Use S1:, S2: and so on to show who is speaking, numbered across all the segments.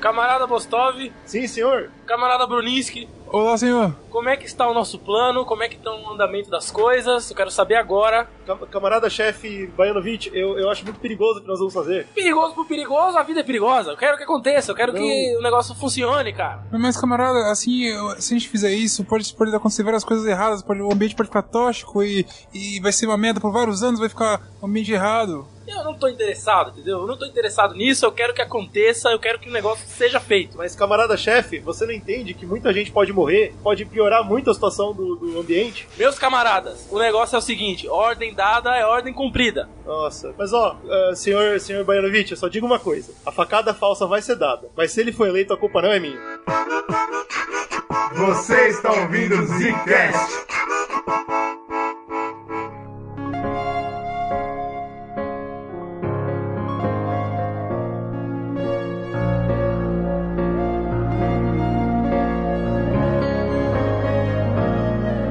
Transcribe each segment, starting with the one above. S1: Camarada Bostov,
S2: Sim, senhor.
S1: camarada Bruninski,
S3: Olá, senhor.
S1: como é que está o nosso plano? Como é que está o andamento das coisas? Eu quero saber agora.
S2: Cam- Camarada chefe Baianovich, eu, eu acho muito perigoso o que nós vamos fazer.
S1: Perigoso por perigoso, a vida é perigosa. Eu quero que aconteça, eu quero
S2: Não.
S1: que o negócio funcione, cara.
S3: Mas, camarada, assim, eu- se a gente fizer isso, pode, pode acontecer várias coisas erradas, pode, o ambiente pode ficar tóxico e, e vai ser uma merda por vários anos, vai ficar um ambiente errado.
S1: Eu não tô interessado, entendeu? Eu não tô interessado nisso, eu quero que aconteça, eu quero que o negócio seja feito.
S2: Mas, camarada chefe, você não entende que muita gente pode morrer, pode piorar muito a situação do, do ambiente?
S1: Meus camaradas, o negócio é o seguinte: ordem dada é ordem cumprida.
S2: Nossa. Mas, ó, ah, senhor, senhor Baianovich, eu só digo uma coisa: a facada falsa vai ser dada, mas se ele for eleito, a culpa não é minha.
S4: Você está Tá ouvindo o Zcast.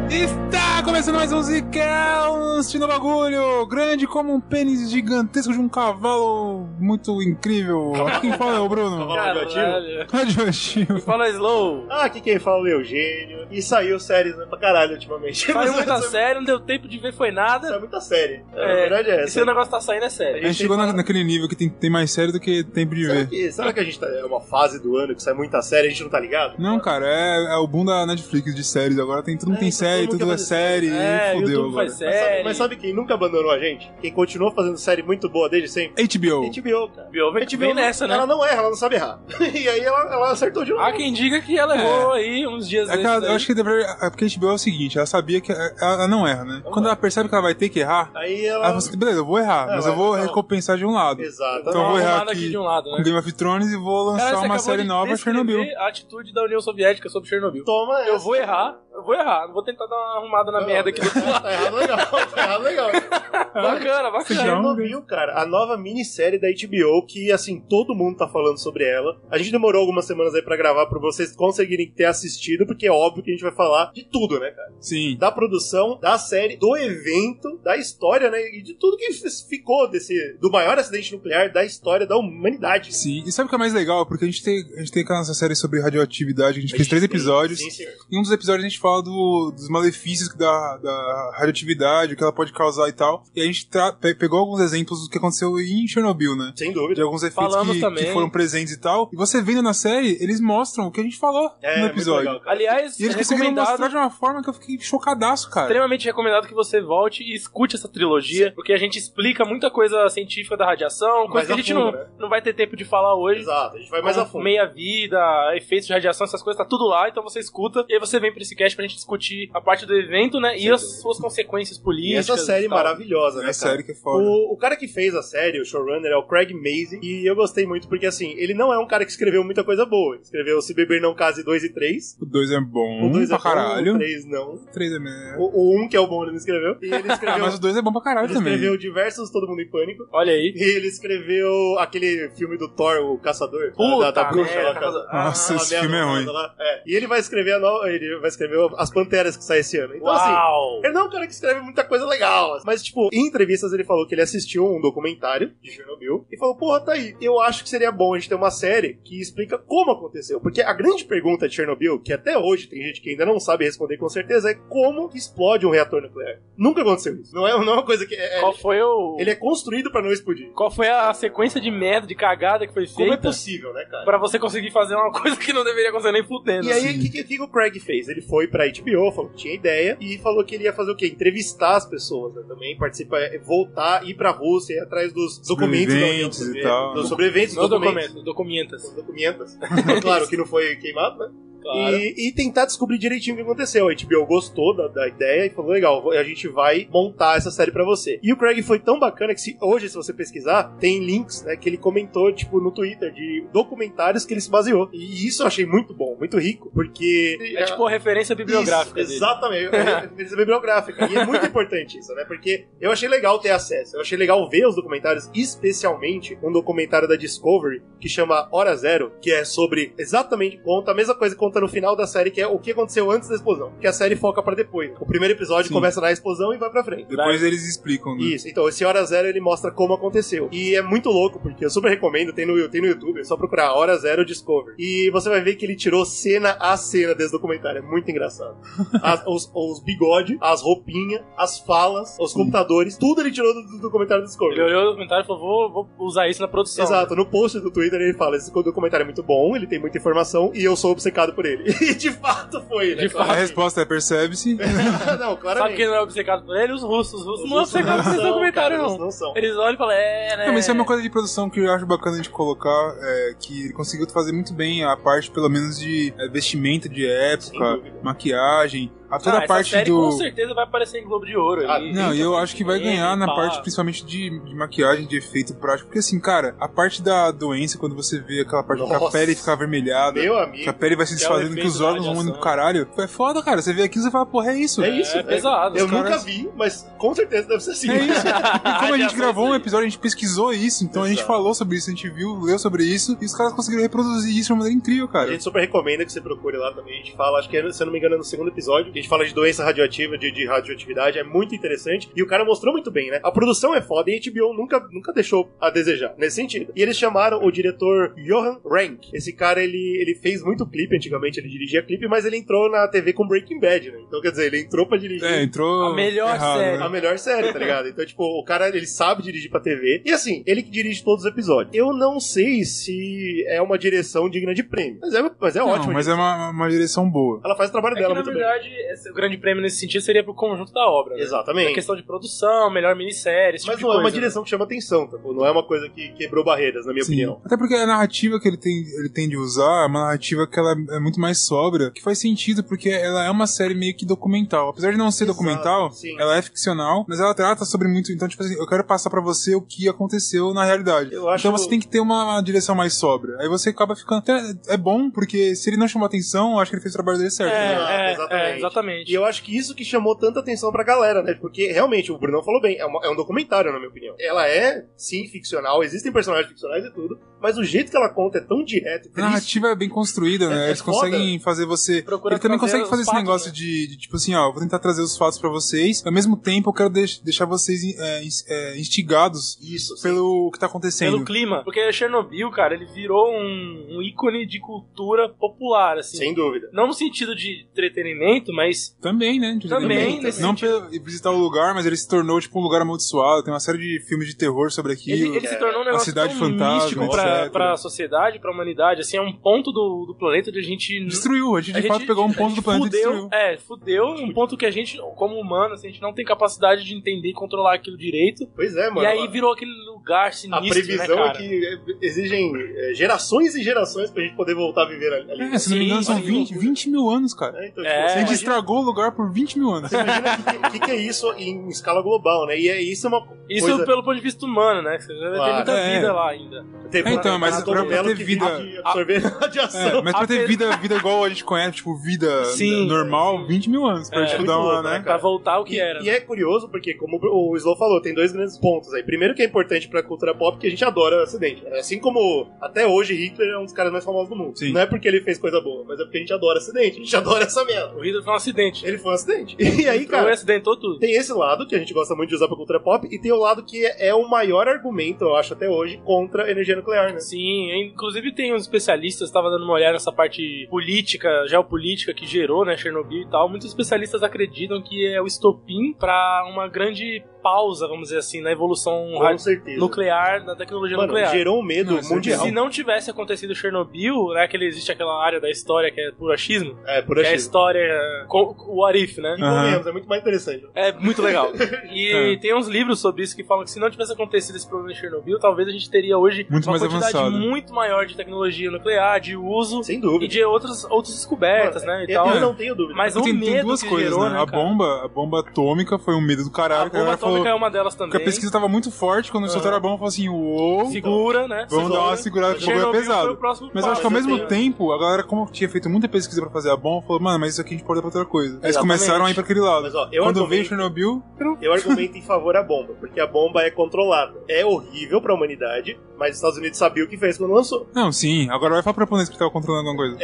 S3: Está começando mais um Zicast no bagulho! Grande como um pênis gigantesco de um cavalo muito incrível. Aqui quem fala é o Bruno.
S2: Fala, radioativo.
S1: Caralho.
S3: Radioativo.
S1: Fala slow.
S2: Ah, aqui quem fala é o Eugênio. E saiu séries né, pra caralho ultimamente.
S1: Saiu muito a
S2: Saiu-
S1: sério, não deu tempo de ver, foi nada.
S2: Saiu muita série. É, a
S1: É,
S2: verdade é
S1: e se o
S2: essa.
S1: negócio tá saindo é sério.
S3: A gente chegou na- naquele nível que tem, tem mais sério do que tempo de
S2: Será
S3: ver.
S2: que, será que a gente tá. É uma fase do ano que sai muita série, a gente não tá ligado?
S3: Não, cara, é, é o boom da Netflix de séries agora. Tem, tudo
S2: É,
S3: tem
S2: então
S3: série,
S2: todo mundo
S3: tudo
S2: quer
S3: é
S2: fazer
S3: série.
S1: É,
S3: e fudeu
S1: YouTube
S3: agora.
S1: faz
S2: Mas sabe,
S1: série.
S2: mas sabe quem nunca abandonou a gente? Quem continuou fazendo série muito boa desde sempre?
S3: HBO.
S2: HBO, cara.
S1: Viu? Vem, vem nessa, né?
S2: Ela não erra, ela não sabe errar. e aí ela, ela acertou de novo.
S1: Há quem diga que ela errou aí uns dias
S3: É que ela-
S1: desses
S3: eu
S1: aí.
S3: acho que deveria. é Porque a HBO é o seguinte, ela sabia que. Ela, ela não erra, né? Quando ela percebe que ela vai ter que errar,
S2: Aí
S1: Ah,
S3: ela
S2: ela.
S3: fala assim: beleza, eu vou errar,
S2: É,
S3: mas
S2: vai,
S3: eu vou
S2: então-
S3: recompensar de um lado.
S2: Exato.
S3: Então eu vou
S1: Uma
S3: errar
S1: arrumada aqui
S3: aqui
S1: de um lado, né?
S3: com Game of Thrones e vou lançar
S1: Cara, você
S3: uma
S1: acabou
S3: série
S1: de
S3: nova
S1: descrever
S3: Chernobyl.
S1: A atitude da União Soviética sobre Chernobyl.
S2: Toma
S1: Eu
S2: essa.
S1: vou errar, eu vou errar. Não vou tentar dar uma arrumada na
S2: Não,
S1: merda aqui do outro lado.
S2: Tá errado legal, tá errado legal.
S1: Bacana, bacana.
S3: já-
S2: Chernobyl, cara, a nova minissérie da HBO que, assim, todo mundo tá falando sobre ela. A gente demorou algumas semanas aí pra gravar pra vocês conseguirem ter assistido, porque é óbvio que a gente vai falar de tudo, né, cara?
S3: Sim.
S2: Da produção, da série, do evento, da história, né? E de tudo que f- ficou desse... do maior acidente nuclear da história da humanidade.
S3: Sim. E sabe o que é mais legal? Porque a gente tem, a gente tem aquela nossa série sobre radioatividade, a gente fez três
S2: Sim,
S3: episódios.
S2: Sim, senhor.
S3: Em um dos episódios a gente fala do- dos malefícios da, da radioatividade, o que ela pode causar e tal. E a gente tra- pe- pegou alguns exemplos do que aconteceu em Chernobyl, né?
S2: Sem
S3: De
S2: dúvida.
S3: alguns efeitos
S1: Falamos
S3: que,
S1: também.
S3: que foram presentes e tal. E você vendo na série, eles mostram o que a gente falou
S2: É,
S3: no
S2: muito
S3: episódio.
S2: legal, cara.
S1: Aliás,
S3: E eles
S1: é
S3: conseguiram mostrar
S1: recomendado,
S3: de uma forma que eu fiquei chocadaço, cara.
S1: extremamente recomendado que você volte e escute essa trilogia, porque a gente explica muita coisa científica da radiação,
S2: Mais
S1: coisa que a
S2: a
S1: gente
S2: fundo,
S1: não,
S2: né?
S1: não vai ter tempo de falar hoje.
S2: Exato, a gente vai mais a
S1: Como
S2: fundo.
S1: Meia-vida, efeitos de radiação, essas coisas, tá tudo lá, então você escuta. E aí você vem pra esse cast pra gente discutir a parte do evento, né? e
S2: Sem
S1: as
S2: dúvida.
S1: suas consequências
S2: E
S1: políticas.
S2: essa série
S1: e tal.
S2: maravilhosa, né,
S3: É
S2: cara?
S3: sério que é foda.
S2: O, o cara que fez a série, o showrunner, é o Craig Mazin, e eu gostei muito porque, assim, ele não é um cara que escreveu muita coisa boa. Ele escreveu Se Beber Não Case 2 e 3.
S3: O 2 é bom
S2: o 2
S3: pra
S2: é bom,
S3: caralho.
S2: o
S3: O
S2: 3 não.
S3: 3 é merda.
S2: O, o 1, que é o bom, ele não escreveu. E ele
S3: Ah,
S2: escreveu,
S3: mas o 2 é bom pra caralho
S2: ele
S3: também.
S2: escreveu diversos Todo Mundo em Pânico.
S1: Olha aí.
S2: E ele escreveu aquele filme do Thor, o Caçador. da, da Tá, bruxa
S1: merda,
S2: lá, cara.
S1: tá-
S3: Nossa,
S2: Aquela
S3: esse
S2: merda
S3: filme é ruim.
S2: lá. É. E ele vai escrever a nova, ele vai escrever as Panteras que sai esse ano. Então, assim,
S1: Uau!
S2: Ele não é um cara que escreve muita coisa legal. Mas, tipo, em entrevistas ele falou que ele assistiu um documentário de Chernobyl e falou: porra, tá aí. Eu acho que seria bom a gente ter uma série que explica como aconteceu. Porque a grande pergunta de Chernobyl, que até hoje tem gente que ainda não sabe responder com certeza, é como explode um reator nuclear. Nunca aconteceu isso. Não é, não é uma coisa que. é- é-
S1: Qual foi o.
S2: ele é construído pra não explodir.
S1: Qual foi a sequência de merda, de cagada que foi
S2: Como é
S1: feita
S2: possível, né, cara?
S1: pra você conseguir fazer uma coisa que não deveria acontecer nem fudendo? assim?
S2: E aí, o que, que- que o Craig fez? Ele foi pra HBO, falou que tinha ideia, e falou que ele ia fazer o quê? Entrevistar as pessoas né, também, participar, eh, voltar, ir pra Rússia, ir atrás dos documentos da União
S3: Sobreviventes e
S2: Soviética,
S3: tal.
S2: Dos sobreviventes,
S1: Não é
S2: dos documentos.
S1: documento, assim, documentas.
S2: Dos documentos. claro que não foi queimado, né?
S1: Claro.
S2: E, e tentar descobrir direitinho o que aconteceu. A HBO gostou da, da ideia e falou: legal, a gente vai montar essa série pra você. E o Craig foi tão bacana que se- hoje, se você pesquisar, tem links né, que ele comentou, tipo, no Twitter, de documentários que ele se baseou. E isso eu achei muito bom, muito rico, porque.
S1: É tipo a referência bibliográfica.
S2: Isso,
S1: dele.
S2: exatamente. É referência bibliográfica. E é muito importante isso, né? Porque eu achei legal ter acesso. Eu achei legal ver os documentários, especialmente um documentário da Discovery que chama Hora Zero, que é sobre exatamente conta a mesma coisa que conta no final da série, que é o que aconteceu antes da explosão. Que a série foca pra depois. O primeiro episódio
S3: Sim.
S2: começa na explosão e vai pra frente.
S3: Depois eles explicam, né?
S2: Isso, então esse Hora Zero ele mostra como aconteceu. E é muito louco, porque eu super recomendo, tem no, tem no YouTube, é só procurar Hora Zero Discover. E você vai ver que ele tirou cena a cena desse documentário, é muito engraçado. As- os, os bigode, as roupinhas, as falas, os computadores, tudo ele tirou do, do documentário do Discovery.
S1: Ele olhou né? o comentário e falou: vou, vou usar isso na produção.
S2: Exato, no post do Twitter ele fala: esse documentário é muito bom, ele tem muita informação e eu sou obcecado por ele. E de fato foi, né?
S1: De
S3: A
S1: fato.
S2: Claramente.
S3: resposta é percebe-se.
S2: não, claramente.
S1: Sabe quem não é obcecado por ele? Os russos. Os russos não é
S2: Os russos
S1: obcecado por esse
S2: são,
S1: documentário,
S2: cara,
S1: não.
S2: eles não são.
S1: Eles olham e falam: é, né?
S3: Não, mas isso é uma coisa de produção que eu acho bacana de colocar, é, que ele conseguiu fazer muito bem a parte, pelo menos, de é, vestimenta de
S2: Sem
S3: época,
S2: dúvida.
S3: maquiagem, a toda
S1: Ah,
S3: a
S1: essa
S3: parte
S1: série
S3: do...
S1: com certeza vai aparecer em Globo de Ouro.
S2: Ah,
S1: aí.
S3: Não, e eu acho que vai ganhar na
S1: Pá.
S3: parte principalmente de, de maquiagem, de efeito prático. Porque assim, cara, a parte da doença, quando você vê aquela parte que a
S2: Nossa.
S3: pele fica avermelhada,
S2: Meu
S3: que
S2: amigo.
S3: a pele vai se
S1: Que é o
S3: desfazendo, que os
S1: efeito da
S3: órgãos vão indo pro
S1: radiação.
S3: caralho, é foda, cara. Você vê aquilo e você fala, porra, é isso.
S2: É isso,
S1: é
S2: velho.
S1: pesado,
S2: Eu
S3: os
S2: nunca
S3: caras-
S2: vi, mas com certeza deve ser assim.
S3: É isso. E como a gente
S1: Radiação
S3: gravou um
S1: sim.
S3: episódio, a gente pesquisou isso, então a gente
S2: Exato.
S3: falou sobre isso, a gente viu, leu sobre isso, e os caras conseguiram reproduzir isso de uma maneira incrível,
S2: A
S3: cara.
S2: gente super recomenda que você procure lá também. A gente fala, acho que é, se eu não me engano, é no segundo episódio, que a gente fala de doença radioativa, de, de radioatividade, é muito interessante. E o cara mostrou muito bem, né? A produção é foda e a HBO nunca, nunca deixou a desejar, nesse sentido. E eles chamaram o diretor Johan Rank. Esse cara, ele, ele fez muito clipe antigamente, ele dirigia clipe, mas ele entrou na TV com Breaking Bad, né? Então, quer dizer, ele entrou pra dirigir.
S3: É, entrou.
S1: A melhor
S3: errado,
S1: série.
S2: A
S3: Né?
S2: melhor série, tá ligado? Então, tipo, o cara, ele sabe dirigir pra TV. E assim, ele que dirige todos os episódios. Eu não sei se é uma direção digna de prêmio. Mas é, mas é
S3: Não,
S2: ótimo.
S3: mas é uma, uma direção boa.
S2: Ela faz o trabalho
S1: É que,
S2: dela
S1: na
S2: muito
S1: verdade, esse- o grande prêmio nesse sentido seria pro conjunto da obra.
S2: bem.
S1: Né?
S3: É
S1: A
S2: Exatamente.
S1: questão de produção, melhor minissérie, esse
S2: Mas
S1: tipo
S2: não
S1: de
S2: é uma
S1: coisa.
S2: direção que chama atenção, tá? bom? Não é uma coisa que quebrou barreiras, na minha
S3: Sim.
S2: opinião.
S3: Até porque a narrativa que ele tem, ele tem de usar é uma narrativa que ela é muito mais sóbria, que faz sentido, porque ela é uma série meio que documental. Apesar de não ser
S2: Exato,
S3: documental,
S2: sim.
S3: ela é ficcional, mas ela trata sobre muito. Então, tipo assim, eu quero passar pra você o que aconteceu na realidade.
S2: Eu acho-
S3: Então você tem que ter uma, uma direção mais sóbria. Aí você acaba ficando. até- é bom, porque se ele não chamou atenção, eu acho que ele fez o trabalho dele certo. né?
S1: É, é,
S2: Exatamente.
S1: exatamente. É, exatamente.
S2: E eu acho que isso que chamou tanta atenção pra galera, né? Porque realmente, o Brunão falou bem, é, uma- é um documentário, na minha opinião. Ela é, sim, ficcional, existem personagens ficcionais e tudo, mas o jeito que ela conta é tão direto e
S3: A
S2: triste.
S3: narrativa é bem construída, né?
S2: É- é
S3: Eles
S2: foda.
S3: conseguem fazer você.
S1: Procura
S3: ele também
S1: fazer
S3: consegue
S1: os
S3: fazer esse
S1: fatos,
S3: negócio
S1: né?
S3: de, de, tipo assim, ó, vou tentar trazer os fatos pra vocês. Ao mesmo tempo, eu quero deix- deixar vocês é, ins- é, instigados
S2: Isso, sim.
S3: pelo que tá acontecendo.
S1: Pelo clima. Porque Chernobyl, cara, ele virou um, um ícone de cultura popular, assim.
S2: sem dúvida.
S1: Não no sentido de entretenimento, mas
S3: Também, né? Tipo,
S1: Também,
S3: também.
S1: nesse
S3: Não pelo visitar o lugar, mas ele se tornou, tipo, um lugar amaldiçoado. Tem uma série de filmes de terror sobre aquilo.
S1: ele, ele se tornou um
S3: a
S1: negócio
S3: é cidade né?
S1: tão
S3: fantasma,
S1: místico pra,
S3: etc.
S1: pra sociedade, pra humanidade, assim, é um ponto do, do planeta onde a gente... n-
S3: Destruiu. A gente,
S1: a
S3: de fato,
S1: gente-
S3: pegou
S1: a
S3: um ponto
S1: gente
S3: do planeta e
S1: fudeu,
S3: destruiu.
S1: É, fudeu, um ponto que a gente, como humano, assim, a gente não tem capacidade de entender e controlar aquilo direito.
S2: Pois é, mano.
S1: e aí
S2: a-
S1: virou aquele lugar
S2: a
S1: sinistro,
S2: previsão
S1: né,
S2: é
S1: cara?
S2: que é, exigem é, gerações e gerações pra gente poder voltar a viver ali. ali.
S3: É, se não me
S1: Sim,
S3: engano, são
S1: sim.
S3: 20, 20 mil anos, cara.
S2: É, então,
S1: É.
S2: tipo,
S3: a
S2: você
S3: gente
S2: imagina-
S3: estragou o lugar por 20 mil anos.
S2: Você imagina o que, que- que é isso em escala global, né? E é, isso é uma
S1: Isso
S2: coisa...
S1: pelo ponto de vista humano, né? Você deve ter
S2: Claro.
S1: muita
S3: É.
S1: vida lá ainda.
S2: Teve
S3: É, então,
S2: um
S3: mas
S2: cara
S3: pra-
S2: todo
S3: pra
S2: belo
S3: ter
S2: que vive
S3: vida-
S2: de absorver radiação.
S3: É, mas pra ter
S1: Ape-
S3: vida, vida igual a gente conhece, tipo, vida
S1: Sim.
S3: normal, 20 mil anos. Pra
S1: É,
S3: tipo,
S2: muito
S3: dar uma,
S2: louco,
S3: né?
S2: né,
S1: Pra
S2: Cara,
S1: voltar o que
S2: E,
S1: era.
S2: e é curioso porque, como o Slow falou, tem dois grandes pontos aí. Primeiro que é importante pra cultura pop que a gente adora o acidente. Assim como até hoje Hitler é um dos caras mais famosos do mundo.
S3: Sim.
S2: Não é porque ele fez coisa boa, mas é porque a gente adora acidente. A gente adora essa merda.
S1: O Hitler foi um acidente.
S2: Ele foi um acidente. E aí,
S1: Ele
S2: cara,
S1: acidentou tudo.
S2: Tem esse lado que a gente gosta muito de usar pra cultura pop, e tem o lado que é o maior argumento, eu acho, até hoje, contra a energia nuclear, né?
S1: Sim, inclusive tem uns especialistas, estava dando uma olhada nessa parte política, geopolítica que gerou, né, Chernobyl e tal. Muitos especialistas acreditam que é o estopim para uma grande pausa, vamos dizer assim, na evolução
S2: Com
S1: radi-
S2: certeza.
S1: nuclear, da tecnologia
S2: Mano,
S1: nuclear.
S2: gerou um medo
S3: Não, isso é
S2: mundial.
S1: Se não tivesse acontecido Chernobyl, né, que ele- existe aquela área da história que é puro achismo,
S2: É, por
S1: que é a
S2: aí.
S1: história co- o Arif, né?
S2: E convenhamos, é muito mais interessante.
S1: É muito legal. E
S3: É.
S1: tem uns livros sobre isso que falam que se não tivesse acontecido esse problema de Chernobyl, talvez a gente teria hoje
S3: Muito
S1: uma
S3: mais
S1: quantidade
S3: avançado.
S1: muito maior de tecnologia nuclear, de uso
S2: Sem
S1: e
S2: dúvida.
S1: de outras, outras descobertas, né? E
S2: eu,
S1: tal.
S2: eu não tenho dúvida.
S1: Mas o
S3: tem,
S1: medo
S3: tem duas
S1: que
S3: coisas,
S1: gerou,
S3: né?
S1: né,
S3: a,
S1: cara?
S3: bomba, a bomba atômica foi um medo do
S1: A
S3: caralho. que
S1: bomba
S3: galera falou,
S1: atômica é uma delas
S3: Porque
S1: também.
S3: a pesquisa tava muito forte, quando soltaram a bomba, falou assim, uou,
S1: Segura, né?
S3: vamos dar uma segurada, que o
S1: Chernobyl
S3: bagulho é
S1: Foi o
S3: pesado.
S1: próximo
S3: Mas eu acho que ao
S1: passo,
S3: mesmo
S1: né?
S3: tempo, a galera, como tinha feito muita pesquisa pra fazer a bomba, falou, mano, mas isso aqui a gente pode dar pra outra coisa. Aí Eles
S1: Exatamente.
S3: começaram a ir pra aquele lado.
S2: Mas ó, eu
S3: quando veio
S2: argumento,
S3: Chernobyl,
S2: eu argumento em favor à bomba, porque a bomba é controlada. É horrível pra humanidade, Mas os Estados Unidos sabia o que fez quando lançou.
S3: Não, sim. Agora vai falar pro japonês que tava controlando alguma coisa.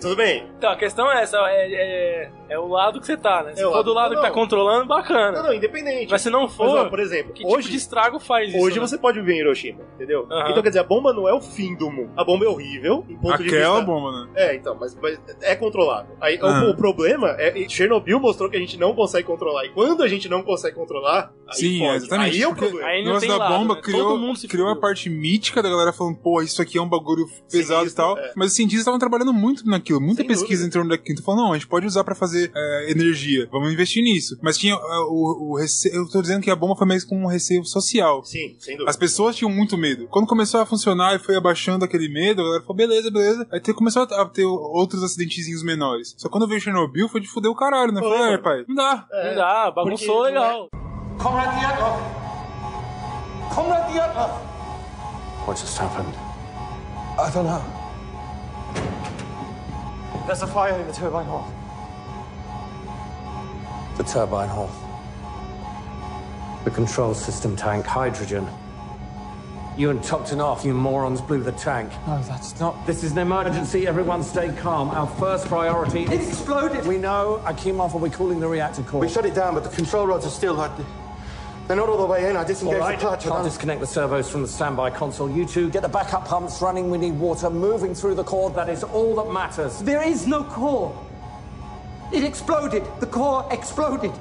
S2: Tudo bem.
S1: Então, a questão é essa, é, é, é o lado que você tá, né? Se
S2: É o
S1: for
S2: lado
S1: do
S2: que
S1: lado
S2: tá,
S1: que tá
S2: não.
S1: controlando,
S2: Não,
S1: bacana.
S2: não, independente.
S1: Mas se não
S2: Mas, ó,
S1: for,
S2: por exemplo,
S1: que
S2: hoje,
S1: tipo de estrago faz isso?
S2: hoje
S1: né?
S2: você pode viver em Hiroshima, entendeu?
S1: Aham.
S2: Então, quer dizer, a bomba não é o fim do mundo. A bomba é horrível, em ponto de
S3: Aquela
S2: vista...
S3: bomba, né?
S2: É, então, mas, mas é controlável. Aí, o-
S3: Ah.
S2: o, problema é e Chernobyl mostrou que a gente não consegue controlar. E quando a gente não consegue controlar, aí
S3: Sim,
S2: fode.
S3: é, exatamente.
S2: Aí é o
S3: Porque
S2: problema.
S1: Aí
S3: O
S1: não
S3: lance
S1: tem
S3: da
S1: lado,
S3: bomba
S1: né?
S3: criou,
S1: Todo mundo se
S3: criou a
S1: fudeu.
S3: parte mítica da galera falando, pô, isso aqui é um bagulho pesado e tal.
S2: é.
S3: Mas os cientistas estavam trabalhando muito naquilo, muita
S2: Sem
S3: pesquisa
S2: dúvida.
S3: em torno daquilo. Então falando, não, a gente pode usar pra fazer é, energia, vamos investir nisso. Mas tinha é, o, o receio. Eu tô dizendo que a bomba foi meio como um receio social.
S2: Sim, sem dúvida.
S3: As pessoas tinham muito medo. Quando começou a funcionar e foi abaixando aquele medo, a galera falou, beleza, beleza. Aí te- começou a ter outros acidentezinhos menores. Só quando veio Chernobyl foi de fuder o caralho, né?
S2: Foi,
S3: Falou, é,
S2: mano.
S3: pai, não dá.
S1: Não dá, bagunçou
S2: porque não é-
S1: legal.
S5: Comrade Yakov! Comrade Yakov!
S6: What just happened?
S5: I don't know. There's a fire in the turbine hall.
S6: The turbine hall. The control system tank, hydrogen. You and Toktanov, you morons, blew the tank.
S5: No, that's not.
S6: This is an emergency. Everyone stay calm. Our first priority
S5: It
S6: is.
S5: exploded!
S6: We know Akimov will be calling the reactor core.
S7: We shut it down, but the control rods are still hot. They're not all the way in. I disengaged the clutch.
S6: I'll
S7: and I'm-
S6: disconnect the servos from the standby console. You two, get the backup pumps running. We need water moving through the core. That is all that matters.
S5: There is no core. It exploded. The core exploded.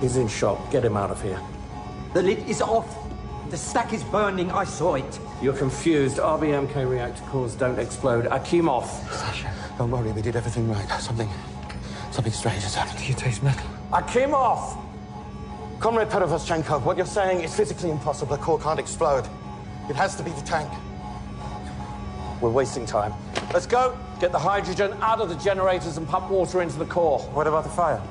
S6: He's in shock. Get him out of here.
S5: The lid is off. The stack is burning. I saw it.
S6: You're confused. RBMK reactor cores don't explode. Akimov.
S7: Don't worry, we did everything right. Something, something strange has happened. You taste metal.
S6: Akimov!
S7: Comrade Perovoshenko, what you're saying is physically impossible. The core can't explode. It has to be the tank.
S6: We're wasting time. Let's go. Get the hydrogen out of the generators and pump water into the core.
S7: What about the fire?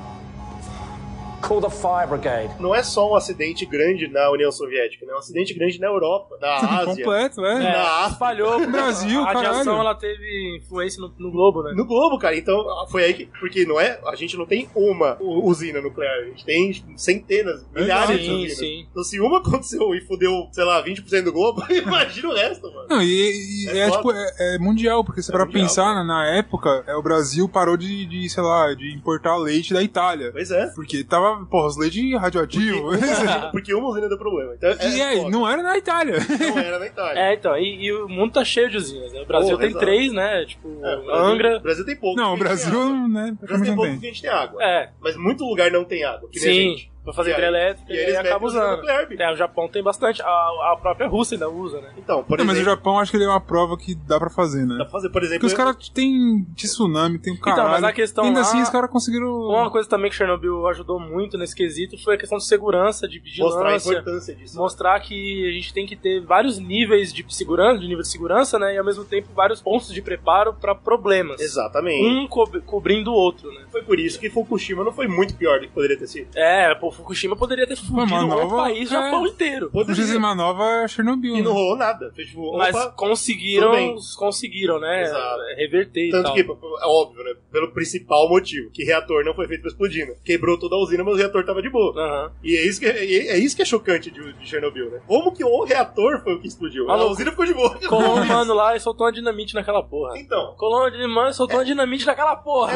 S6: Call the fire brigade.
S2: Não é só um acidente grande na União Soviética, né? É um acidente grande na Europa, na Ásia.
S3: Completo, é.
S1: É,
S2: Na-
S1: espalhou.
S3: Brasil,
S1: a radiação
S3: caralho.
S1: ela teve influência no, no globo, né?
S2: No globo, cara. Então, foi aí que. Porque não é. A gente não tem uma u- usina nuclear. A gente tem centenas, milhares de
S1: Sim,
S2: usinas.
S1: sim.
S2: Então, se uma aconteceu e fudeu, sei lá, 20% do globo, imagina o resto, mano.
S3: Não, e, e
S2: É
S3: é,
S2: foda.
S3: tipo, é, é mundial, porque se
S2: É
S3: para
S2: mundial.
S3: pensar, né, na, na época, é, o Brasil parou de, de, sei lá, de importar leite da Itália.
S2: Pois é.
S3: Porque tava, porra, os leite radioativo.
S2: Porque uma usina deu problema. Então, é,
S3: e aí,
S2: foda.
S3: não era na Itália.
S2: Não era na Itália.
S1: É, então, e, e o mundo tá cheio de usinas, né? O Brasil
S2: Porra,
S1: tem
S2: exato.
S1: três, né? Tipo,
S2: É, o Brasil- O
S1: Angra.
S2: Brasil tem pouco.
S3: Não, o
S2: porque a gente tem água.
S3: Brasil, né,
S2: O Brasil
S3: praticamente
S2: tem
S3: não
S2: pouco
S3: tem.
S2: porque a gente tem água.
S1: É,
S2: Mas muito lugar não tem água. Que nem a
S1: sim.
S2: gente.
S1: Pra fazer
S2: E aí-
S1: hidrelétrica
S2: e
S1: e,
S2: eles metem
S1: acaba
S2: usina
S1: usando.
S2: nuclear, bicho.
S1: É, o Japão tem bastante. A, a própria Rússia ainda usa, né?
S2: Então, por
S3: Não, mas o
S2: exemplo.
S3: Japão acho que ele é uma prova que dá pra fazer, né?
S2: Dá pra fazer, por exemplo.
S3: Porque os caras têm tsunami, tem o
S1: Então,
S3: caralho.
S1: mas a questão
S3: Ainda
S1: lá-
S3: assim, os caras conseguiram...
S2: Uhum.
S1: Uma coisa também que Chernobyl ajudou muito nesse quesito foi a questão de segurança, de vigilância.
S2: Mostrar a importância disso.
S1: mostrar que a gente tem que ter vários níveis de segurança, de nível de segurança, né? E ao mesmo tempo vários pontos de preparo pra problemas.
S2: Exatamente.
S1: Um co- cobrindo o outro, né?
S2: Foi por isso que Fukushima não foi muito pior do que poderia ter sido.
S1: É, pô, Fukushima poderia ter fudido
S3: uma
S1: o
S3: nova-
S1: país,
S3: é.
S1: Japão inteiro.
S3: O Gisema Nova é Chernobyl,
S2: E não
S3: né?
S2: rolou nada. Foi tipo,
S1: Mas
S2: opa,
S1: conseguiram,
S2: tudo bem.
S1: conseguiram, né?
S2: Exato.
S1: Reverter
S2: Tanto que,
S1: e tal.
S2: é óbvio, né? Pelo principal motivo, que reator não foi feito pra explodir, né? Quebrou toda a usina, mas o reator tava de boa.
S1: Aham.
S2: E é isso que é, é isso que é chocante de, de Chernobyl, né? Como que o reator foi o que explodiu? a
S1: Maluco.
S2: usina ficou de boa.
S1: Colou um mano lá e soltou uma dinamite naquela porra.
S2: Então,
S1: Colou um mano e soltou uma dinamite naquela porra.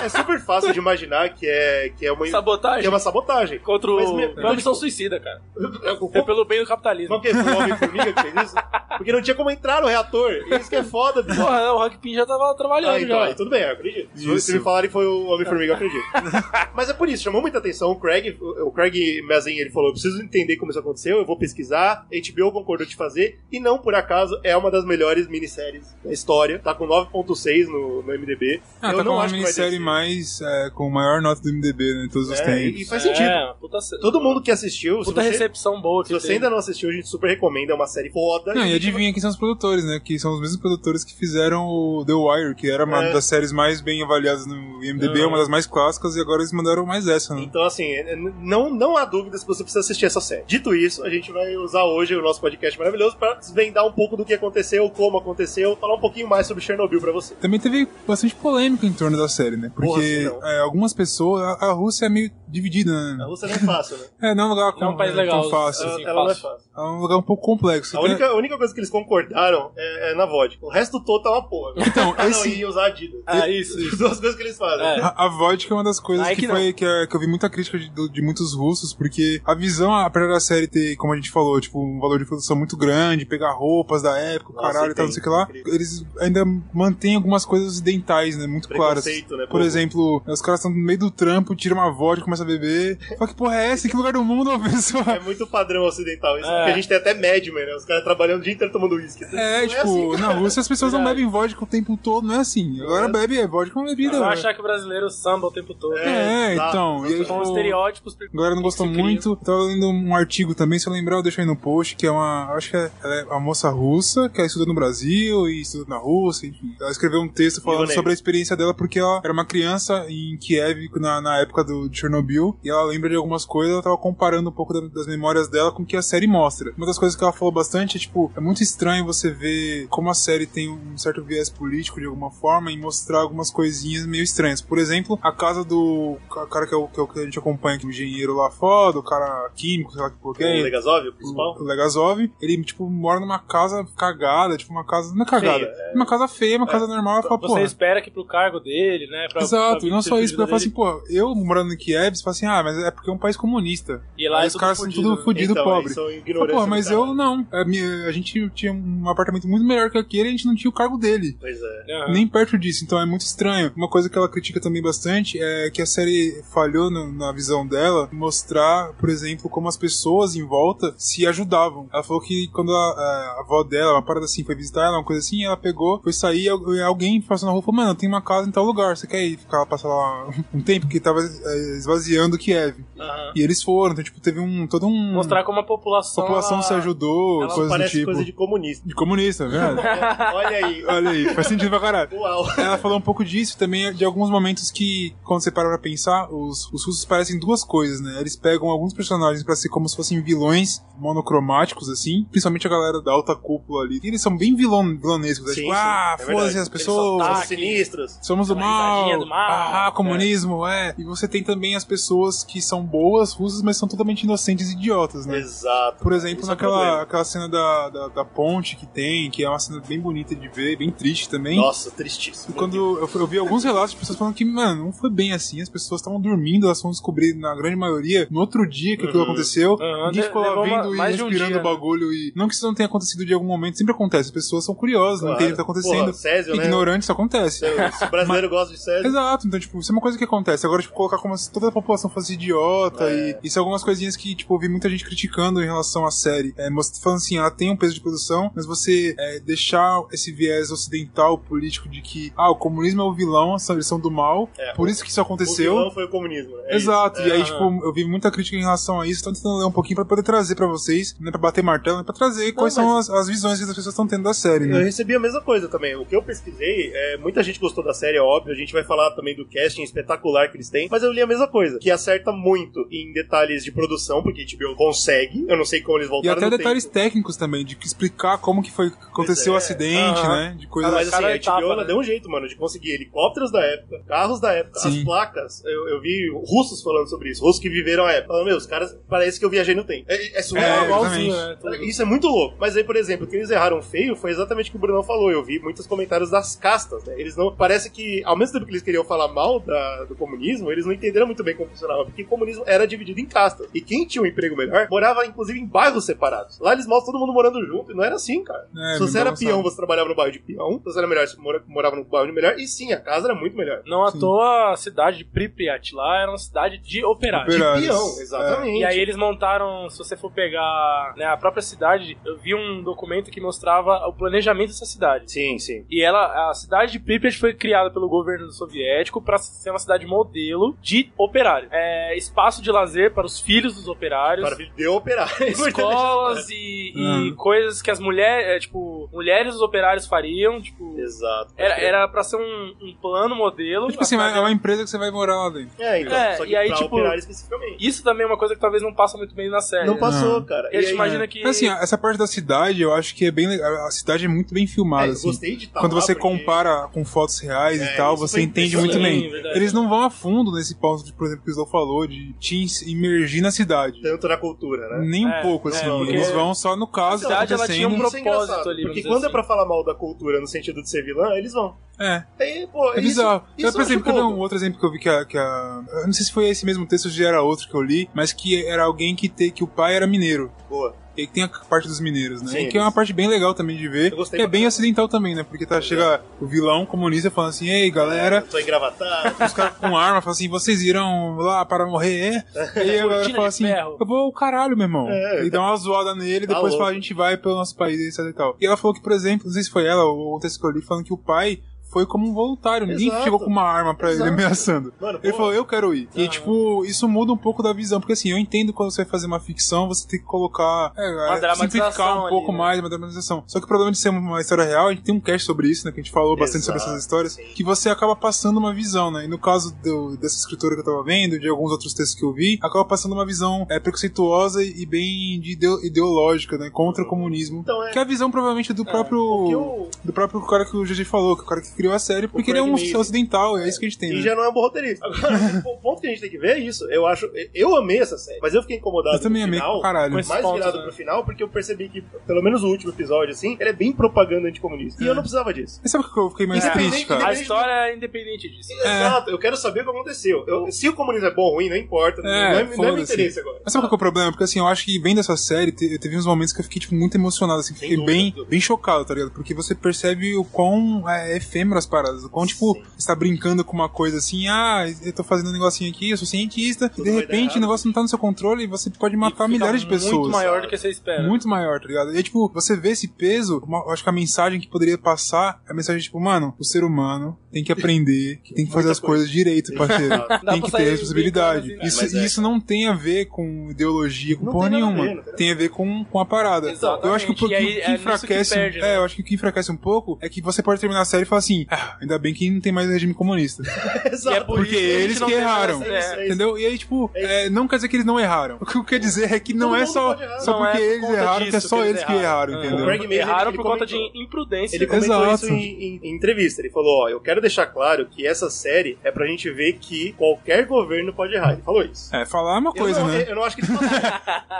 S2: é, é super fácil de imaginar que é, que é uma
S1: Sabotagem?
S2: Que é uma sabotagem.
S1: Contra o...
S2: Mas, me-
S1: Foi uma missão suicida, cara.
S2: é, o-
S1: É pelo bem do
S2: Mas
S1: capitalismo.
S2: o que? Foi o Homem-Formiga que fez isso? Porque não tinha como entrar no reator. Isso que é foda, bicho.
S1: Porra, né, o Rock Pin já tava trabalhando
S2: Ah, então,
S1: já.
S2: aí tudo bem, eu acredito. Se
S3: Isso.
S2: se me falarem que foi o Homem-Formiga, eu acredito. Mas é por isso, chamou muita atenção. O Craig, o o Craig Mazin, ele falou: eu preciso entender como isso aconteceu, eu vou pesquisar. HBO concordou de fazer, e não por acaso é uma das melhores minisséries da história. Tá com 9,6 no, no MDB.
S3: Ah,
S2: eu
S3: tá
S2: não
S3: com uma
S2: acho que vai
S3: minissérie
S2: descer.
S3: mais... é, com maior nota do MDB, né? Todos os
S2: É,
S3: tempos.
S2: e faz sentido.
S1: É, puta, se-
S2: Todo mundo que assistiu, se
S1: puta
S2: você,
S1: recepção boa.
S2: se
S1: que
S2: você
S1: teve.
S2: ainda não assistiu, a gente super recomenda. É uma série foda. tipo,
S3: Não, e adivinha quem são os produtores, né? Que são os mesmos produtores que fizeram o The Wire, que era uma
S2: É.
S3: das séries mais bem avaliadas no IMDb, uma das mais clássicas, e agora eles mandaram mais essa, né?
S2: Então, assim, n- não, não há dúvidas que você precisa assistir essa série. Dito isso, a gente vai usar hoje o nosso podcast maravilhoso pra desvendar um pouco do que aconteceu, como aconteceu, falar um pouquinho mais sobre Chernobyl pra você.
S3: Também teve bastante polêmica em torno da série, né?
S2: Porra,
S3: Porque
S2: sim, não.
S3: é, algumas pessoas. A, a Rússia é meio dividida,
S2: A
S3: né?
S2: Rússia não é fácil, né?
S3: É, não é um lugar
S1: Não é um país
S3: tão
S1: legal.
S3: fácil.
S1: assim,
S2: ela não é
S1: fácil.
S2: fácil.
S3: É um lugar um pouco complexo.
S2: A
S3: Tem-
S2: única, a única coisa que eles concordaram é, é na vodka. O resto todo tá uma porra. velho.
S3: Então,
S2: ah, não,
S3: esse-
S2: e usar Adidas.
S1: Ah, isso, isso.
S2: As duas coisas que eles fazem.
S1: É.
S3: A, a vodka é uma das coisas
S1: Aí
S3: que,
S1: que não.
S3: foi que, é- que eu vi muita crítica de, do- de muitos russos, porque a visão, apesar da série ter, como a gente falou, tipo, um valor de produção muito grande, pegar roupas da época, o
S2: Nossa,
S3: caralho e
S2: tem,
S3: tal, não sei o que lá,
S2: incrível.
S3: eles ainda mantêm algumas coisas dentais, né? Muito claras.
S2: Preconceito, né,
S3: Por
S2: pô?
S3: exemplo, os caras estão no meio do trampo, tiram uma vodka, começam a beber. Fala que porra é essa? Em que lugar do mundo a
S2: É
S3: pessoa.
S2: muito padrão ocidental isso.
S1: É.
S2: Porque a gente tem até Madman, né? Os caras trabalhando o dia inteiro tomando uísque. Não
S3: É, tipo,
S2: assim,
S3: na
S2: cara.
S3: Rússia as pessoas não
S1: Verdade.
S3: bebem vodka o tempo todo, não é assim. Agora bebe, é vodka é uma bebida.
S1: Não
S3: velho.
S1: achar que o brasileiro samba o tempo todo.
S3: É,
S2: exato,
S3: então. e aí,
S1: São
S3: tipo,
S1: estereótipos.
S3: A galera não gostou
S1: que se criam.
S3: muito. Tava lendo um artigo também, se eu lembrar, eu deixo aí no post, que é uma. Acho que é, ela é uma moça russa que ela estuda no Brasil e estuda na Rússia, enfim. Ela escreveu um texto falando
S2: Milanese.
S3: sobre a experiência dela, porque ela era uma criança em Kiev na, na época do de Chernobyl, e ela lembra de algumas coisas, ela tava comparando um pouco da- das memórias dela com o que a série mostra. Uma das coisas que ela falou bastante é, tipo, é muito estranho você ver como a série tem um certo viés político de alguma forma em mostrar algumas coisinhas meio estranhas. Por exemplo, a casa do ca- cara que, é o, que, é o que a gente acompanha, que é o engenheiro lá foda, o cara químico, sei lá que porra que
S2: O
S3: é,
S2: Legazov, o
S3: o
S2: principal.
S3: Legazov, ele, tipo, mora numa casa cagada, tipo, uma casa. Não é cagada,
S2: Feia,
S3: uma casa feia, uma casa normal. Ela fala,
S1: Você
S3: pô.
S1: espera que pro cargo dele, né? pra-
S3: Exato,
S1: pra
S3: e não só isso, porque eu falo
S1: vida
S3: assim,
S1: dele-
S3: pô, eu morando em Kiev, você fala assim, ah, mas é porque é um país comunista.
S1: E lá
S3: Aí
S1: é
S3: os
S1: tudo
S3: caras são
S1: fudido,
S3: tudo
S1: né?
S3: fudido,
S2: Então,
S3: pobre.
S2: eles são
S3: Fala,
S2: ignorantes
S3: Pô,
S2: do
S3: mas
S2: caralho.
S3: eu não. A, minha- a gente tinha um apartamento muito melhor que aquele e a gente não tinha o cargo dele.
S2: Pois é.
S1: Aham.
S3: Nem perto disso, então é muito estranho. Uma coisa que ela critica também bastante é que a série falhou no- na visão dela mostrar, por exemplo, como as pessoas em volta se ajudavam. Ela falou que quando a, a- a avó dela, uma parada assim, foi visitar ela, uma coisa assim, ela pegou, foi sair, al- e alguém passou na rua e falou: Mano, tem uma casa em tal lugar, você quer ir ficar, passar lá um tempo? Porque tava eh, esvaziando Kiev.
S2: Aham.
S3: E eles foram, então, tipo, teve um. todo um.
S1: Mostrar como a
S3: a
S1: população.
S3: população
S1: ela-
S3: se ajudou,
S1: ela
S3: coisas do
S2: Parece
S3: tipo.
S2: coisa de comunista.
S3: De comunista, né?
S2: Olha aí.
S3: Olha aí, faz sentido pra caralho.
S2: Uau.
S3: Ela falou um pouco disso também, de alguns momentos que, quando você para pra pensar, os, os russos parecem duas coisas, né? Eles pegam alguns personagens pra ser como se fossem vilões monocromáticos, assim, principalmente a galera da alta cúpula ali. E eles são bem vilão, vilonescos, né?
S2: Sim,
S3: tipo,
S2: sim,
S3: ah,
S2: é
S3: foda-se
S2: verdade.
S3: as
S2: Eles são
S3: pessoas,
S2: tá- sinistros.
S3: somos do
S1: Uma
S3: mal,
S1: risadinha do mal.
S3: ah, comunismo, é. E você tem também as pessoas que são boas russas, mas são totalmente inocentes e idiotas, né?
S2: Exato.
S3: Por exemplo,
S2: Isso é um
S3: naquela
S2: problema.
S3: aquela cena da, da, da ponte que tem, que é uma cena bem bonita de ver, bem triste também.
S2: Nossa,
S3: E
S2: tristíssimo.
S3: quando eu, eu vi alguns relatos de pessoas falando que, mano, não foi bem assim. As pessoas estavam dormindo, elas foram descobrir, na grande maioria, no outro dia que aquilo aconteceu.
S1: Uhum. Aham,
S3: Ninguém
S1: de-
S3: ficou lá
S1: levou uma-
S3: vendo e
S1: mais de um
S3: respirando
S1: dia,
S3: o
S1: né?
S3: bagulho. E... Não que isso não tenha acontecido de algum momento, sempre acontece. As pessoas são curiosas, não
S2: Claro.
S3: entendem o que tá acontecendo.
S2: Porra, Césio, né?
S3: Ignorante, isso acontece.
S2: Se o brasileiro gosta de Césio.
S3: Exato, então, tipo, isso é uma coisa que acontece. Agora, tipo, colocar como se toda a população fosse idiota e isso é algumas coisinhas que, tipo, eu vi muita gente criticando em relação à série. É, most- falando assim, ela tem um peso de produção, mas você é, deixar esse viés ocidental político de que, ah, o comunismo é o vilão, são- eles são do mal,
S2: É,
S3: por isso que isso
S2: O
S3: aconteceu.
S2: vilão foi o comunismo. né? É isso.
S3: Exato, e aí,
S1: É.
S3: tipo, eu vi muita crítica em relação a isso, tô tentando ler um pouquinho pra poder trazer pra vocês, não é pra bater martelo, não é pra trazer quais são as, as visões que as pessoas estão tendo da série,
S2: É, Eu
S3: né?
S2: recebi a mesma coisa também. O que eu pesquisei, é, muita gente gostou da série, é óbvio. A gente vai falar também do casting espetacular que eles têm. Mas eu li a mesma coisa. Que acerta muito em detalhes de produção, porque HBO consegue. Eu não sei como eles
S3: E
S2: voltaram
S3: até
S2: no
S3: detalhes
S2: tempo.
S3: técnicos também, de que explicar como que foi aconteceu o
S2: é.
S3: acidente,
S1: Aham.
S3: né? De
S2: Ah,
S3: coisas
S2: mas assim,
S1: Cada
S2: a HBO
S1: etapa,
S2: ela
S1: né?
S2: deu um jeito, mano, de conseguir helicópteros da época, carros da época,
S3: Sim.
S2: as placas. Eu, eu vi russos falando sobre isso, russos que viveram a época. Falando, meu, os caras, parece que eu viajei no tempo. É, é surreal,
S1: É,
S3: É,
S1: igualzinho,
S3: exatamente.
S1: né? Tudo.
S2: Isso é muito louco. Mas aí, por exemplo, o que eles erraram feio foi exatamente o que o Brunão falou. Eu vi muitos comentários das castas, né? Eles não. Parece que, ao mesmo tempo que eles queriam falar mal da- do comunismo, eles não entenderam muito bem como funcionava. Porque o comunismo era dividido em castas. E quem tinha um emprego melhor morava, inclusive, em bairros separados. Lá eles mostram todo mundo morando junto. E não era assim, cara.
S3: É,
S2: se você
S3: bem
S2: era
S3: balançado.
S2: peão, você trabalhava no bairro de peão. Se você era melhor, você mora- morava no bairro de melhor. E sim, a casa era muito melhor.
S1: Não à
S3: Sim.
S1: toa a cidade de Pripyat lá era uma cidade de operários.
S3: Operários.
S2: Peão, exatamente.
S1: E aí eles montaram, se você for pegar né, a própria cidade, eu vi um documento que mostrava o planejamento dessa cidade.
S2: Sim, sim.
S1: E ela, a cidade de Pripyat foi criada pelo governo soviético para ser uma cidade modelo de operário. É, espaço de lazer para os filhos dos operários.
S2: Para deu operar. É importante.
S1: Escolas e, e
S3: Hum.
S1: coisas que as mulheres, é, tipo, mulheres dos operários fariam, tipo,
S2: Exato.
S1: era, era pra ser um, um plano modelo.
S3: É tipo assim,
S1: A cidade
S3: é uma empresa que você vai morar lá dentro.
S2: É, então.
S1: É,
S2: só que
S1: e aí,
S2: pra
S1: tipo,
S2: operar especificamente.
S1: Isso também é uma coisa que talvez não passa muito bem na série.
S2: Não
S1: né?
S2: passou,
S3: Não.
S2: cara.
S1: E a gente
S2: aí-
S1: imagina que.
S3: Assim, essa parte da cidade, eu acho que é bem legal. A cidade é muito bem
S2: É,
S3: filmada,
S2: eu
S3: assim.
S2: gostei de estar
S3: Quando
S2: lá,
S3: você
S2: porque-
S3: compara com fotos reais
S2: É,
S3: e tal,
S2: isso
S3: você
S2: foi
S3: entende
S2: impressionante,
S3: muito bem.
S1: verdade.
S3: Eles não vão a fundo nesse ponto, de, por exemplo, que o Slow falou de te imergir na cidade.
S2: Tanto na cultura, né?
S3: Nem um
S1: É,
S3: pouco,
S1: é,
S3: assim.
S1: porque-
S3: eles vão só no caso
S1: A
S3: que tá
S1: cidade, ela tinha um
S3: acontecendo.
S1: propósito
S2: Isso é engraçado,
S1: ali, vamos
S2: Porque
S1: dizer
S2: quando é
S1: assim.
S2: pra falar mal da cultura no sentido de ser vilã, eles vão.
S3: É.
S2: Aí, pô,
S3: É
S2: isso-
S3: bizarro.
S2: Isso,
S3: eu, por exemplo,
S2: acho
S3: quer ver
S2: bobo.
S3: um outro exemplo que eu vi que a, que a- eu Não sei se foi esse mesmo texto ou se já era outro que eu li, mas que era alguém que, te, que o pai era mineiro.
S1: um.
S2: Boa.
S3: E aí tem a parte dos mineiros, né?
S2: Sim,
S3: E que é uma
S2: eles-
S3: parte bem legal também de ver.
S2: Eu gostei
S3: Que é
S2: pra
S3: bem
S2: caramba.
S3: acidental também, né? Porque tá, chega o vilão comunista falando assim, ei, galera,
S2: Eu tô engravatado.
S3: os caras com arma falam assim, vocês irão lá para morrer, é? E aí a galera
S1: Cortina de
S3: fala assim,
S1: ferro.
S3: eu vou ao caralho, meu irmão.
S2: É,
S3: e dá uma zoada nele,
S2: Tá
S3: depois fala, a
S2: louco.
S3: gente vai pelo nosso país, etc e tal. E ela falou que, por exemplo, não sei se foi ela ou o texto que eu li, falando que o pai foi como um voluntário, ninguém
S2: Exato.
S3: chegou com uma arma pra ele
S2: Exato.
S3: ameaçando.
S2: Mano,
S3: ele
S2: boa.
S3: falou, eu quero ir. E, tipo, isso muda um pouco da visão, porque assim, eu entendo quando você vai fazer uma ficção, você tem que colocar, é, é,
S1: dramatização
S3: simplificar um
S1: ali,
S3: pouco
S1: né?
S3: mais, uma dramatização. Só que o problema de ser uma história real, a gente tem um cast sobre isso, né, que a gente falou bastante sobre
S2: Exato.
S3: essas histórias, que você acaba passando uma visão, né? E no caso do- dessa escritora que eu tava vendo, de alguns outros textos que eu vi, acaba passando uma visão é, preconceituosa e bem de ideo- ideológica, né? Contra o comunismo.
S2: Então, é-
S3: Que é a visão, provavelmente, do
S2: que
S3: próprio.
S2: eu-
S3: Do próprio cara que o GG falou, que é o cara que criou a série, porque ele é um
S2: Craig Mazin.
S3: ocidental, é isso que a gente tem,
S2: E
S3: né?
S2: já não é um bom roteirista. Agora, o ponto que a gente tem que ver é isso. Eu acho. Eu amei essa série, mas eu fiquei incomodado.
S3: Eu também
S2: no
S3: amei
S2: final,
S3: pra caralho.
S1: com esse
S2: Mais
S1: pontos,
S2: virado
S1: né?
S2: pro final, porque eu percebi que, pelo menos o último episódio, assim, ele é bem propaganda anticomunista. E eu não precisava disso.
S3: Mas sabe o que eu fiquei mais
S2: É.
S3: triste, cara?
S1: A história é independente disso.
S2: Exato, eu quero saber o que aconteceu. Eu- se o comunismo é bom ou ruim, não importa. não é, não é meu
S3: foda-se.
S2: interesse agora.
S3: Mas sabe qual que é o problema? Porque assim, eu acho que vem dessa série, te- eu teve uns momentos que eu fiquei, tipo, muito emocionado, assim, fiquei
S2: dúvida,
S3: bem,
S2: dúvida.
S3: bem chocado, tá ligado? Porque você percebe o quão é, efêmero as paradas, o quão, tipo, você tá brincando com uma coisa assim, ah, eu tô fazendo um negocinho aqui, eu sou cientista, e de
S2: vai dar
S3: repente o
S2: errado.
S3: negócio não tá no seu controle e você pode
S1: E
S3: matar
S1: fica
S3: milhares de pessoas.
S1: Muito maior do que você espera.
S3: Muito maior, tá ligado? E aí, tipo, você vê esse peso, uma- eu acho que a mensagem que poderia passar é a mensagem, tipo, mano, o ser humano tem que aprender, que tem que fazer
S2: Muita
S3: as coisas direito, parceiro.
S1: Dá
S3: tem
S1: pra
S3: que
S1: sair
S3: ter responsabilidade.
S1: brincando assim, né?
S3: Isso,
S2: Mas é,
S3: isso não tem a ver com ideologia, com
S2: Não
S3: porra
S2: tem nada a
S3: nenhuma.
S2: ver, não tem nada a
S3: tem a ver com, com a parada.
S1: Exatamente.
S3: Eu acho que o que,
S1: E aí,
S3: o que
S1: é nisso que
S3: enfraquece.
S1: perde, né?
S3: é, eu acho que o que enfraquece um pouco é que você pode terminar a série e falar assim: ah, ainda bem que não tem mais regime comunista.
S2: Exato.
S1: por isso que
S3: Porque
S1: a gente
S3: eles
S1: não
S3: que
S1: tem
S3: erraram.
S1: mais essa-
S2: é.
S3: Entendeu? E aí, tipo, é, não quer dizer que eles não erraram. O que eu quero dizer é que não
S2: Todo
S3: é
S2: mundo
S3: só,
S2: pode errar.
S3: só
S1: Não é
S3: porque
S1: por
S3: eles
S1: conta
S3: erraram que é
S1: disso
S3: só
S1: que
S3: eles que erraram,
S1: É.
S3: entendeu?
S2: O Greg Mazin,
S1: Erraram
S2: ele
S1: por conta de
S2: comentou.
S1: imprudência.
S2: Ele comentou
S3: Exato.
S2: isso em, em- em entrevista. Ele falou: Ó, eu quero deixar claro que essa série é pra gente ver que qualquer governo pode errar. Ele falou isso.
S3: É, falar é uma
S2: Eu
S3: coisa,
S2: não,
S3: né?
S2: eu não acho que ele passou.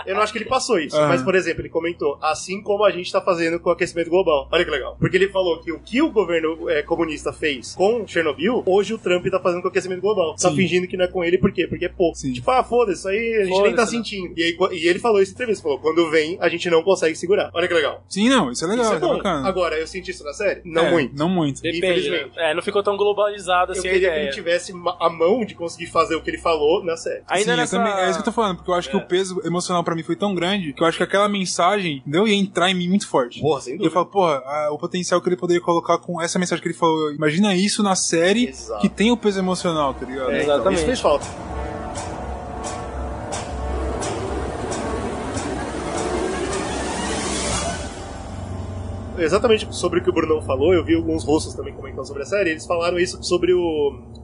S2: eu não acho que ele passou isso.
S3: Aham.
S2: Mas, por exemplo, ele comentou, assim como a gente tá fazendo com o aquecimento global. Olha que legal. Porque ele falou que o que o governo eh, comunista fez com Chernobyl, hoje o Trump tá fazendo com o aquecimento global. Tá
S3: Sim.
S2: fingindo que não é com ele, por quê? Porque é pouco.
S3: Sim.
S2: Tipo, ah, foda-se, isso aí a gente nem tá
S1: Foda-se, né?
S2: sentindo. E, aí, qu- e ele falou isso em entrevista. Falou, quando vem, a gente não consegue segurar. Olha que legal.
S3: Sim, não, isso é legal,
S2: isso é
S3: isso é
S2: bom.
S3: bacana.
S2: Agora, eu senti isso na série? Não
S3: É,
S2: muito.
S3: Não muito.
S1: Depende.
S2: Infelizmente.
S1: né? É, não ficou tão globalizado
S2: Eu
S1: assim a
S2: queria que
S1: ideia.
S2: ele tivesse ma- a mão de conseguir fazer o que ele falou na série.
S1: Ainda
S3: Sim, eu
S1: nessa...
S3: também- é isso que eu tô falando, porque eu acho que o peso emocional pra mim foi tão grande que eu acho que aquela mensagem deu ia entrar em mim muito forte.
S2: Porra, sem
S3: E eu
S2: dúvida.
S3: falo, porra, ah, o potencial que ele poderia colocar com essa mensagem que ele falou. Imagina isso na série
S2: Exato.
S3: que tem o peso emocional, tá ligado?
S2: É,
S1: Exatamente.
S2: Isso fez falta. Exatamente sobre o que o Brunão falou, eu vi alguns russos também comentando sobre a série, eles falaram isso sobre o,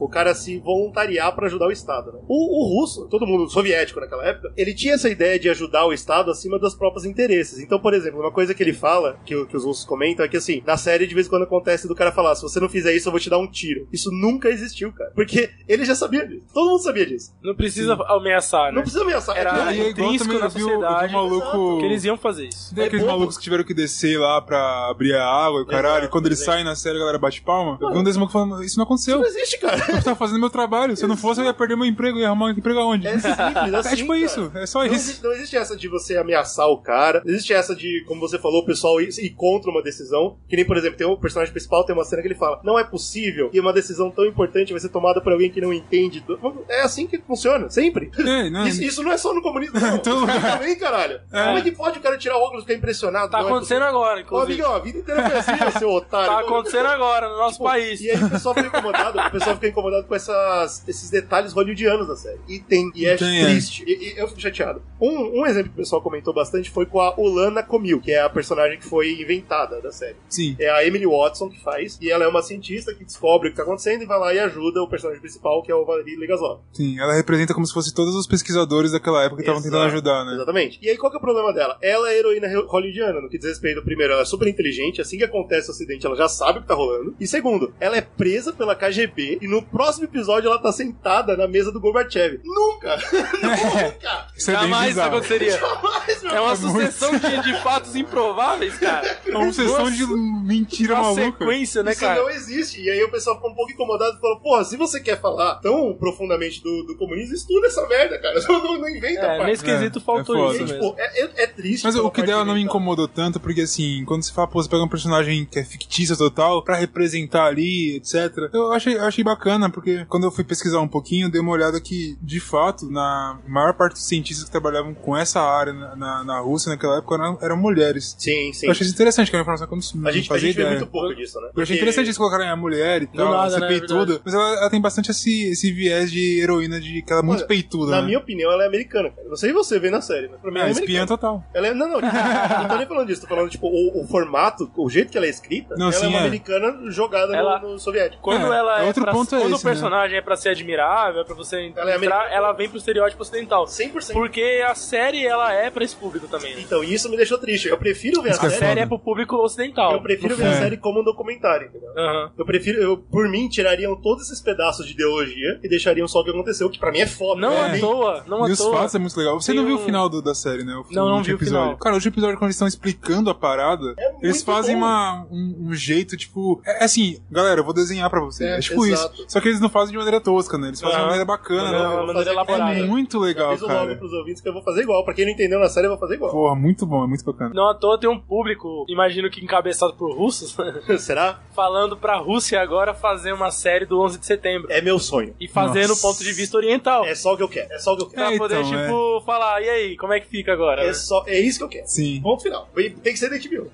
S2: o cara se voluntariar pra ajudar o Estado. né? O, o russo, todo mundo soviético naquela época, ele tinha essa ideia de ajudar o Estado acima dos próprios interesses. Então, por exemplo, uma coisa que ele fala, que, o- que os russos comentam, é que assim, na série de vez em quando acontece do cara falar: se você não fizer isso, eu vou te dar um tiro. Isso nunca existiu, cara. Porque ele já sabia disso. Todo mundo sabia disso.
S1: Não precisa ameaçar, né?
S2: Não precisa ameaçar.
S1: Era
S2: É
S3: E é igual
S1: intrínseco
S3: também
S1: na
S3: eu vi, o- eu vi
S1: sociedade,
S3: um maluco.
S1: Que eles iam fazer isso.
S3: Tem aqueles
S2: É bobo.
S3: malucos que tiveram que descer lá pra abrir a água e o caralho, e
S2: Exato,
S3: quando eles
S2: exato.
S3: saem na série a galera bate palma. Eu vi um desses malucos falando, isso não aconteceu.
S2: Não existe, cara.
S3: Eu tava fazendo meu trabalho. Se eu não fosse, eu ia perder meu emprego e arrumar um emprego aonde?
S2: É simples, assim,
S3: É tipo
S2: cara.
S3: isso, é só
S2: Não
S3: isso.
S2: existe, não existe essa de você ameaçar o cara. Não existe essa de, como você falou, o pessoal ir, ir contra uma decisão. Que nem, por exemplo, tem o personagem principal, tem uma cena que ele fala: Não é possível que uma decisão tão importante vai ser tomada por alguém que não entende. do-". É assim que funciona, sempre.
S3: É, não,
S2: Isso, isso não é só no comunismo, não.
S1: Então
S3: todo
S2: Isso
S3: lugar.
S2: também, caralho. Como é que pode o cara tirar o óculos e ficar impressionado?
S1: Tá
S2: Não é
S1: acontecendo
S2: possível.
S1: agora,
S2: Ô,
S1: inclusive.
S2: amigão, a vida inteira foi assim, ô, seu otário.
S1: Tá
S2: Ô,
S1: acontecendo agora no nosso país.
S2: e é aí o pessoal fica incomodado, o pessoal fica incomodado com essas- esses detalhes hollywoodianos da série. E tem, e é
S3: Tem, é.
S2: triste. E, e eu fico chateado. Um, um exemplo que o pessoal comentou bastante foi com a Ulana Comil, que é a personagem que foi inventada da série.
S3: Sim.
S2: É a Emily Watson que faz, e ela é uma cientista que descobre o que tá acontecendo e vai lá e ajuda o personagem principal, que é o Valery Legazov.
S3: Sim, ela representa como se fosse todos os pesquisadores daquela época que estavam
S2: Exato,
S3: tentando ajudar, né?
S2: Exatamente. E aí, qual que é o problema dela? Ela é heroína hollywoodiana, no que diz respeito, primeiro, ela é super inteligente, assim que acontece o acidente, ela já sabe o que tá rolando. E segundo, ela é presa pela KGB e no próximo episódio ela tá sentada na mesa do Gorbachev. Nunca! Nunca!
S3: Isso é bem
S8: Jamais isso
S3: bizarro.
S8: aconteceria.
S2: Mas, meu
S8: É uma
S3: É muito-
S8: sucessão de, de fatos improváveis, cara.
S3: É uma sessão de mentira
S8: Uma
S3: maluca.
S8: sequência, né,
S2: Isso
S8: cara?
S2: não é existe. E aí o pessoal ficou um pouco incomodado e falou: Porra, se você quer falar tão profundamente do, do comunismo, estuda essa merda, cara. Não, não- não inventa,
S1: É,
S2: pai.
S1: nesse quesito
S3: É, é
S1: faltou
S3: foda.
S2: E,
S1: isso
S2: tipo,
S1: mesmo.
S2: é, é- é triste.
S3: Mas o
S2: pela
S3: que
S2: parte
S3: dela não me
S2: mental.
S3: incomodou tanto, porque assim, quando você fala, pô, você pega um personagem que é fictício total, pra representar ali, etc. Eu achei, eu achei bacana, porque quando eu fui pesquisar um pouquinho, eu dei uma olhada que, de fato, na maior parte dos cientistas que trabalhavam com essa área na, na, na Rússia naquela época eram, eram mulheres.
S2: Sim, sim.
S3: Eu achei isso interessante, que era uma informação que eu não,
S2: A
S3: não
S2: gente, a
S3: fazia
S2: gente vê
S3: ideia.
S2: muito pouco disso, né?
S3: Eu achei interessante eles colocarem a mulher e tal,
S1: nada,
S3: essa
S1: né, é
S3: peituda.
S1: verdade.
S3: mas ela, ela tem bastante esse, esse viés de heroína de que ela é muito
S2: Olha,
S3: peituda.
S2: Na
S3: né?
S2: minha opinião, ela é americana, cara. Não sei você vê na série, mas pra mim
S3: É,
S2: ela é
S3: espiã
S2: americana.
S3: total.
S2: Ela é, não, não, não tô nem falando disso, tô falando, tipo, o, o formato, o jeito que ela é escrita,
S3: Não,
S2: ela
S3: sim,
S2: é uma
S3: é.
S2: americana jogada
S1: Ela-
S2: no, no soviético.
S1: Quando
S3: É,
S1: ela é
S3: outro
S1: pra-
S3: ponto é
S1: quando
S3: esse,
S1: o personagem é pra ser admirável, é pra você
S2: Ela é
S1: entrar,
S2: americana.
S1: ela vem pro estereótipo ocidental.
S2: 100%.
S1: Porque a série ela é pra esse público também. Né?
S2: Então, isso me deixou triste. Eu prefiro ver a
S3: Isso que
S1: A
S3: é
S2: série.
S1: série
S3: foda.
S1: é pro público ocidental.
S2: Eu prefiro ver a
S3: É.
S2: série como um documentário, entendeu?
S1: Aham.
S2: Eu prefiro, eu, por mim, tirariam todos esses pedaços de ideologia e deixariam só o que aconteceu, que pra mim é foda.
S1: Não
S2: é
S1: à toa, não
S3: e
S1: à
S3: os
S1: toa.
S3: fatos é muito legal. Você
S1: Tem
S3: não viu
S1: um-
S3: o final do- da série, né? O,
S1: Não, não vi o
S3: episódio.
S1: final. É
S3: Cara, o último episódio, quando eles estão explicando a parada,
S2: muito
S3: eles fazem
S2: bom.
S3: uma, um, um jeito, tipo. É é assim, galera, eu vou desenhar pra vocês.
S2: É,
S3: É, tipo
S2: exato.
S3: isso. Só que eles não fazem de maneira tosca, né? Eles fazem de
S1: Aham.
S3: maneira bacana,
S1: Maneira-
S3: né?
S1: uma maneira elaborada.
S3: É muito legal,
S2: Aviso logo
S3: cara.
S2: um pros ouvintes que eu vou fazer igual. Pra quem não entendeu na série, eu vou fazer igual.
S3: Porra, muito bom, é muito bacana.
S1: Não à toa tem um público, imagino que encabeçado por russos,
S2: Será?
S1: falando pra Rússia agora fazer uma série do 11 de setembro.
S2: É meu sonho.
S1: E fazendo o
S3: Nossa.
S1: ponto de vista oriental.
S2: É só o que eu quero. É só o que eu quero.
S1: pra
S3: É,
S1: poder,
S3: então,
S1: tipo, falar, e aí, como é que fica agora?
S2: É,
S1: né?
S2: só, é isso que eu quero.
S3: Sim.
S2: Ponto final. Tem tem que ser da HBO.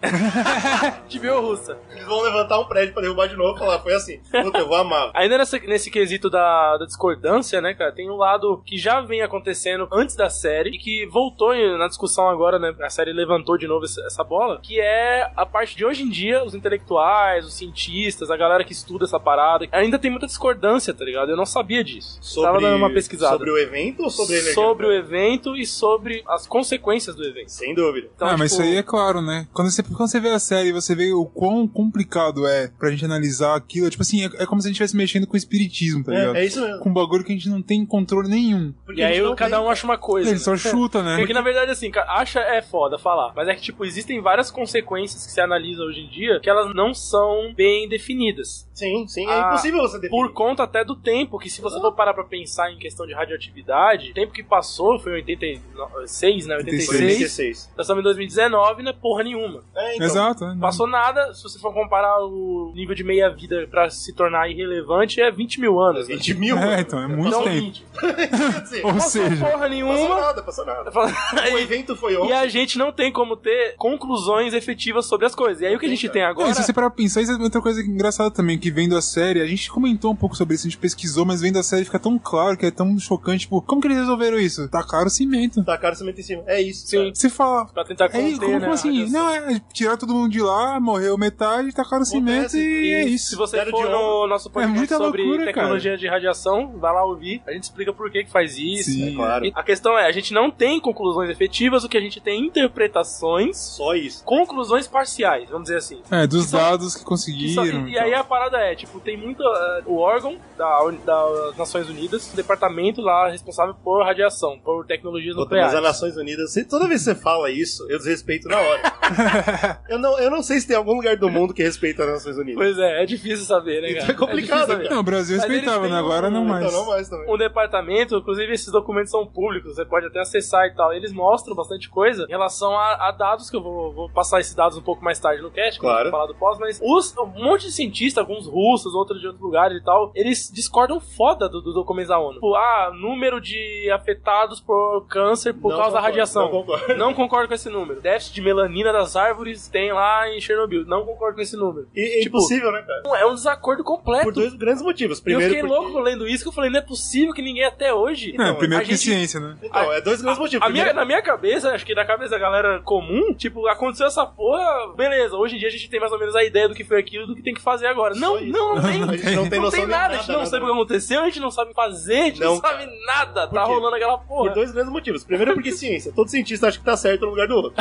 S1: De viu, russa.
S2: Eles vão levantar um prédio pra derrubar de novo e falar, foi assim. Puta, eu vou amar.
S1: Ainda nessa- nesse quesito da, da discordância, né, cara, tem um lado que já vem acontecendo antes da série e que voltou em- na discussão agora, né, a série levantou de novo essa, essa bola, que é a parte de hoje em dia, os intelectuais, os cientistas, a galera que estuda essa parada, ainda tem muita discordância, tá ligado? Eu não sabia disso. Tava dando uma pesquisada.
S2: Sobre o evento ou sobre a energia?
S1: Sobre o evento e sobre as consequências do evento.
S2: Sem dúvida.
S1: Então,
S3: ah, mas isso
S1: tipo,
S3: aí é claro, né? Quando você, quando você vê a série, você vê o quão complicado é pra gente analisar aquilo. Tipo assim, é, é como se a gente estivesse mexendo com o espiritismo, tá ligado?
S2: É, é isso mesmo.
S3: Com um bagulho que a gente não tem controle nenhum.
S2: Porque
S1: E
S2: a
S1: aí
S2: gente não
S1: cada
S2: tem-
S1: um acha uma coisa.
S3: Ele
S1: né?
S3: só chuta, né?
S1: Porque, na verdade, assim, cara, acha é foda falar. Mas é que, tipo, existem várias consequências que se analisa hoje em dia que elas não são bem definidas.
S2: Sim, sim. É
S1: Ah,
S2: impossível você definir.
S1: Por conta até do tempo, que se você for parar pra pensar em questão de radioatividade, o tempo que passou foi 86, né? 86.
S2: Foi em 86.
S1: Nós estamos em 2019, né? Porra nenhuma.
S2: É, então.
S3: Exato. né?
S1: Passou nada, se você for comparar o nível de meia-vida pra se tornar irrelevante, é 20 mil anos. né?
S2: 20 mil.
S3: É, então, é muito
S2: Passou
S3: tempo.
S2: 20. Quer dizer,
S3: Ou
S1: Passou
S3: seja,
S1: porra
S2: Passou
S1: nenhuma.
S2: nada, passou nada. O evento foi
S1: E
S2: ontem.
S1: a gente não tem como ter conclusões efetivas sobre as coisas. E aí o que a gente tem
S3: é,
S1: agora.
S3: se você parar pra pensar, isso é outra coisa engraçada também, que vendo a série, a gente comentou um pouco sobre isso, a gente pesquisou, mas vendo a série fica tão claro que é tão chocante, tipo, como que eles resolveram isso? Tacaram cimento.
S2: Tacaram cimento em cima. É isso.
S1: Sim.
S3: Você fala.
S1: Pra tentar
S3: É,
S1: conter,
S3: como,
S1: né,
S3: como
S1: a
S3: assim?
S1: radiação.
S3: Não, é, tiraram todo mundo de lá, morreu metade, tacaram cimento e é
S1: Se
S3: isso.
S1: você
S2: Zero
S1: for
S2: de
S1: no
S2: ouro.
S1: nosso
S3: É
S1: podcast
S3: muita
S1: sobre
S3: loucura,
S1: tecnologia de radiação, vai lá ouvir. A gente explica por que, que faz isso.
S3: Sim,
S2: É claro.
S1: E A questão é, a gente não tem conclusões efetivas, o que a gente tem é interpretações,
S2: Só isso.
S1: conclusões parciais, vamos dizer assim.
S3: É, dos dados que
S1: Que só-
S3: conseguiram.
S1: e, e aí a parada é, tipo, tem muito. eh, o órgão da, Un- das Nações Unidas, o departamento lá responsável por radiação, por tecnologias
S2: Puta, mas
S1: nucleares.
S2: as Nações Unidas, se- toda vez que você fala isso, eu desrespeito na hora. eu, não, eu não sei se tem algum lugar do mundo que respeita as Nações Unidas.
S1: Pois é, é difícil saber, né, cara?
S2: Então é complicado,
S1: difícil
S2: cara.
S1: saber.
S3: Não, o Brasil
S1: Mas eles
S3: respeitava,
S1: têm
S3: né? Agora
S1: um-
S3: não mais.
S2: Então não mais também.
S1: um departamento, inclusive esses documentos são públicos, você pode até acessar e tal. Eles mostram bastante coisa em relação a, a dados, que eu vou, vou passar esses dados um pouco mais tarde no cast, quando
S2: Claro.
S1: eu falar do pós, mas os- um monte de cientistas, alguns russos, outros de outros lugares e tal, eles discordam foda do, do documento da ONU. Tipo, ah, número de afetados por câncer por
S2: Não
S1: causa da
S2: concordo,
S1: radiação.
S2: não concordo.
S1: Não concordo com esse número. Déficit de melanina das árvores tem lá em Chernobyl. Não concordo com esse número.
S2: E, é
S1: Tipo,
S2: impossível, né, cara?
S1: É um desacordo completo.
S2: Por dois grandes motivos.
S1: E eu
S2: Primeiro,
S1: fiquei
S2: porque...
S1: louco lendo isso, que eu falei, não é possível que ninguém até hoje.
S3: É, primeiro
S1: Então, a
S3: que
S1: gente-
S3: ciência, né?
S2: Então, é dois grandes motivos.
S1: A minha,
S2: Primeiro-
S1: na minha cabeça, acho que na cabeça da galera comum, tipo, aconteceu essa porra, beleza, hoje em dia a gente tem mais ou menos a ideia do que foi aquilo, do que tem que fazer agora. Não,
S2: isso.
S1: não, não tem.
S2: A gente não tem noção de
S1: nada,
S2: nada,
S1: a gente não
S2: nada.
S1: sabe o que aconteceu, a gente não sabe fazer, a gente não,
S2: Não,
S1: sabe nada, tá
S2: quê?
S1: rolando aquela
S2: Por
S1: porra.
S2: dois grandes motivos. Primeiro, porque ciência. Todo cientista acha que tá certo no lugar do outro.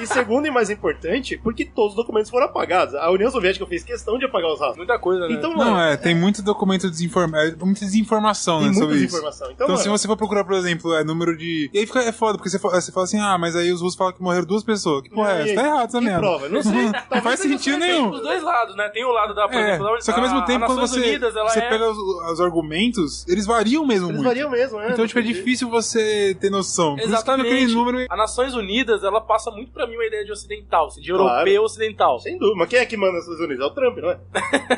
S2: E segundo, mais importante porque todos os documentos foram apagados. A União Soviética fez questão de apagar os rastros.
S1: Muita coisa, né?
S2: Então, mano,
S3: Não, é, tem muito documento desinformado, muita desinformação,
S2: Tem
S3: né,
S2: muita
S3: sobre isso.
S2: desinformação. Então,
S3: Então, se
S2: mano-
S3: você for procurar, por exemplo, é número de. E aí fica, é foda, porque você fala, você fala assim, ah, mas aí os russos falam que morreram duas pessoas. Que
S2: E
S3: porra é
S2: aí?
S3: essa? Tá errado essa
S2: Que
S3: merda.
S2: prova? Não sei.
S3: Não faz sentido nenhum.
S1: Os dois lados, né? Tem o lado da, por
S3: É,
S1: exemplo, da-
S3: só que ao
S1: a-
S3: mesmo
S1: a
S3: tempo, quando
S1: Nações
S3: você,
S1: Unidas, ela
S3: você
S1: é...
S3: pega os, os argumentos, eles variam mesmo
S2: Eles
S3: muito.
S2: variam mesmo, né?
S3: Então, tipo, é difícil você ter noção. Por isso que fica
S1: Exatamente.
S3: aquele número.
S1: A Nações Unidas, ela passa muito pra mim uma ideia de ocidental, assim, de
S2: Claro.
S1: europeu ocidental.
S2: Sem dúvida. Mas quem é que manda nos Estados Unidos? É o Trump, não é?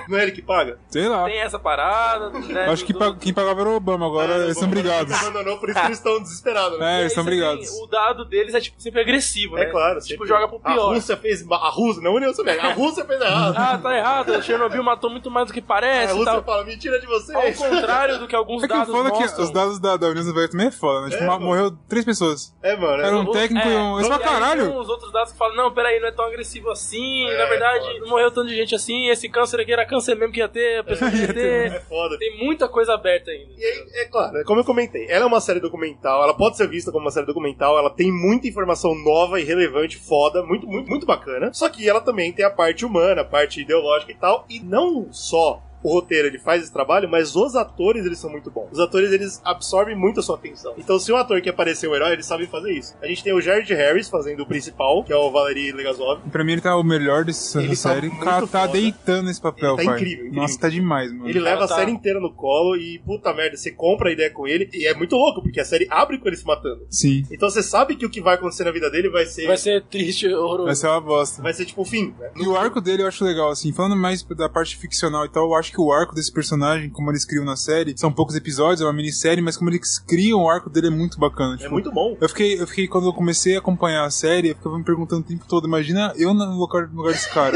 S2: não é ele que paga?
S3: Sei lá.
S1: Tem essa parada, né?
S3: Acho que
S1: do-
S3: pa- quem pagava era o Obama, agora Ah,
S2: É,
S3: eles são brigados.
S2: Abandonou, por isso que eles estão desesperados.
S3: É,
S1: E
S2: né?
S1: aí
S3: eles são
S1: você tem-
S3: brigados.
S1: O dado deles é tipo, sempre agressivo,
S2: É
S1: né?
S2: claro.
S1: Tipo,
S2: sempre-
S1: joga pro pior.
S2: A Rússia fez... ma- A Rússia, não a União Soviética. A Rússia fez errado.
S1: Ah, tá errado, Chernobyl matou muito mais do que
S2: É, a
S1: parece e
S2: Rússia
S1: tal.
S2: fala, mentira de vocês.
S1: Ao contrário do que alguns
S3: É que o
S1: dados
S3: foda é que
S1: mostram.
S3: os dados da, da União Soviética também é foda, né? Tipo,
S2: É,
S3: ma-
S2: mano.
S3: morreu três pessoas.
S2: É, mano. é-
S3: Era um técnico e um. Eles
S1: e aí
S3: falam, caralho.
S1: Tem uns outros dados que falam, não, peraí, não é tão agressivo assim,
S2: É,
S1: na verdade,
S2: foda.
S1: não morreu tanto de gente assim, esse câncer aqui era câncer mesmo que ia ter, a pessoa que ia
S2: É
S1: ter.
S3: né?
S2: foda.
S1: Tem muita coisa aberta ainda.
S2: E aí, é claro, é como eu comentei, ela é uma série documental, ela pode ser vista como uma série documental, ela tem muita informação nova e relevante, foda, muito, muito, muito bacana. Só que ela também tem a parte humana, a parte ideológica e tal, e não só. O roteiro ele faz esse trabalho, mas os atores eles são muito bons. Os atores eles absorvem muito a sua atenção. Então, se um ator quer parecer um herói, eles sabem fazer isso. A gente tem o Jared Harris fazendo o principal, que é o Valery Legazov.
S3: Pra mim ele tá o melhor dessa
S2: Ele tá
S3: série. o
S2: muito
S3: cara tá
S2: foda.
S3: deitando esse papel,
S2: Ele tá
S3: pai.
S2: incrível, incrível.
S3: Nossa, tá demais, mano.
S2: Ele leva
S1: tá-
S2: a série inteira no colo e puta merda, você compra a ideia com ele e é muito louco porque a série abre com ele se matando.
S3: Sim.
S2: Então você sabe que o que vai acontecer na vida dele vai ser.
S1: Vai ser triste, horroroso.
S3: Vai ser uma bosta.
S2: vai ser, tipo o fim. né?
S3: E o arco dele eu acho legal, assim, falando mais da parte ficcional e tal, eu acho que o arco desse personagem, como eles criam na série, são poucos episódios, é uma minissérie, mas como eles criam o arco dele é muito bacana.
S2: É
S3: tipo,
S2: muito bom.
S3: Eu fiquei, eu fiquei, quando eu comecei a acompanhar a série, eu ficava me perguntando o tempo todo, imagina eu no lugar, no lugar desse cara.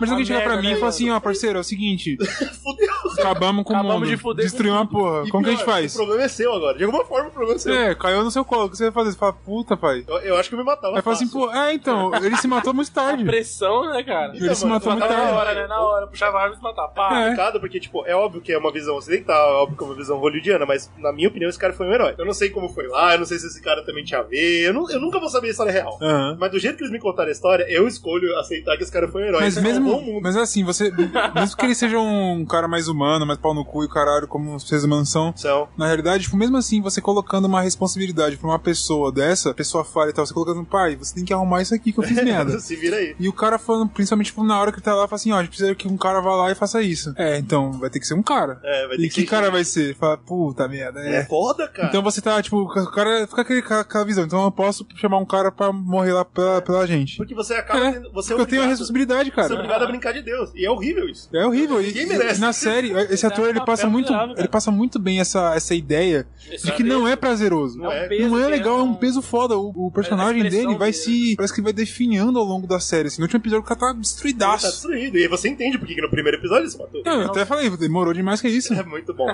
S3: Mas alguém
S1: Uma
S3: chega pra
S1: merda,
S3: mim e
S1: né,
S3: fala assim, ó, parceiro, é o seguinte,
S2: Fudeu.
S3: acabamos com
S1: Acabamos
S3: o mundo,
S1: de fuder
S3: destruiu uma porra,
S2: E
S3: como que a gente
S2: pior,
S3: faz?
S2: O problema é seu agora. De alguma forma o problema é seu.
S3: É, caiu no seu colo, o que você vai fazer? Você fala, puta, pai.
S2: Eu, eu acho que eu me matava.
S3: Aí fala assim,
S2: fácil. Então,
S3: pô, é, então, ele se matou muito tarde.
S1: Pressão, né, cara?
S3: Ele se
S2: mano,
S3: matou muito
S1: Matava na
S3: tarde.
S1: hora, né? Na hora, puxava a arma e se matava. Pá.
S3: É.
S2: complicado, porque, tipo, é óbvio que é uma visão ocidental, é óbvio que é uma visão hollywoodiana, mas, na minha opinião, esse cara foi um herói. Eu não sei como foi lá, eu não sei se esse cara também tinha a ver, eu, não- eu nunca vou saber a história real.
S3: Aham.
S2: Mas do jeito que eles me contaram a história, eu escolho aceitar que esse cara foi um herói.
S3: Mas
S2: Ele salvou
S3: mesmo,
S2: o mundo.
S3: mas assim, você, mesmo que ele seja um cara mais humano, mais pau no cu e caralho, como os seres humanos são,
S2: São.
S3: na realidade, tipo, mesmo assim, você colocando uma responsabilidade pra uma pessoa dessa, pessoa falha e tal, você colocando, pai, você tem que arrumar isso aqui que eu fiz merda.
S2: Se vira aí.
S3: E o cara falando, principalmente tipo, na hora que ele tá lá, fala assim, ó, a gente precisa que um cara vá lá e faça isso. É, então, vai ter que ser um cara.
S2: É, vai ter
S3: e
S2: que
S3: que
S2: ser
S3: cara
S2: gente.
S3: vai ser? Fala, puta merda, é.
S2: É foda, cara.
S3: Então você tá, tipo, o cara fica aquele, com aquela visão. Então eu posso chamar um cara pra morrer lá pela, pela gente.
S2: porque você acaba
S3: É,
S2: tendo. Você é
S3: Porque eu tenho a
S2: obrigado-
S3: responsabilidade, né?
S2: Você é
S3: cara.
S2: obrigado a brincar de Deus. E é horrível isso.
S3: É horrível. E,
S2: Ninguém merece.
S3: e na série, esse ator ele
S1: um
S3: passa
S1: papel
S3: muito,
S1: grave, cara.
S3: ele passa muito bem essa, essa ideia de que não é prazeroso.
S2: Não é.
S1: peso
S3: Não é
S1: que
S3: legal, é um
S1: um-
S3: peso foda. O, o personagem
S1: expressão
S3: dele vai
S1: dele,
S3: se. Parece que vai definhando ao longo da série. Assim, no último episódio o cara tá
S2: Ele tá
S3: destruidaço.
S2: destruído. E você entende por que que no primeiro episódio ele se matou.
S3: Não, eu até falei, demorou demais que isso.
S2: É muito bom.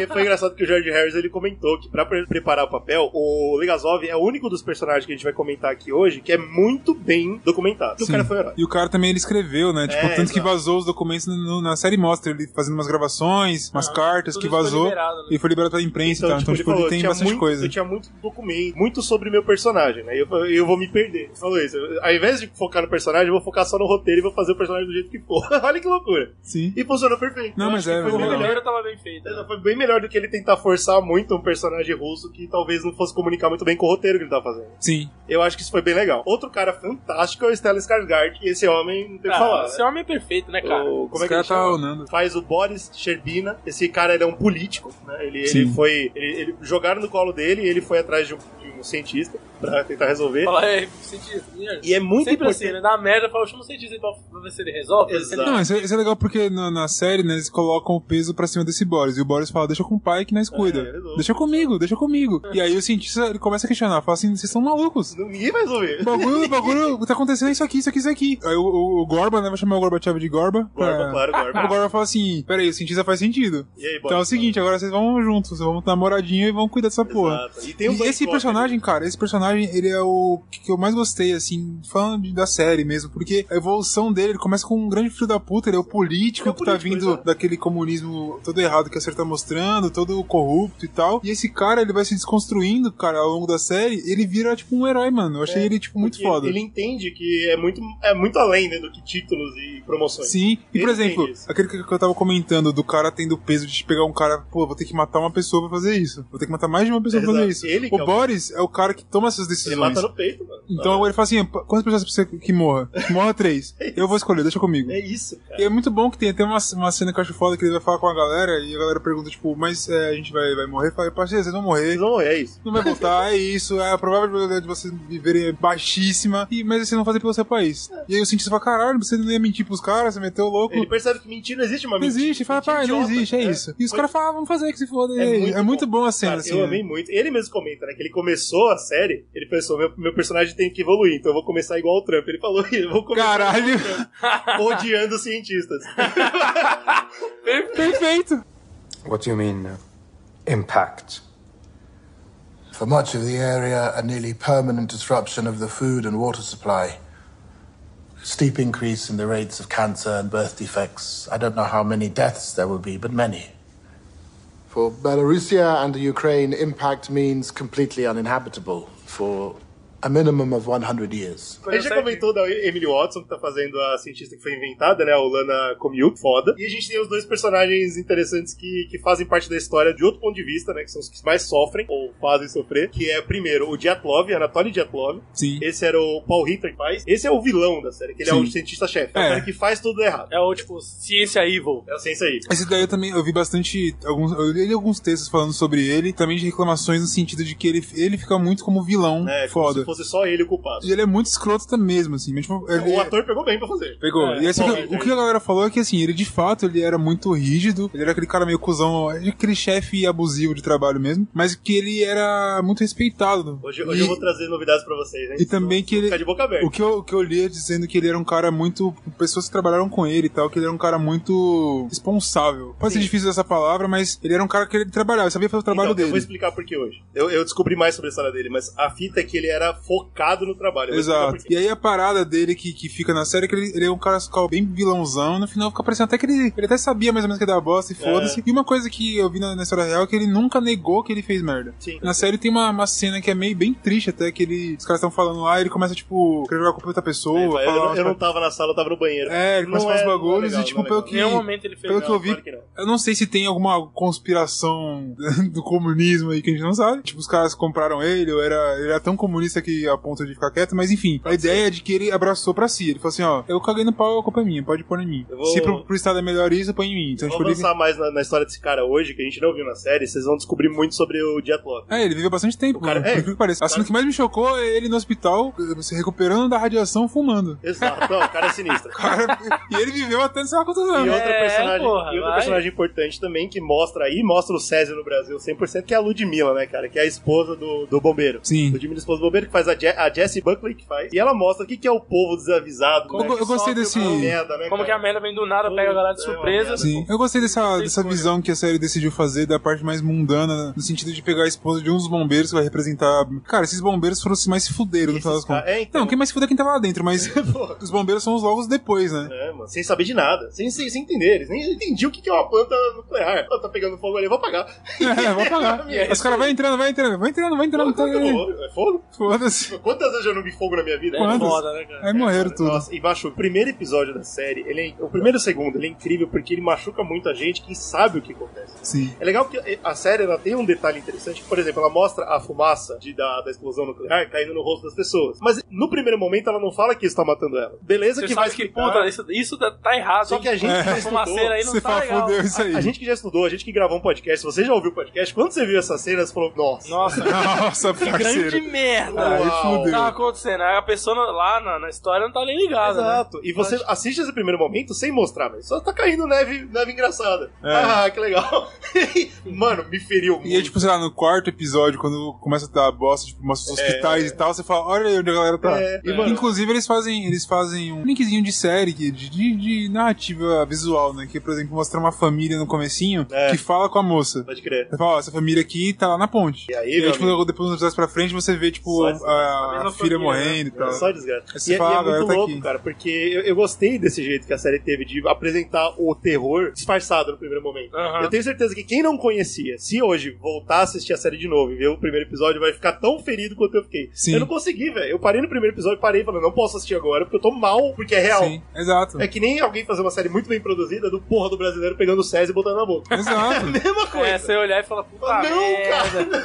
S2: E foi engraçado que o George Harris ele comentou que pra pre- preparar o papel, o Legazov é o único dos personagens que a gente vai comentar aqui hoje que é muito bem documentado. Que o
S3: Sim.
S2: cara foi um herói.
S3: E o cara também ele escreveu, né? Tipo,
S2: É,
S3: tanto que
S2: exato.
S3: vazou os documentos no- na série mostra ele fazendo umas gravações, umas cartas
S1: tudo
S3: que
S1: isso foi
S3: vazou
S1: liberado, né?
S3: e foi liberado pela imprensa e tal. Então, tipo, ele,
S2: falou,
S3: tem
S2: "Tinha
S3: bastante
S2: muito-
S3: coisa.
S2: Eu tinha muito documento, muito sobre meu personagem, né? Eu, eu vou me perder. Ele falou isso. Eu- Ao invés de focar no personagem, eu vou focar só no roteiro e vou fazer o personagem do jeito que for. Olha que loucura.
S3: Sim.
S2: E funcionou perfeito.
S3: Não,
S2: Eu
S3: mas
S2: acho que
S3: é,
S2: foi
S1: O
S2: bem
S3: legal.
S2: melhor.
S1: roteiro tava bem feito.
S2: Ela Foi bem melhor do que ele tentar forçar muito um personagem russo que talvez não fosse comunicar muito bem com o roteiro que ele tava fazendo.
S3: Sim.
S2: Eu acho que isso foi bem legal. Outro cara fantástico é o Stellan Skarsgård, que esse homem não tem o que falar.
S1: Ah,
S2: né?
S1: Esse homem é perfeito, né, cara?
S2: O- como é
S3: Esse
S2: que ele
S3: cara tá
S2: chama?
S3: onando.
S2: Faz o Boris Sherbina. Esse cara ele é um político, né? Ele, ele
S3: Sim.
S2: foi. Ele, ele- jogaram no colo dele e ele foi atrás de um, de um cientista pra tentar resolver.
S1: Fala, é, cientista, merda.
S2: E é muito
S1: Sempre
S2: importante.
S1: assim, né? Dá merda, fala, chama o cientista aí pra pra ver se ele resolve.
S2: Exato.
S3: Não, isso é, isso é legal porque na, na série, né, eles colocam o peso pra cima desse Boris. E o Boris fala, deixa com o pai que nós cuida.
S2: é louco.
S3: deixa comigo, deixa comigo. E aí o cientista, ele começa a questionar. Fala assim, vocês são malucos.
S2: Ninguém vai resolver.
S3: O bagulho, o bagulho, tá acontecendo isso aqui, isso aqui, isso aqui. Aí o, o, o Gorba, né, vai chamar o Gorbachev de Gorba.
S2: Gorba,
S3: É.
S2: claro, Gorba.
S3: O Gorba fala assim, peraí, o cientista faz sentido.
S2: E aí, Boris?
S3: Então é o seguinte, agora vocês vão juntos, vocês vão namoradinho e vão cuidar dessa porra.
S2: Exato. E tem um
S3: E esse
S2: Black né?
S3: personagem, cara, esse personagem personagem, ele é o que que eu mais gostei, assim, falando de- da série mesmo, porque a evolução dele, ele começa com um grande filho da puta, ele é o político
S2: É o
S3: que tá
S2: político,
S3: vindo
S2: exato.
S3: daquele comunismo todo errado que a série tá mostrando, todo corrupto e tal. E esse cara, ele vai se desconstruindo, cara, ao longo da série, ele vira, tipo, um herói, mano. Eu achei ele, tipo, muito
S2: É, Porque
S3: foda.
S2: Ele entende que é muito, é muito além né, do que títulos e promoções.
S3: Sim, e por
S2: Ele
S3: exemplo,
S2: tem isso.
S3: aquele que que eu tava comentando do cara tendo peso de pegar um cara, pô, vou ter que matar uma pessoa pra fazer isso, vou ter que matar mais de uma pessoa pra
S2: Exato.
S3: fazer isso.
S2: Ele que
S3: o
S2: é o-
S3: Boris é o cara que toma essas
S2: Ele
S3: decisões.
S2: mata no peito, mano.
S3: Então ele fala assim: "Pô, quantas pessoas você quer que morra? Que morra três. Eu vou escolher, deixa comigo.
S2: É isso, cara.
S3: E é muito bom que tem até uma, uma cena que eu acho foda que ele vai falar com a galera e a galera pergunta, tipo, mas é, a gente vai, vai morrer? Fala, parceiro, vocês vão morrer.
S2: Eles vão- é isso.
S3: Não vai voltar, é isso, é a probabilidade de vocês viverem é baixíssima, e, mas vocês vão fazer pelo seu país. E aí o cientista fala, caralho, você não ia mentir pros caras, você meteu o louco.
S2: Ele percebe que mentira não existe, uma
S3: Não
S2: mentira.
S3: existe, fala,
S2: mentira
S3: pai, não
S2: idiota,
S3: existe, é,
S2: né?
S3: isso. E os
S2: Foi-
S3: caras falam, ah, vamos fazer que se foda. É, é muito, bom. a cena,
S2: Cara,
S3: assim.
S2: Eu
S3: né?
S2: amei muito. Ele mesmo comenta, né? Que ele começou a série, ele pensou: meu, meu personagem tem que evoluir, então eu vou começar igual o Trump. Ele falou: eu vou começar
S3: Caralho.
S2: odiando os cientistas.
S3: Perfeito.
S6: What do you mean, uh, impact?
S9: For much of the area, a nearly permanent disruption of the food and water supply. Steep increase in the rates of cancer and birth defects. I don't know how many deaths there will be, but many. For Belarusia and the Ukraine, impact means completely uninhabitable for a minimum of 100 years.
S2: A gente já comentou da Emily Watson, que tá fazendo a cientista que foi inventada, né? A Olana Komiuk, foda. E a gente tem os dois personagens interessantes que, que fazem parte da história de outro ponto de vista, né? Que são os que mais sofrem, ou fazem sofrer. Que é, primeiro, o Dyatlov, Anatoly Dyatlov.
S3: Sim.
S2: Esse era o Paul Hitler que faz. Esse é o vilão da série, que ele é
S3: Sim.
S2: o cientista-chefe. É o
S3: É.
S2: cara que faz tudo errado.
S1: É o tipo, ciência evil.
S2: É a ciência aí.
S3: Esse daí eu também eu vi bastante. Alguns, eu li alguns textos falando sobre ele, também de reclamações no sentido de que ele, ele fica muito como vilão
S2: Né? Como
S3: foda.
S2: se fosse só ele o culpado.
S3: E ele é muito escroto também mesmo, assim. Mas, tipo, ele-
S2: O ator pegou bem pra fazer.
S3: Pegou.
S2: É,
S3: e assim,
S2: Paul
S3: o
S2: Hitler.
S3: que a galera falou é que assim, ele de fato ele era muito rígido, ele era aquele cara meio cuzão, aquele chefe abusivo de trabalho mesmo, mas que ele era muito respeitado. né?
S2: Hoje, hoje
S3: E-
S2: eu vou trazer novidades pra vocês, hein?
S3: E também
S2: Senão
S3: que ele-
S2: Fica de boca aberta.
S3: O que, eu, o que eu li é dizendo que ele era um cara muito. Pessoas que trabalharam com ele e tal, que ele era um cara muito responsável. Pode ser difícil essa palavra, mas ele era um cara que ele trabalhava, ele sabia fazer o trabalho
S2: Então, Eu vou
S3: dele.
S2: explicar por que hoje. Eu, eu descobri mais sobre a história dele, mas a fita é que ele era focado no trabalho. Eu vou explicar
S3: Exato.
S2: por quê.
S3: E aí a parada dele que, que fica na série é que ele, ele é um cara fiscal bem vilãozão, e no final fica parecendo até que ele, ele até sabia mais ou menos que ia dar
S2: É.
S3: bosta e foda-se. E uma coisa que eu vi na, na história real é que ele nunca negou que ele fez merda.
S2: Sim.
S3: Na série tem uma, uma cena que é meio bem triste até, que ele, os caras estão falando lá e ele começa, tipo, querer jogar a culpa de outra pessoa.
S2: Ele fala,
S3: falar
S2: É, eu,
S3: umas
S2: eu não
S3: paradas.
S2: tava na sala, eu tava no banheiro.
S3: É, ele começa a falar
S2: é-
S3: os
S2: não é
S3: bagulhos
S2: legal,
S3: e, tipo,
S2: não é
S3: pelo
S2: legal.
S3: que.
S1: Em nenhum momento ele fez,
S3: Pelo que eu
S2: não,
S3: vi.
S2: claro que não.
S3: Eu não sei se tem alguma conspiração do comunismo aí que a gente não sabe. Tipo, os caras compraram ele, ou era, ele era tão comunista que a ponto de ficar quieto, mas enfim. A ideia é de que ele abraçou pra si. Ele falou assim: ó, eu caguei no pau, a culpa é minha, pode pôr em mim.
S2: Eu vou-
S3: Se pro, pro Estado é melhor isso, põe em mim. Então, tipo,
S2: Vou
S3: ele.
S2: avançar mais na, na história desse cara hoje, que a gente não viu na série, vocês vão descobrir muito sobre o Dyatlov.
S3: É, ele viveu bastante tempo,
S2: cara-
S3: mano, por
S2: é,
S3: incrível que pareça. A cena que mais me chocou é ele no hospital, se recuperando da radiação, fumando.
S2: Exato, não, o cara é sinistro.
S3: Cara, e ele viveu até não sei lá quantos
S2: E
S3: anos.
S2: outra,
S1: É,
S2: personagem,
S1: porra,
S2: e outra
S1: vai.
S2: personagem importante também que mostra aí, mostra o César no Brasil 100%, que é a Ludmilla, né, cara? Que é a esposa do, do bombeiro.
S3: Sim.
S2: Ludmilla, esposa do bombeiro, que faz a, Je a Jessie Buckley, que faz. E ela mostra o que, que é o povo desavisado.
S3: Eu,
S2: né,
S3: eu gostei desse.
S2: que é uma merda, né,
S1: Como que
S2: cara?
S1: a merda vem do nada, pega a galera de
S2: É uma
S1: surpresa. tipo,
S2: merda.
S3: Sim, eu gostei dessa,
S1: Essa
S3: dessa
S1: escolha.
S3: visão que a série decidiu fazer da parte mais mundana, no sentido de pegar a esposa de um dos bombeiros que vai representar. Cara, esses bombeiros foram os que mais se fuderam no final das
S2: Esses
S3: contas.
S2: ca- é, então.
S3: Não, quem mais se fuder é quem tava lá dentro, mas os bombeiros são os logos depois, né?
S2: É, mano, sem saber de nada, sem, sem, sem entender. Eles nem entendiam o que que é uma planta nuclear. Ela tá pegando fogo ali, eu vou apagar.
S3: É, vou pagar.
S2: Minha
S3: Os caras vai entrando, vai entrando, vai entrando, vai entrando. Tá...
S2: É fogo?
S3: Foda-se.
S2: Quantas vezes eu não vi fogo na minha vida?
S1: É
S3: Quantas?
S1: foda, né, cara?
S3: Aí morreram tudo.
S2: Nossa, e machuca. O primeiro episódio da série, ele é- o primeiro e o segundo, ele é incrível porque ele machuca muita gente que sabe o que acontece.
S3: Sim.
S2: É legal que a série ela tem um detalhe interessante. que, Por exemplo, ela mostra a fumaça de- da, da explosão nuclear caindo no rosto das pessoas. Mas no primeiro momento ela não fala que isso tá matando ela. Beleza
S1: Você
S2: que
S1: sabe
S2: vai
S1: que,
S2: explicar.
S1: puta, isso, isso tá- tá errado.
S2: Só
S1: hein?
S2: que a gente já
S1: Essa fumaceira aí não
S3: Você
S1: tá
S3: fala,
S1: legal.
S3: fudeu isso aí.
S2: A, a gente que já estudou, a gente que gravou um podcast, se você já ouviu o podcast, quando você viu essa cena, você falou, nossa,
S1: Nossa,
S3: Nossa,
S1: que grande
S3: parceiro.
S1: merda.
S3: Aí
S2: Uau.
S1: O que tava
S3: fudeu.
S1: acontecendo? Aí A pessoa não- lá na, na história não tá nem
S3: né?
S1: ligada.
S2: Exato. E você assiste esse primeiro momento sem mostrar, mas só tá caindo neve, neve engraçada. Ah, que legal. Mano, me feriu muito.
S3: É. E aí, tipo, sei lá, no quarto episódio, quando começa a dar bosta, tipo, mostra os hospitais e tal, você fala, olha aí onde a galera tá.
S2: É, e, mano-
S3: Inclusive, eles fazem, eles fazem um linkzinho de série, que- de, de, de narrativa visual, né? Que, por exemplo, mostra uma família no comecinho
S2: É.
S3: que fala com a moça.
S2: Pode crer.
S3: Ela fala, ó, essa família aqui tá lá na ponte.
S2: E aí,
S3: e
S2: meu
S3: tipo, depois nos episódios pra frente, você vê, tipo,
S2: Só
S1: A
S3: a,
S1: mesma
S3: a filha
S1: família,
S3: morrendo e
S2: É
S3: tal.
S2: só desgraça.
S3: Aí você
S2: E, é-
S3: Então,
S2: e
S3: fala, "Ah,
S2: é
S3: galera,
S2: muito
S3: tá
S2: louco,
S3: aqui."
S2: cara, porque eu, eu gostei desse jeito que a série teve de apresentar o terror disfarçado no primeiro momento.
S1: Aham.
S2: Eu tenho certeza que quem não conhecia, se hoje voltar a assistir a série de novo e ver o primeiro episódio, vai ficar tão ferido quanto eu fiquei.
S3: Sim.
S2: Eu não consegui, velho. Eu parei no primeiro episódio e parei falando, não posso assistir agora, porque eu tô mal, porque é real.
S3: Sim, exato.
S2: É que nem alguém fazer uma série muito bem produzida do porra do brasileiro pegando o César e botando na boca. É a
S3: Exato.
S2: mesma coisa.
S1: É, você olhar e falar, puta
S2: não,
S1: merda.
S2: cara.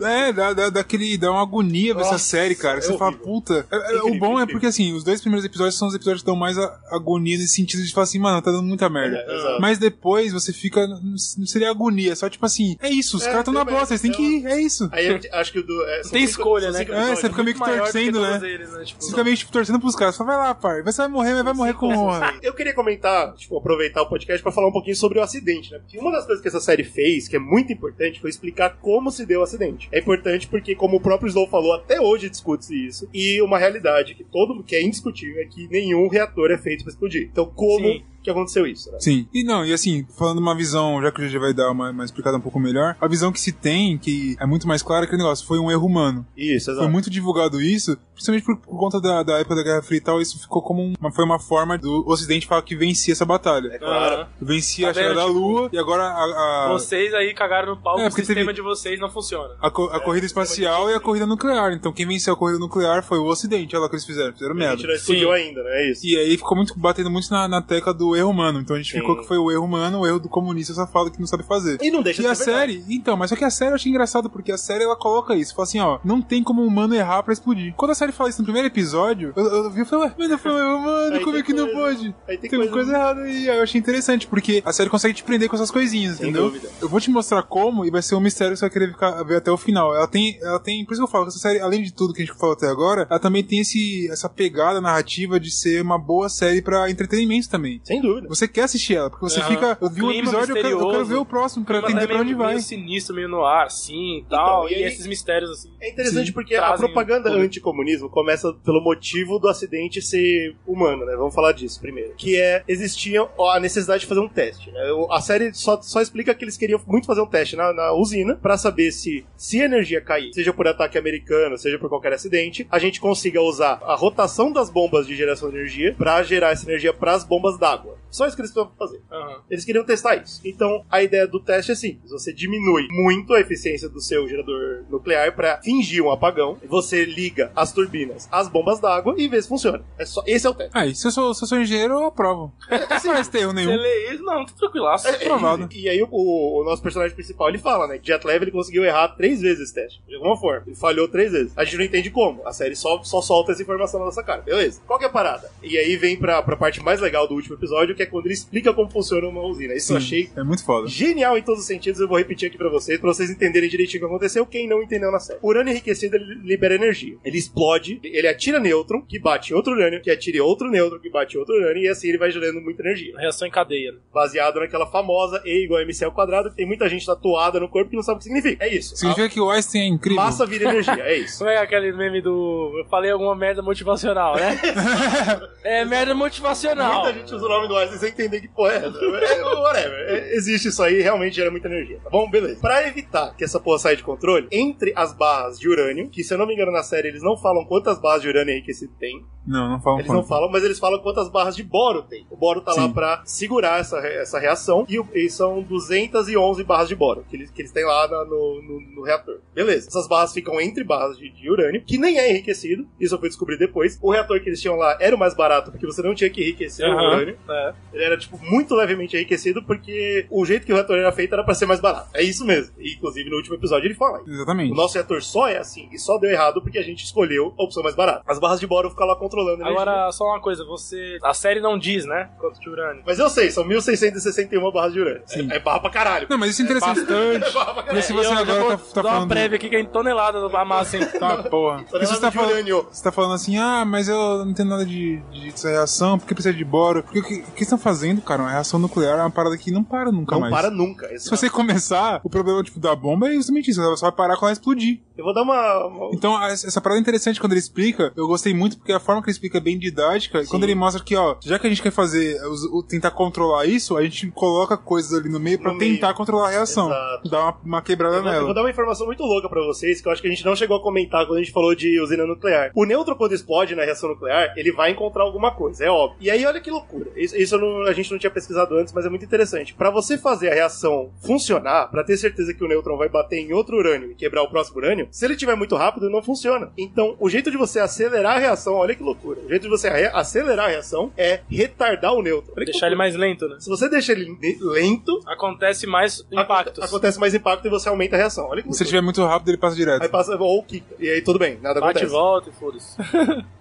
S3: É, dá, dá, dá aquele- dá uma agonia ver essa
S2: Nossa,
S3: série, cara.
S2: é
S3: Você fala,
S2: horrível.
S3: puta. É, é,
S2: Incrível,
S3: o bom é
S2: incrível.
S3: porque, assim, os dois primeiros episódios são os episódios que dão mais a- agonia nesse sentido de falar assim, mano, tá dando muita merda.
S2: É, exato.
S3: Mas depois você fica. Não seria agonia, só tipo assim, é isso, os
S2: É,
S3: caras estão na
S2: tem mais,
S3: bosta, eles têm que ir, é isso.
S2: Aí eu acho que o do. é, são
S1: Tem
S2: cinco-
S1: escolha,
S2: são
S1: né,
S2: cinco
S1: cara?
S3: É,
S2: episódios.
S3: você fica meio que
S1: Maior do
S3: torcendo,
S1: todos
S3: né?
S1: eles, né? Tipo,
S3: Você fica meio tipo torcendo pros caras, só vai lá, pai, você vai morrer, mas vai morrer com honra.
S2: Eu queria comentar, tipo, aproveitar o podcast pra falar um pouquinho sobre o acidente, né? Porque uma das coisas que essa série fez, que é muito importante, foi explicar como se deu o acidente. É importante porque, como o próprio Slow falou, até hoje discute-se isso. E uma realidade que todo mundo que é indiscutível é que nenhum reator é feito pra explodir. Então, como
S1: Sim.
S2: que aconteceu isso, né?
S3: Sim. E não, e assim, falando uma visão, já que o GG vai dar uma, uma explicada um pouco melhor, a visão que se tem, que é muito mais clara, é que o negócio foi um erro humano.
S2: Isso,
S3: Foi muito divulgado isso, principalmente por, por conta da, da época da Guerra Fria e tal, isso ficou como um- uma, foi uma forma do Ocidente falar que vencia essa batalha.
S1: É claro.
S3: Vencia
S1: Tá
S3: a chegada
S1: vendo,
S3: da
S1: tipo,
S3: Lua e agora a, a,
S1: Vocês aí cagaram no pau,
S3: É,
S1: o
S3: porque Ah,
S1: sistema
S3: teve-
S1: de vocês não funciona.
S3: a, co- a
S1: é
S3: corrida espacial e a corrida nuclear. Então quem venceu a corrida nuclear foi o Ocidente, olha lá o que eles fizeram, fizeram
S2: A gente
S3: merda.
S2: não explodiu ainda, né? É isso.
S3: E aí ficou muito batendo muito na, na tecla do erro humano. Então a gente
S2: Sim.
S3: ficou que foi o erro humano, o erro do comunista safado que não sabe fazer.
S2: E não deixa
S3: E
S2: de
S3: a
S2: ser verdade.
S3: série, então, mas só que a série eu achei engraçado porque a série ela coloca isso, fala assim, ó, não tem como o humano errar pra explodir. Quando a série fala isso no primeiro episódio, eu, eu vi e falei, ué, mas eu falei, mano,
S2: Aí
S3: como
S2: tem
S3: é que não
S2: coisa.
S3: pode?
S2: Aí tem
S3: Tem alguma
S2: coisa-
S3: coisa errada aí. Aí Eu achei interessante, porque a série consegue te prender com essas coisinhas,
S2: Sem
S3: entendeu?
S2: dúvida.
S3: Eu vou te mostrar como e vai ser um mistério que você vai querer ficar, ver até o final. Ela tem, ela tem, por isso que eu falo que essa série, além de tudo que a gente falou até agora, ela também tem esse, essa pegada narrativa de ser uma boa série pra entretenimento também.
S2: Sem dúvida.
S3: Você quer assistir ela, porque você
S1: Aham.
S3: fica. Eu vi um
S1: Clima
S3: episódio, eu quero, eu quero
S1: misterioso.
S3: ver o próximo, pra
S1: Mas
S3: entender
S1: é
S2: tá
S3: pra onde
S1: meio,
S3: vai.
S1: meio
S2: assim.
S1: sinistro, meio no ar, assim, e tal.
S2: Então, e
S1: e
S2: aí-
S1: esses mistérios, assim.
S2: É interessante
S3: Sim.
S2: porque a
S1: Trazem
S2: propaganda
S1: o público.
S2: anticomunismo começa pelo motivo do acidente ser humano, né? Vamos falar disso primeiro. Que é, existia ó, a necessidade de fazer um teste. né? O- A série só, só explica que eles queriam muito fazer um teste na, na usina pra saber se, se a energia cair, seja por ataque americano, seja por qualquer acidente, a gente consiga usar a rotação das bombas de geração de energia pra gerar essa energia pras bombas d'água. Só isso que eles precisam fazer.
S1: Aham.
S2: Eles queriam testar isso. Então, a ideia do teste é simples: você diminui muito a eficiência do seu gerador nuclear para fingir um apagão. Você liga as turbinas às bombas d'água e vê se funciona. É só, esse é o teste.
S3: Ah, e se eu sou, se eu sou engenheiro, eu aprovo. Não vai ter erro
S1: Você
S3: nenhum.
S1: lê isso? Não, tá tranquilaço. né?
S3: Aprovado.
S2: E aí, o, o nosso personagem principal ele fala, né? Que Jet Level ele conseguiu errar três vezes esse teste, de alguma forma. Ele falhou três vezes. A gente não entende como. A série só, só solta essa informação na nossa cara. Beleza. Qual que é a parada? E aí vem pra, pra parte mais legal do último episódio, que é quando ele explica como funciona uma usina. Isso eu achei
S3: É muito foda.
S2: Genial em todos os sentidos, eu vou repetir aqui pra vocês, pra vocês entenderem direitinho o que aconteceu, quem não entendeu na série. O urânio enriquecido ele libera energia. Ele explode, ele atira nêutron, que bate em outro urânio, que atira em outro nêutron, que bate em outro urânio, e assim ele vai gerando muita energia.
S1: Reação em cadeia. né?
S2: Baseado naquela famosa E igual a MC ao quadrado, que tem muita gente tatuada no corpo que não sabe o que significa. É isso.
S3: Significa que o Einstein é
S2: A
S3: incrível.
S2: massa vira energia, é isso.
S1: Como é aquele meme do. Eu falei alguma merda motivacional, né? é merda motivacional.
S2: Muita gente usa o nome do Einstein sem entender que porra é. essa. É, Whatever. É, Existe isso aí, realmente gera muita energia. Tá bom? Beleza. Pra evitar que essa porra saia de controle, entre as barras de urânio, que se eu não me engano na série eles não falam quantas barras de urânio enriquecido tem,
S3: Não, um não falam
S2: eles não
S3: quanto.
S2: falam, mas eles falam quantas barras de boro tem. O boro tá lá
S3: Sim.
S2: pra segurar essa, re- essa reação e, o- e são 211 barras de boro que eles, que eles têm lá na- no, no- no reator. Beleza. Essas barras ficam entre barras de, de urânio, que nem é enriquecido. Isso eu fui descobrir depois. O reator que eles tinham lá era o mais barato, porque você não tinha que enriquecer o
S1: Aham.
S2: urânio.
S1: É.
S2: Ele era, tipo, muito levemente enriquecido, porque o jeito que o reator era feito era pra ser mais barato. É isso mesmo. E, inclusive, no último episódio ele fala. isso. O
S3: Exatamente.
S2: nosso reator só é assim, e só deu errado porque a gente escolheu a opção mais barata. As barras de boro ficam lá controlando a energia.
S1: Agora, só uma coisa, você. A série não diz, né? Quanto de urânio.
S2: Mas eu sei, são 1661 barras de urânio.
S3: Sim.
S2: É, é barra pra caralho.
S3: Não, mas isso é interessante.
S2: É barra pra caralho.
S3: Mas se
S1: É,
S3: você
S1: eu já
S3: agora
S1: vou
S3: tá, tá
S1: dar uma
S3: falando.
S1: prévia aqui que é em tonelada do massa, hein?
S3: Tá, porra. Porque
S2: Tonelada
S3: você tá
S2: é de
S3: falando.
S2: urânio.
S3: Você tá falando assim, ah, mas eu não tenho nada de, de, dessa reação, porque precisa de boro. Porque o que, o que estão fazendo, cara? Uma reação nuclear é uma parada que não para nunca
S2: Não
S3: mais.
S2: para nunca.
S3: Se você começar, o problema tipo, da bomba é justamente isso. Ela só vai parar quando ela explodir.
S2: Eu vou dar uma. uma-
S3: Então, a- essa parada é interessante quando ele explica. Eu gostei muito porque a forma que ele explica é bem didática. E quando ele mostra que, ó, já que a gente quer fazer, os- o- tentar controlar isso, a gente coloca coisas ali no meio pra
S2: No meio.
S3: tentar controlar a reação.
S2: Exato.
S3: Dá uma, uma quebrada
S2: Eu vou- eu vou
S3: nela.
S2: dar uma informação muito louca pra vocês, que eu acho que a gente não chegou a comentar quando a gente falou de usina nuclear. O nêutron, quando explode na reação nuclear, ele vai encontrar alguma coisa, é óbvio. E aí, olha que loucura. Isso, isso eu não- a gente não tinha pesquisado antes, mas é muito interessante. Pra você fazer a reação funcionar, pra ter certeza que o nêutron vai bater em outro urânio e quebrar o próximo urânio, se ele tiver muito rápido, não funciona. Então, o jeito de você acelerar a reação, olha que loucura. O jeito de você re- acelerar a reação é retardar o nêutron. Olha que
S1: Deixar ele
S2: loucura.
S1: mais lento, né?
S2: Se você deixa ele ne- lento,
S1: Acontece mais impactos.
S2: Aconte- Acontece mais impacto e você aumenta a reação. Olha que
S3: Se ele
S2: loucura.
S3: estiver muito rápido, ele passa
S2: Aí
S3: direto.
S2: passa ou quica. E aí tudo bem, nada
S1: Bate e
S2: acontece.
S1: volta e foda-se.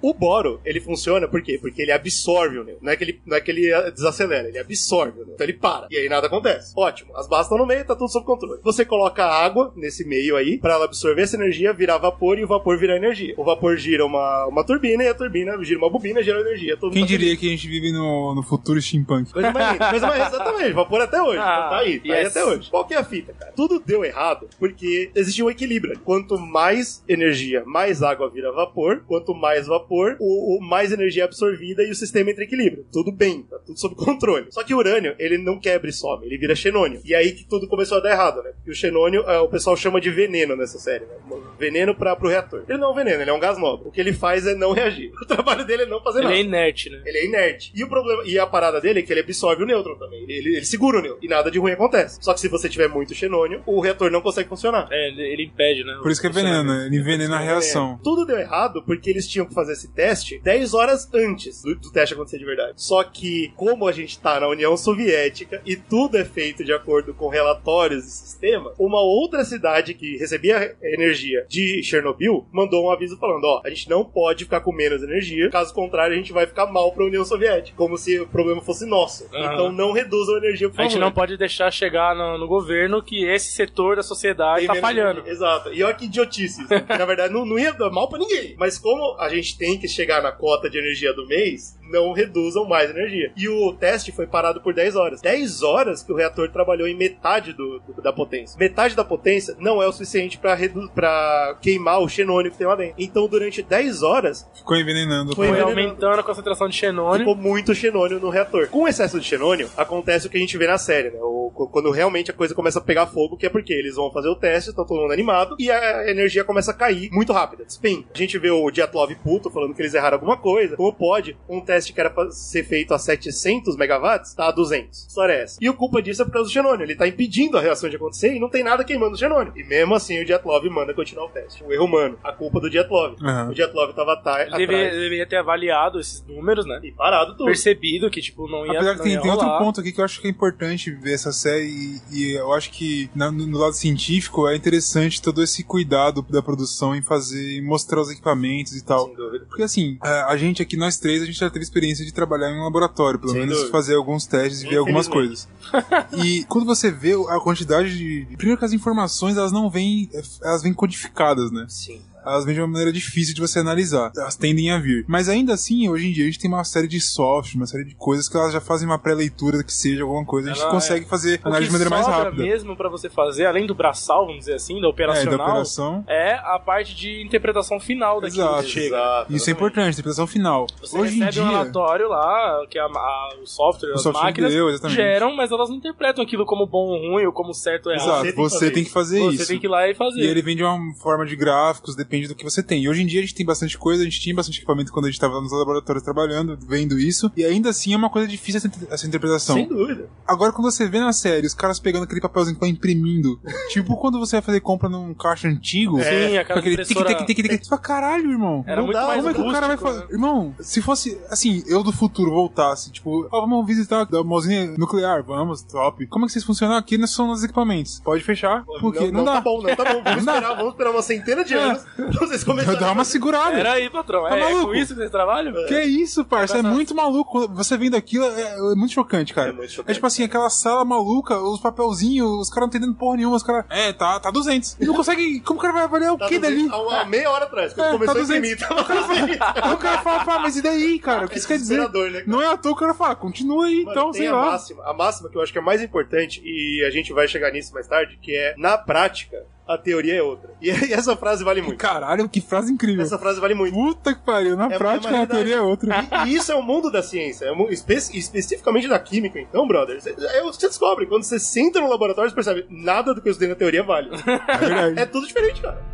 S2: O boro, ele funciona por quê? Porque ele absorve o nêutron. Não é que ele, não é que ele ah, desacelera, ele absorve o nêutron. Então ele para. E aí nada acontece. Ótimo. As barras estão no meio, tá tudo sob controle. Você coloca água nesse meio aí, pra ela absorver essa energia, virar vapor e o vapor virar energia. O vapor gira uma, uma turbina e a turbina gira uma bobina, gera energia. Todo
S3: Quem
S2: mundo tá
S3: diria que a gente vive no, no futuro steampunk?
S2: Coisa mais linda, coisa mais exatamente, vapor até hoje.
S1: Ah,
S2: então tá aí, tá aí
S1: yes.
S2: até hoje. Qual que é a fita, cara? Tudo deu errado porque existe um equilíbrio. Quanto mais energia, mais água vira vapor. Quanto mais vapor, o, o mais energia é absorvida e o sistema entra em equilíbrio. Tudo bem, tá tudo sob controle. Só que o urânio, ele não quebra e some, ele vira xenônio. E aí que tudo começou a dar errado, né? Porque o xenônio, é, o pessoal chama de veneno nessa série, né? Veneno pra, pro reator. Ele não é um veneno, ele é um gás nobre. O que ele faz é não reagir. O trabalho dele é não fazer
S1: Ele
S2: nada.
S1: é inerte, né?
S2: Ele é inerte. E o problema e a parada dele é que ele absorve o nêutron também. Ele, ele- ele segura o nêutron. E nada de ruim acontece. Só que se você tiver muito xenônio, o reator não consegue funcionar.
S1: É, ele, ele impede, né?
S3: Por isso que é veneno, né? Ele envenena a reação.
S2: Tudo deu errado porque eles tinham que fazer esse teste 10 horas antes do, do teste acontecer de verdade. Só que, como a gente tá na União Soviética e tudo é feito de acordo com relatórios e sistema, uma outra cidade que recebia energia de Chernobyl mandou um aviso falando: ó, a gente não pode ficar com menos energia, caso contrário, a gente vai ficar mal pra União Soviética. Como se o problema fosse nosso.
S1: Aham.
S2: Então não reduzam a energia,
S3: né?
S2: por
S1: A gente
S2: favor.
S1: não pode deixar chegar no, no governo que esse setor da sociedade
S2: Tem
S1: tá
S2: menos- um.
S1: falhando.
S2: Exato. E olha que idiotice. isso, né? Porque, na verdade, não, não ia dar mal pra ninguém. Mas como a gente tem que chegar na cota de energia do mês, não reduzam mais energia. E o teste foi parado por 10 horas. 10 horas que o reator trabalhou em metade do, do- da potência. Metade da potência não é o suficiente pra redu- pra queimar o xenônio que tem lá dentro. Então, durante 10 horas,
S3: Ficou envenenando.
S2: Foi
S1: Foi
S2: envenenando.
S1: aumentando a concentração de xenônio.
S2: ficou muito xenônio no reator. Com excesso de xenônio, acontece o que a gente vê na série, né? O- co- quando realmente a coisa começa a pegar fogo, que é porque eles vão fazer o teste, tá todo mundo animado, e a energia começa a cair muito rápida. Spin. A gente vê o Dyatlov puto falando que eles erraram alguma coisa. Como pode um teste que era pra ser feito a 700 megawatts tá a 200? Que História é essa. E o culpa disso é por causa do xenônio. Ele tá impedindo a reação de acontecer e não tem nada queimando o xenônio. E mesmo assim o Dyatlov manda continuar o teste. O erro humano. A culpa do Dyatlov.
S3: Aham.
S2: O Dyatlov tava tá,
S1: Ele deveria,
S2: atrás
S1: deveria ter avaliado esses números, né?
S2: e parado tudo.
S1: Percebido que, tipo, não ia
S3: Apesar que
S1: não
S3: tem,
S1: ia
S3: tem outro
S1: rolar.
S3: ponto aqui que eu acho que é importante ver essa série, e, e eu acho que na- no, no lado científico é interessante todo esse cuidado da produção em fazer, em mostrar os equipamentos e tal. Porque assim, a, a gente aqui, nós três, a gente já teve experiência de trabalhar em um laboratório, pelo
S2: Sem
S3: menos
S2: dúvida.
S3: fazer alguns testes e ver algumas coisas.
S2: Infelizmente.
S3: E quando você vê a quantidade de. Primeiro que as informações, elas não vêm. é, Elas vêm codificadas, né?
S1: Sim.
S3: elas vêm de uma maneira difícil de você analisar. Elas tendem a vir. Mas ainda assim, hoje em dia, a gente tem uma série de softwares, uma série de coisas que elas já fazem uma pré-leitura que seja alguma coisa. A gente
S1: Ela é
S3: consegue fazer
S1: O que
S3: análise de maneira mais
S1: sobra
S3: rápida.
S1: mesmo pra você fazer, além do braçal, vamos dizer assim, da
S3: É, da
S1: operacional,
S3: operação.
S1: é, a parte de interpretação final daquilo
S3: Exato.
S1: que chega.
S2: Exato,
S3: Isso é
S2: exatamente.
S3: importante, interpretação final.
S1: Você
S3: hoje em
S1: recebe
S3: dia.
S1: um relatório lá, que é a, a- o software,
S3: O
S1: as
S3: software
S1: máquinas
S3: deu, exatamente.
S1: geram, mas elas não interpretam aquilo como bom ou ruim, ou como certo ou errado.
S3: Exato,
S2: tem que
S3: você
S2: fazer
S3: tem que fazer
S1: Você
S3: isso.
S1: tem que ir lá e fazer.
S3: E ele vem de uma forma de gráficos, depende do que você tem. E hoje em dia a gente tem bastante coisa, a gente tinha bastante equipamento quando a gente estava nos laboratórios trabalhando, vendo isso. E ainda assim é uma coisa difícil essa inter- essa interpretação.
S2: Sem dúvida.
S3: Agora, quando você vê na série os caras pegando aquele papelzinho que vai imprimindo, tipo quando você vai fazer compra num caixa antigo,
S1: Sim,
S3: com
S1: aquela
S3: aquele
S1: impressora-
S3: tic, tic, tic, tic, você fala, caralho, irmão.
S1: Era muito mais
S3: Como é que o cara vai
S1: rústico,
S3: fazer?
S1: né?
S3: Irmão, se fosse, assim, eu do futuro voltasse, tipo, ó, vamos visitar da usina nuclear, vamos, top. Como é que vocês funcionam aqui? Nós somos os equipamentos. Pode fechar, porque não, dá.
S2: Tá bom, não, tá bom. Vamos
S3: Não dá.
S2: esperar, vamos esperar uma centena de anos pra vocês começarem.
S3: Dá uma segurada.
S1: Pera aí, patrão.
S3: Tá
S1: é, é
S3: maluco?
S1: com isso que vocês trabalham?
S3: Que isso, parça? É muito maluco. Você vendo aquilo é, é muito chocante, cara.
S2: É muito chocante.
S3: tipo assim, aquela sala maluca, os papelzinhos, os caras não entendendo porra nenhuma, os caras. É, tá, tá 200. E não consegue. Como o cara vai avaliar o
S2: Tá
S3: que
S2: tudo
S3: dali?
S2: bem. Há uma meia hora atrás, quando
S3: É,
S2: começou
S3: tá
S2: a imprimir, tava assim.
S3: Aí o cara fala, pá, mas e daí, cara? O que
S2: É
S3: isso quer dizer?
S2: desesperador, né, cara?
S3: Não é à toa que o cara fala, continua aí,
S2: Mano,
S3: então,
S2: tem
S3: sei
S2: a
S3: lá.
S2: máxima, a máxima que eu acho que é mais importante, e a gente vai chegar nisso mais tarde, que é, na prática, a teoria é outra. E, e essa frase vale muito.
S3: Caralho, que frase incrível.
S2: Essa frase vale muito.
S3: Puta que pariu. Na
S2: É- é
S3: prática,
S2: uma
S3: a teoria é outra.
S2: E, e isso é o mundo da ciência, é mu- espe- especificamente da química, então, brother. cê- É o que você descobre. Quando você senta no laboratório, você percebe nada do que eu estudei na teoria vale.
S3: É verdade.
S2: é tudo diferente, cara.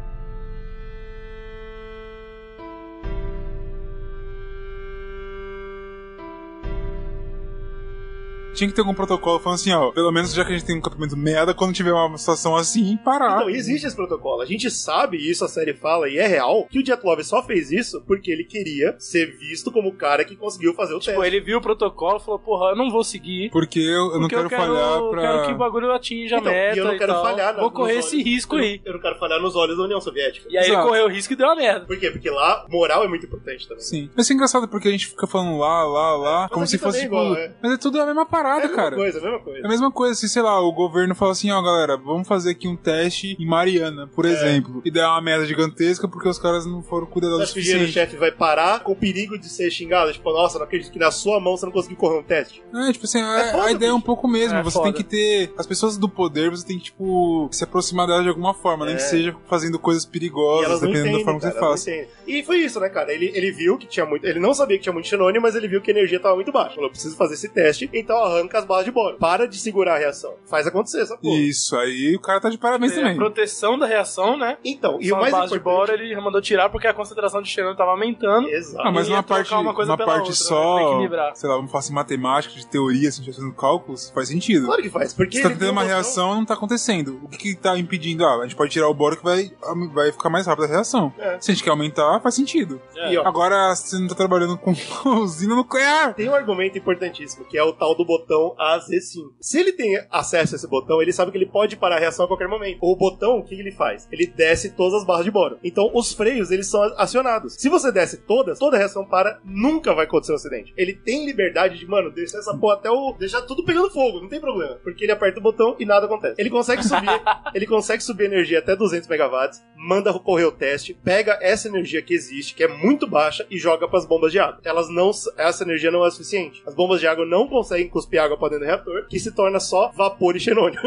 S3: Tinha que ter algum protocolo falando assim, ó. Pelo menos já que a gente tem um campamento merda, quando tiver uma situação assim, parar.
S2: Então, existe esse protocolo. A gente sabe, e isso a série fala, e é real, que o Dyatlov só fez isso porque ele queria ser visto como o cara que conseguiu fazer o teste.
S1: Pô, Tipo, ele viu o protocolo e falou, porra, eu não vou seguir.
S3: Porque eu, eu não
S1: porque
S3: quero,
S1: eu quero,
S3: falhar pra.
S1: quero que o bagulho atinja
S2: Então,
S1: a meta
S2: e eu não quero
S1: tal.
S2: falhar. na-
S1: Vou correr
S2: nos
S1: esse
S2: olhos-
S1: risco
S2: eu não-
S1: aí.
S2: Eu não quero falhar nos olhos da União Soviética.
S1: E aí ele
S3: Exato.
S1: correu o risco e deu a merda.
S2: Por quê? Porque lá, moral é muito importante também.
S3: Sim. Mas é engraçado porque a gente fica falando lá, lá, lá, como
S2: aqui
S3: se
S2: também
S3: fosse
S2: é igual,
S3: tipo.
S2: é.
S3: Mas é tudo a mesma
S2: É a
S3: parada,
S2: mesma
S3: cara.
S2: coisa, é a mesma coisa.
S3: É a mesma coisa se, sei lá, o governo fala assim, ó, galera, vamos fazer aqui um teste em Mariana,
S2: É.
S3: por exemplo. E dá uma merda gigantesca porque os caras não foram
S2: Você
S3: cuidadosos o
S2: acha que o engenheiro-chefe vai parar com o perigo de ser xingado? Tipo, nossa, não acredito que na sua mão você não conseguiu correr um teste.
S3: É, tipo assim, a-
S2: foda,
S3: a ideia é um
S2: bicho.
S3: pouco mesmo.
S1: É
S3: você
S1: foda.
S3: tem que ter. As pessoas do poder, você tem que, tipo, se aproximar delas de alguma forma, nem que seja fazendo coisas
S2: É. e
S3: perigosas,
S2: elas não
S3: dependendo
S2: entendem,
S3: da forma
S2: cara,
S3: que você
S2: elas
S3: faça.
S2: não entendem. E foi isso, né, cara? Ele, ele viu que tinha muito... Ele não sabia que tinha muito xenônio, mas ele viu que a energia tava muito baixa. Falou, preciso fazer esse teste, então arranca as barras de bora. Para de segurar a reação. Faz acontecer essa porra.
S3: Isso, aí o cara tá de parabéns
S1: É, a
S3: também.
S1: proteção da reação, né?
S2: Então, e
S1: Só
S2: o mais
S1: a base
S2: importante...
S1: de bora ele mandou tirar porque a concentração de xenônio tava aumentando.
S2: Exato.
S3: Ah, mas
S1: E
S3: uma
S1: ia trocar
S3: parte, uma
S1: uma coisa pela
S3: parte
S1: outra, né? Pra
S3: só,
S1: equilibrar.
S3: sei lá, vamos falar assim, matemática, de teoria, assim, de fazendo cálculos, faz sentido.
S2: Claro que faz, porque
S3: Você tá
S2: ele
S3: tendo
S2: deu
S3: uma
S2: noção-
S3: reação, não tá acontecendo. O que que tá impedindo? Ah, a gente pode tirar o boro que vai, vai ficar mais rápido a reação.
S2: É.
S3: Se a gente quer aumentar, faz sentido.
S2: E, ó,
S3: Agora, você não tá trabalhando com uma usina nuclear.
S2: tem um argumento importantíssimo, que é o tal do botão AZ5. Se ele tem acesso a esse botão, ele sabe que ele pode parar a reação a qualquer momento. O botão, o que ele faz? Ele desce todas as barras de boro. Então, os freios, eles são acionados. Se você desce todas, toda a reação para, nunca vai acontecer um acidente. Ele tem liberdade de, mano, deixar essa porra até o... deixar tudo pegando fogo, não tem problema. Porque ele aperta o botão e nada acontece. Ele consegue subir, ele consegue subir a energia até 200 megawatts, manda correr o teste, pega essa energia que existe, que é muito baixa, e joga pras bombas de água. Elas não, essa energia não é suficiente. As bombas de água não conseguem cuspir água pra dentro do reator, que se torna só vapor e xenônio.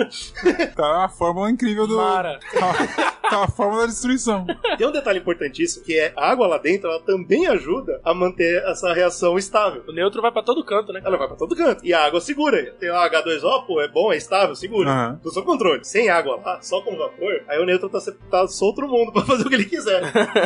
S3: Tá a fórmula incrível do.
S1: Mara.
S3: Tá, tá a fórmula da destruição.
S2: Tem um detalhe importantíssimo, que é a água lá dentro, ela também ajuda a manter essa reação estável.
S1: O neutro vai pra todo canto, né?
S2: Ela vai pra todo canto. E a água segura. Tem lá H2O, pô, é bom, é estável, segura.
S3: Aham.
S2: Do seu controle. Sem água lá, só com vapor, aí o nêutron tá, se- tá solto no mundo pra fazer o que ele quiser.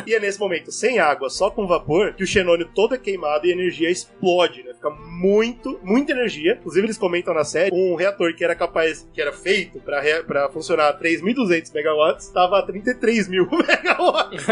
S2: e é nesse momento, sem água, só com vapor, que o xenônio todo é queimado e a energia explode, né? Fica muito, muita energia. Inclusive, eles comentam na série, um reator que era capaz, que era feito pra, rea- pra funcionar a 3.200 megawatts, tava a 33 mil megawatts.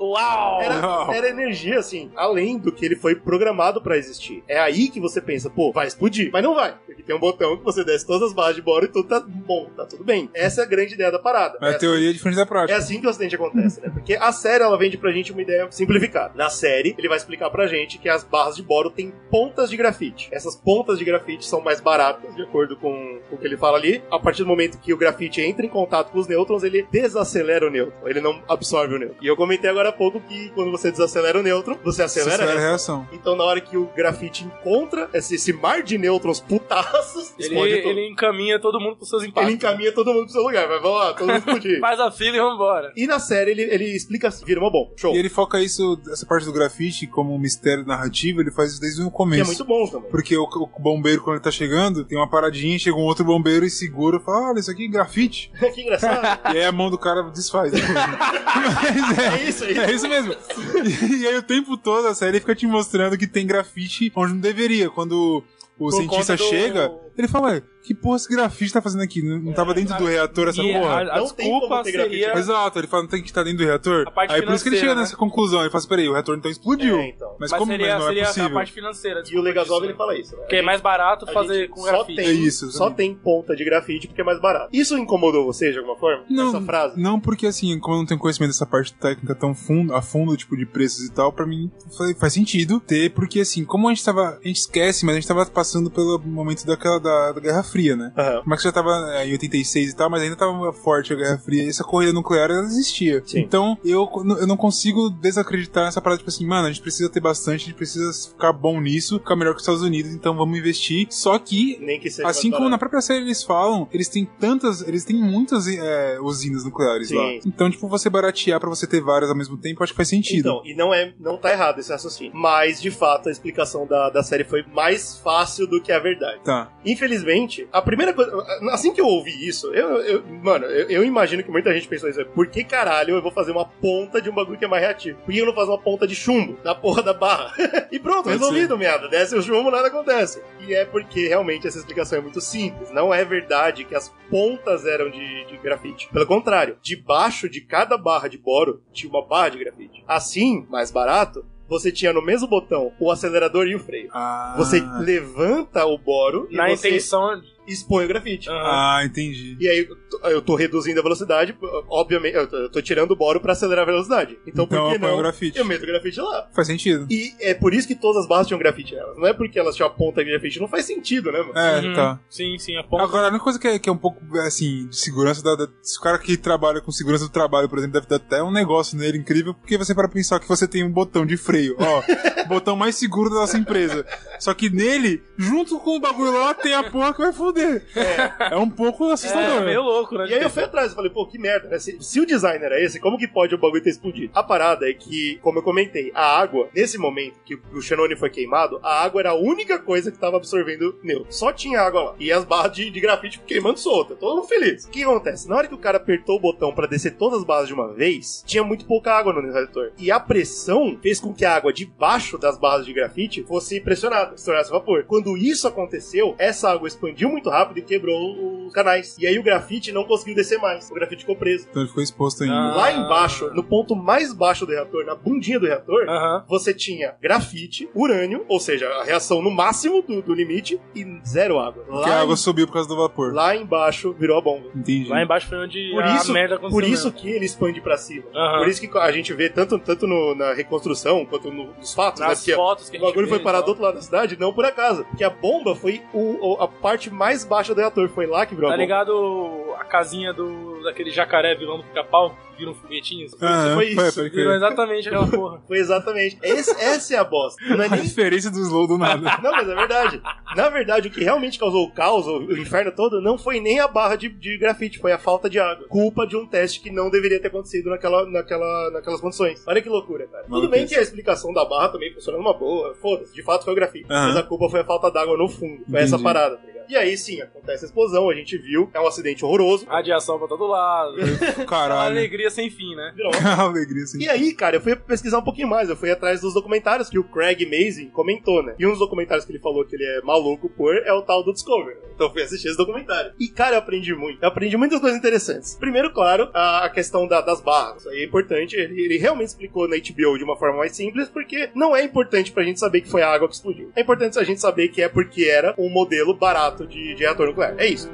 S1: Uau!
S2: Era,
S3: Não.
S2: era energia, assim, além do que ele foi programado pra existir. É aí que você pensa, pô, vai explodir. Mas não vai. Porque tem um botão que você desce todas as barras de bora e tudo tá bom, tá tudo bem. Essa é a grande ideia da parada.
S3: É a teoria diferente da
S2: É
S3: prática.
S2: assim que o acidente acontece, né? Porque a série ela vende pra gente uma ideia simplificada. Na série, ele vai explicar pra gente que as barras de boro têm pontas de grafite. Essas pontas de grafite são mais baratas, de acordo com com o que ele fala ali. A partir do momento que o grafite entra em contato com os nêutrons, ele desacelera o nêutron, ele não absorve o nêutron. E eu comentei agora há pouco que quando você desacelera o nêutron, você
S3: Você
S2: acelera,
S3: acelera a
S2: né?
S3: reação.
S2: Então, na hora que o grafite encontra esse, esse mar de nêutrons putaços,
S1: Ele,
S2: explode tudo.
S1: ele encaminha todo mundo pros seus
S2: ele
S1: impactos.
S2: encaminha todo mundo pro seu lugar, vai, vamos lá, todo mundo explodir.
S1: Faz a fila e vambora.
S2: E na série ele, ele explica assim, vira uma bomba. Show.
S3: E ele foca isso, essa parte do grafite, como um mistério narrativo, ele faz isso desde o
S2: Que
S3: começo.
S2: é muito bom também.
S3: Porque o, o bombeiro, quando ele tá chegando, tem uma paradinha, chega um outro bombeiro e segura e fala: Olha, isso aqui é grafite.
S2: que engraçado.
S3: E aí a mão do cara desfaz. né? Mas é,
S2: É isso aí.
S3: É isso mesmo. E, e aí o tempo todo a série fica te mostrando que tem grafite onde não deveria. Quando o
S2: Por
S3: cientista
S2: conta do-
S3: chega, ele fala, ué, que porra esse grafite tá fazendo aqui? Não, não tava dentro do reator essa
S1: E
S3: porra?
S1: a, a
S2: Não tem como
S1: desculpa
S2: ter grafite.
S1: seria... Mas,
S3: Exato, ele fala, não tem que estar dentro do reator.
S1: A parte
S3: Aí por isso que ele chega
S1: financeira, né?
S3: nessa conclusão. Ele fala, assim, peraí, o reator então explodiu.
S2: É, então.
S3: Mas, como
S1: seria,
S3: mas não
S1: seria
S3: é
S1: a
S3: possível?
S1: parte financeira.
S2: E o
S1: desculpa
S2: Legazov
S1: disso,
S2: ele
S1: né?
S2: fala isso. Né?
S1: Que é mais barato
S2: A gente
S1: fazer com
S2: só
S1: grafite.
S2: tem,
S3: É isso,
S2: Só
S3: exatamente.
S2: tem ponta de grafite porque é mais barato. Isso incomodou vocês de alguma forma?
S3: Não,
S2: Essa frase?
S3: não, porque assim, como eu não tenho conhecimento dessa parte técnica tão fundo, a fundo, tipo, de preços e tal, pra mim fa- faz sentido ter, porque assim, como a gente tava. A gente esquece, mas a gente tava passando pelo momento daquela, da, da Guerra Fria, né?
S2: Aham.
S3: Como é que já tava é, em 86 e tal, mas ainda tava forte a Guerra Fria. E essa corrida nuclear ela existia.
S2: Sim.
S3: Então eu, eu não consigo desacreditar nessa parada, tipo assim, mano, a gente precisa ter bastante, a gente precisa ficar bom nisso, ficar melhor que os Estados Unidos, então vamos investir. Só que
S2: Nem que seja.
S3: Assim
S2: uma
S3: como na
S2: parada.
S3: própria série eles falam, eles têm tantas, eles têm muitas é, usinas nucleares
S2: Sim.
S3: lá. Então, tipo, você baratear pra você ter várias ao mesmo tempo, acho que faz sentido.
S2: Então, e não é, não tá errado esse raciocínio. Mas, de fato, a explicação da, da série foi mais fácil do que a verdade.
S3: Tá.
S2: Infelizmente, a primeira coisa. Assim que eu ouvi isso, eu, eu- mano, eu, eu imagino que muita gente pensou isso. é, Por que caralho eu vou fazer uma ponta de um bagulho que é mais reativo? Por que eu não faço uma ponta de chumbo da porra da barra? e pronto,
S3: Pode
S2: resolvido, merda. Desce o chumbo, nada acontece. E é porque realmente essa explicação é muito simples. Não é verdade que as pontas eram de, de grafite. Pelo contrário, debaixo de cada barra de boro tinha uma barra de grafite. Assim, mais barato, você tinha no mesmo botão o acelerador e o freio.
S3: Ah,
S2: Você levanta o boro e
S1: Na
S2: você
S1: intenção.
S2: expõe o grafite.
S1: Aham.
S3: Ah, entendi.
S2: E aí eu tô- eu tô reduzindo a velocidade, obviamente, eu tô, eu tô tirando o boro pra acelerar a velocidade. Então,
S3: Então
S2: por que
S3: eu ponho
S2: não?
S3: o grafite.
S2: Eu meto o grafite lá.
S3: Faz sentido.
S2: E é por isso que todas as barras tinham grafite nelas. Não é porque elas tinham a ponta de grafite. Não faz sentido, né, mano?
S3: É,
S1: Uhum.
S3: tá.
S1: Sim, sim, a ponta.
S3: Agora, a única coisa que é, que é um pouco, assim, de segurança da, da- Se o cara que trabalha com segurança do trabalho, por exemplo, deve dar até um negócio nele incrível, porque você para pensar que você tem um botão de freio, ó, o botão mais seguro da nossa empresa. Só que nele, junto com o bagulho lá, tem a porra que vai foder. É, um pouco assustador.
S1: É, meio louco, né?
S2: E aí eu fui atrás e falei, pô, que merda, né? Se, se o design era esse, como que pode o bagulho ter explodido? A parada é que, como eu comentei, a água, nesse momento que o Xenone foi queimado, a água era a única coisa que tava absorvendo neu. Só tinha água lá. E as barras de, de grafite queimando solta. Todo mundo feliz. O que acontece? Na hora que o cara apertou o botão pra descer todas as barras de uma vez, tinha muito pouca água no reator. E a pressão fez com que a água debaixo das barras de grafite fosse pressionada, se tornasse vapor. Quando isso aconteceu, essa água expandiu muito rápido e quebrou os canais. E aí o grafite não conseguiu descer mais. O grafite ficou preso.
S3: Então ele ficou exposto ainda.
S1: Ah.
S2: Lá embaixo, no ponto mais baixo do reator, na bundinha do reator,
S1: Aham.
S2: você tinha grafite, urânio, ou seja, a reação no máximo do, do limite, e zero água.
S3: Porque
S2: Lá
S3: a água
S2: em-
S3: subiu por causa do vapor.
S2: lá embaixo virou a bomba.
S3: Entendi.
S1: Lá embaixo foi onde
S2: Por
S1: a
S2: isso,
S1: merda aconteceu.
S2: por isso
S1: mesmo.
S2: que ele expande pra cima.
S1: Aham.
S2: Por isso que a gente vê tanto, tanto no- na reconstrução quanto no- nos fatos, né?
S1: nas
S2: Porque
S1: fotos que a
S2: o
S1: gente
S2: bagulho
S1: vê então.
S2: foi
S1: e
S2: parar
S1: tal.
S2: do outro lado da cidade, não por acaso. Porque a bomba foi o- o- a parte mais baixa do reator, foi lá que virou
S1: Tá
S2: a bomba.
S1: ligado a casinha do daquele jacaré vilão do pica-pau? que Vira um foguetinho?
S3: Ah,
S2: foi isso,
S3: pode crer.
S1: Virou exatamente aquela porra.
S2: Foi exatamente. Esse- essa é a bosta. Não é nem
S3: A diferença do slow do nada.
S2: Não, mas é verdade. Na verdade, o que realmente causou o caos, o inferno todo, não foi nem a barra de, de grafite, foi a falta de água. Culpa de um teste que não deveria ter acontecido naquela, naquela, naquelas condições. Olha que loucura, cara. Tudo bem que a explicação da barra também funciona numa boa, foda-se, de fato foi o grafite.
S3: Aham.
S2: Mas a culpa foi a falta d'água no fundo. Foi essa
S3: Entendi.
S2: parada, tá ligado? E aí sim, acontece a explosão, a gente viu, é um acidente horroroso.
S1: Radiação pra todo lado. Uma
S3: Caralho.
S1: alegria sem fim, né?
S2: Virou uma
S3: Alegria, assim.
S2: E aí, cara, eu fui pesquisar um pouquinho mais. Eu fui atrás dos documentários que o Craig Mazin comentou, né? E um dos documentários que ele falou que ele é maluco por é o tal do Discovery. Então eu fui assistir esse documentário. E, cara, eu aprendi muito. Eu aprendi muitas coisas interessantes. Primeiro, claro, a a questão da- das barras. Isso aí é importante. Ele, ele realmente explicou na HBO de uma forma mais simples, porque não é importante pra gente saber que foi a água que explodiu. É importante a gente saber que é porque era um modelo barato de, de reator nuclear. É isso.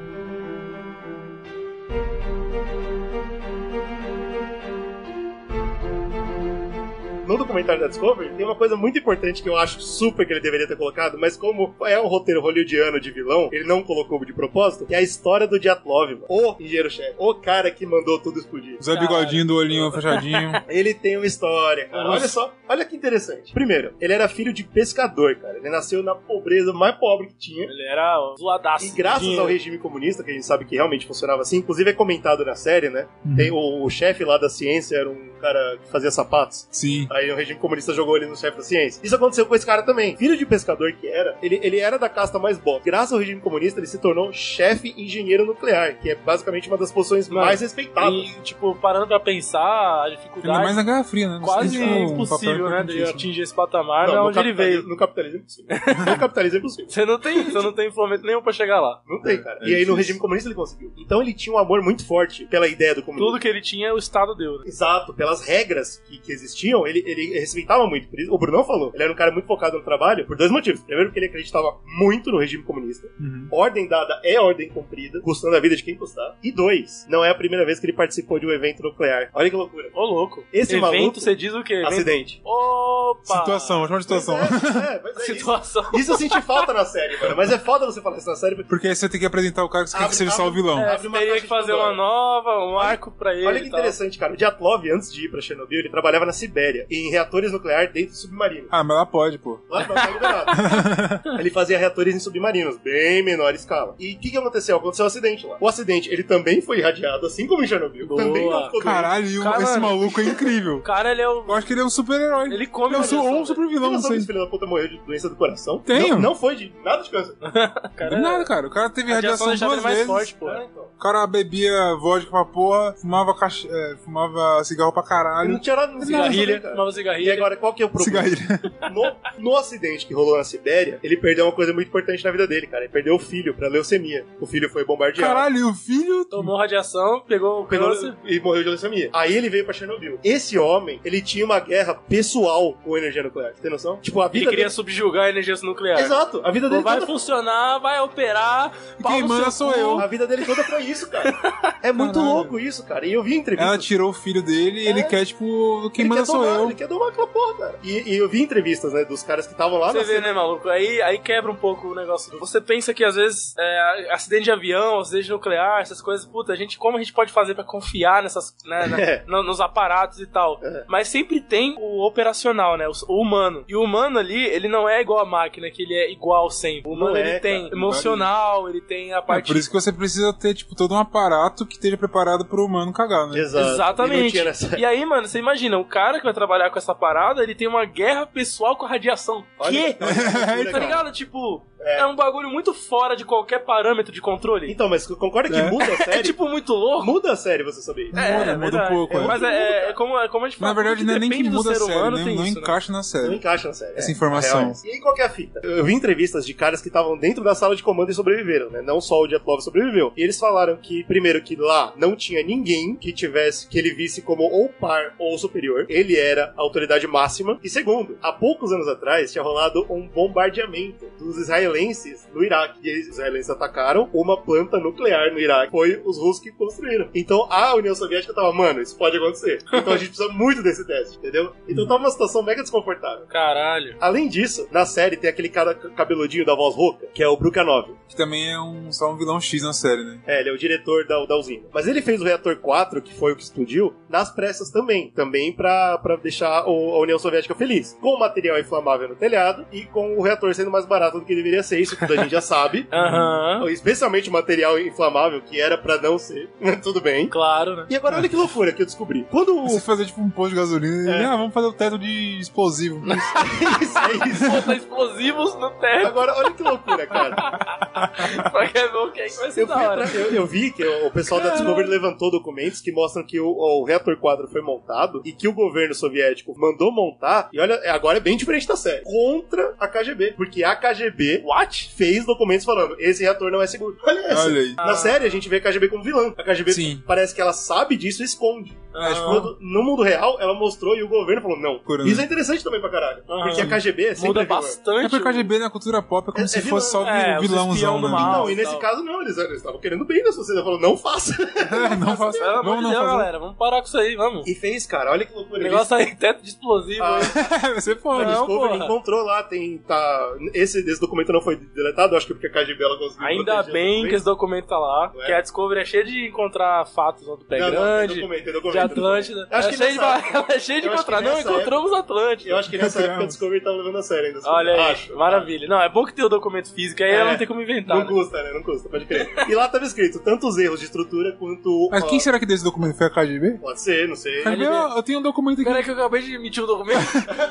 S2: no documentário da Discovery, tem uma coisa muito importante que eu acho super que ele deveria ter colocado, mas como é um roteiro hollywoodiano de vilão, ele não colocou de propósito, que é a história do Diatlov, mano. O engenheiro-chefe, o cara que mandou tudo explodir.
S3: Zé Bigodinho do olhinho fechadinho.
S2: Ele tem uma história, cara. Olha só, olha que interessante. Primeiro, ele era filho de pescador, cara. Ele nasceu na pobreza mais pobre que tinha.
S1: Ele era zoadaço.
S2: E graças ao regime comunista, que a gente sabe que realmente funcionava assim, inclusive é comentado na série, né? Tem o, o chefe lá da ciência era um cara que fazia sapatos.
S3: Sim.
S2: Aí o regime comunista jogou ele no chefe da ciência. Isso aconteceu com esse cara também. Filho de pescador que era, ele, ele era da casta mais boa. Graças ao regime comunista, ele se tornou chefe engenheiro nuclear, que é basicamente uma das posições
S1: Mano,
S2: mais respeitadas.
S1: E, tipo, parando pra pensar, a
S3: Ainda mais na
S1: dificuldade.
S3: Guerra Fria, né? Não
S1: Quase
S3: sei, tipo, um
S1: impossível, né?
S3: papel
S1: De
S3: importantíssimo.
S1: atingir esse patamar, não,
S2: no
S1: onde ele
S2: capitalismo-
S1: veio.
S2: No capitalismo é impossível. No capitalismo é impossível.
S1: Você não tem, você não tem influência nenhum pra chegar lá.
S2: Não tem,
S1: É
S2: cara. e aí no regime comunista ele conseguiu. Então ele tinha um amor muito forte pela ideia do comunismo.
S1: Tudo que ele tinha, o Estado deu. Né?
S2: Exato, pelas regras que, que existiam, ele, ele respeitava muito. Por isso, o Brunão falou, ele era um cara muito focado no trabalho por dois motivos. Primeiro, porque ele acreditava muito no regime comunista. Ordem dada é ordem cumprida, custando a vida de quem custar. E dois, não é a primeira vez que ele participou de um evento nuclear. Olha que loucura.
S1: Ô, louco.
S2: Esse
S1: evento,
S2: maluco-
S1: você diz o quê? Evento-
S2: Acidente.
S1: Opa!
S3: Situação,
S1: ah,
S3: chama de situação.
S2: É, é, mas é isso.
S1: Situação.
S2: Isso eu senti falta na série, mano. Mas é foda você falar isso na série. porque
S3: Porque aí você tem que apresentar o cara que você quer
S2: Abre-
S3: que seja só o
S2: abre-
S3: vilão.
S2: é.
S1: É,
S2: Abre uma
S1: teria
S2: caixa
S1: que
S2: de
S1: fazer
S2: Pandora.
S1: uma nova, um arco pra ele.
S2: Olha que
S1: e tal.
S2: interessante, cara. O Diatlov, antes de ir pra Chernobyl, ele trabalhava na Sibéria, em reatores nucleares dentro do submarino.
S3: Ah, mas ela pode, pô.
S2: Lá não, tá liberado. ele fazia reatores em submarinos, bem menor escala. E o que, que aconteceu? Aconteceu um acidente lá. O acidente, ele também foi irradiado, assim como em Chernobyl.
S1: Boa.
S2: Também não ficou doente.
S3: Caralho, e o-
S1: Cara,
S3: esse
S1: mano.
S3: maluco é
S1: O
S3: incrível.
S1: cara, ele é o.
S3: Eu acho que ele é um super-herói.
S1: Ele come
S3: é um,
S1: olha
S3: su-
S1: só,
S3: ou um
S1: velho.
S3: super-vilão,
S2: Você
S3: não
S2: sabe que
S3: sei.
S2: esse filho da puta morreu de doença do coração?
S3: Tenho.
S2: Não, não foi de nada de câncer.
S1: Cara,
S3: Nada, cara. O cara teve
S1: a radiação
S3: radiação
S1: deixava
S3: duas
S1: ele mais
S3: vezes.
S1: forte, pô.
S2: É.
S3: O cara bebia vodka pra porra, fumava, cach... é, fumava cigarro pra
S2: Ele não
S3: caralho.
S2: tinha nada de né,
S1: Cigarrilha,
S2: cara.
S1: nova
S2: E
S1: cigarrilha.
S2: agora, qual que é o problema?
S3: Cigarrilha.
S2: No, no acidente que rolou na Sibéria, ele perdeu uma coisa muito importante na vida dele, cara. Ele perdeu o filho pra leucemia. O filho foi bombardeado.
S3: Caralho, e o filho.
S1: Tomou radiação, pegou o
S2: Pegou
S1: câncer.
S2: e morreu de leucemia. Aí ele veio pra Chernobyl. Esse homem, ele tinha uma guerra pessoal com energia nuclear. Você tem noção? Tipo, a
S1: Ele
S2: vida
S1: queria
S2: dele...
S1: subjugar a energia nuclear.
S2: Exato. A vida dele
S1: Tipo, vai
S2: toda...
S1: funcionar, vai operar. pau
S3: quem
S1: no
S3: manda
S1: seu
S3: sou
S1: cu.
S3: eu.
S2: A vida dele toda foi isso, cara. É muito
S3: Caralho. É
S2: louco isso, cara. E eu vi entrevista...
S3: Ela tirou o filho dele e ele
S2: É.
S3: quer, tipo, quem
S2: Ele
S3: manda
S2: quer
S3: sou
S2: domar,
S3: eu.
S2: Ele quer domar aquela porra, cara. E, e eu vi entrevistas, né, dos caras que estavam lá
S1: Você
S2: na
S1: vê, né, maluco? Aí, aí quebra um pouco o negócio. Você pensa que às vezes é, acidente de avião, acidente nuclear, essas coisas, puta, a gente, como a gente pode fazer pra confiar nessas, né, na-
S2: É.
S1: no- nos aparatos e tal?
S2: É.
S1: Mas sempre tem o operacional, né? O, o humano. E o humano ali, ele não é igual a máquina, que ele é igual sempre. O humano
S2: Não é,
S1: ele tem
S2: cara.
S1: emocional, ele tem a
S3: É
S1: parte.
S3: por isso que você precisa ter, tipo, todo um aparato que esteja preparado pro humano cagar, né?
S2: Exato. E não
S1: Exatamente.
S2: tinha nessa-
S1: E aí, mano, você imagina, o cara que vai trabalhar com essa parada, ele tem uma guerra pessoal com a radiação.
S2: Olha-
S1: Que?
S2: olha que loucura,
S1: tá
S2: cara.
S1: ligado? Tipo, é. um bagulho muito fora de qualquer parâmetro de controle.
S2: Então, mas concorda que
S3: É.
S2: muda a série?
S1: É tipo muito louco.
S2: Muda a série você saber isso.
S1: é,
S3: muda um
S1: verdade.
S3: pouco, é.
S1: Mas é, é como, é como a gente
S3: Na
S1: fala,
S3: verdade,
S1: tudo
S3: não é nem que
S1: depende do
S3: muda a
S1: ser
S3: série,
S1: humano,
S3: né?
S1: tem
S3: não
S1: isso, né?
S3: encaixa na
S2: Não
S3: série.
S2: encaixa na série.
S3: Essa
S2: é.
S3: informação.
S2: Real é essa. E aí, qual que é a fita? Eu vi entrevistas de caras que estavam dentro da sala de comando e sobreviveram, né? Não só o Dyatlov sobreviveu. E eles falaram que, primeiro, que lá não tinha ninguém que tivesse, que ele visse como ou par ou superior. Ele era a autoridade máxima. E segundo, há poucos anos atrás tinha rolado um bombardeamento dos israelenses no Iraque. E eles, os israelenses atacaram uma planta nuclear no Iraque. Foi os russos que construíram. Então a União Soviética tava, mano, isso pode acontecer. Então a gente precisa muito desse teste, entendeu? Então tava uma situação mega desconfortável.
S1: Caralho.
S2: Além disso, na série tem aquele cara c- cabeludinho da voz rouca, que é o Brukanov.
S3: Que também é um, só um vilão X na série, né?
S2: É, ele é o diretor da, da usina. Mas ele fez o reator 4, que foi o que explodiu, nas pressas também. Também pra, pra deixar o- a União Soviética feliz. Com material inflamável no telhado e com o reator sendo mais barato do que deveria ser. Isso tudo a gente já sabe.
S1: Aham.
S2: Especialmente o material inflamável, que era pra não ser. Tudo bem.
S1: Claro, né?
S2: E agora olha que loucura que eu descobri. Quando o...
S3: Você
S1: Uh.
S3: fazer, tipo, um posto de gasolina
S2: É.
S3: e, ah, vamos fazer o teto de explosivo.
S2: Isso, é isso.
S1: Botar tá explosivos no teto
S2: Agora olora que loucura, cara.
S1: pra ver o que é que vai ser
S2: Eu,
S1: da
S2: fui
S1: hora.
S2: atrás- eu- eu vi que o pessoal da Discovery levantou documentos que mostram que o, o reator 4 foi montado e que o governo soviético mandou montar. E olha, agora é bem diferente da série. Contra a KGB. Porque a KGB What? fez documentos falando: esse reator não é seguro. Olha essa.
S3: Olha aí.
S1: Ah.
S2: Na série, a gente vê a KGB como vilã. A KGB
S3: Sim.
S2: parece que ela sabe disso e esconde.
S3: É,
S1: Ah.
S3: tipo,
S2: Quando no mundo real, ela mostrou e o governo falou: não.
S3: Curando.
S2: Isso é interessante também pra caralho.
S1: Ah.
S2: Porque a KGB é sempre
S1: Muda
S2: vilã.
S3: É
S1: bastante.
S3: porque o KGB na cultura pop é como
S2: É-
S3: se
S2: é
S3: fosse só
S1: vilão. Ah, É, os
S3: vilãozão,
S1: espião do
S3: né?
S1: mal.
S2: Não, e nesse
S1: Não.
S2: caso, não, eles eles estavam querendo bem da sociedade. Falou, não faça.
S3: É, não faço.
S1: Pelo amor
S3: Vamos
S1: de
S3: não
S1: Deus,
S3: fazer. um-
S1: galera. Vamos parar com isso aí, vamos.
S2: E fez, cara. Olha que
S1: O
S2: loucura.
S1: negócio aí, teto de explosivo.
S2: Ah,
S1: aí.
S3: Você pode.
S2: A
S1: Não,
S2: Discovery
S1: porra.
S2: encontrou lá, tem. Tá, esse, esse documento não foi deletado, acho que porque a KGB ela conseguiu.
S1: Ainda
S2: proteger
S1: bem que
S2: também.
S1: esse documento tá lá,
S2: Não é?
S1: que a Discovery é cheia de encontrar fatos lá do Pé
S2: Não, não, tem
S1: é Grande,
S2: documento, tem documento,
S1: de
S2: tem
S1: Atlântida.
S2: documento. Acho
S1: é
S2: que
S1: cheia de,
S2: nessa-
S1: ela é cheia de
S2: eu acho que
S1: encontrar. Não,
S2: nessa
S1: encontramos Atlântida.
S2: Eu acho que nessa época a
S3: Encontramos.
S2: Discovery tava levando a sério ainda. Discovery.
S1: é um- Olha aí,
S2: Acho.
S1: maravilha. Não, é bom que tem o documento físico, aí
S2: É.
S1: ela não tem como inventar.
S2: Não
S1: né?
S2: custa, né? Não custa, pode crer. e lá tava escrito tanto os erros de estrutura quanto.
S3: Mas
S2: ó,
S3: quem será que deu esse documento? Foi a KGB?
S2: Pode ser, não sei.
S3: KGB, eu, eu tenho um documento aqui.
S1: Peraí que eu acabei de emitir o documento.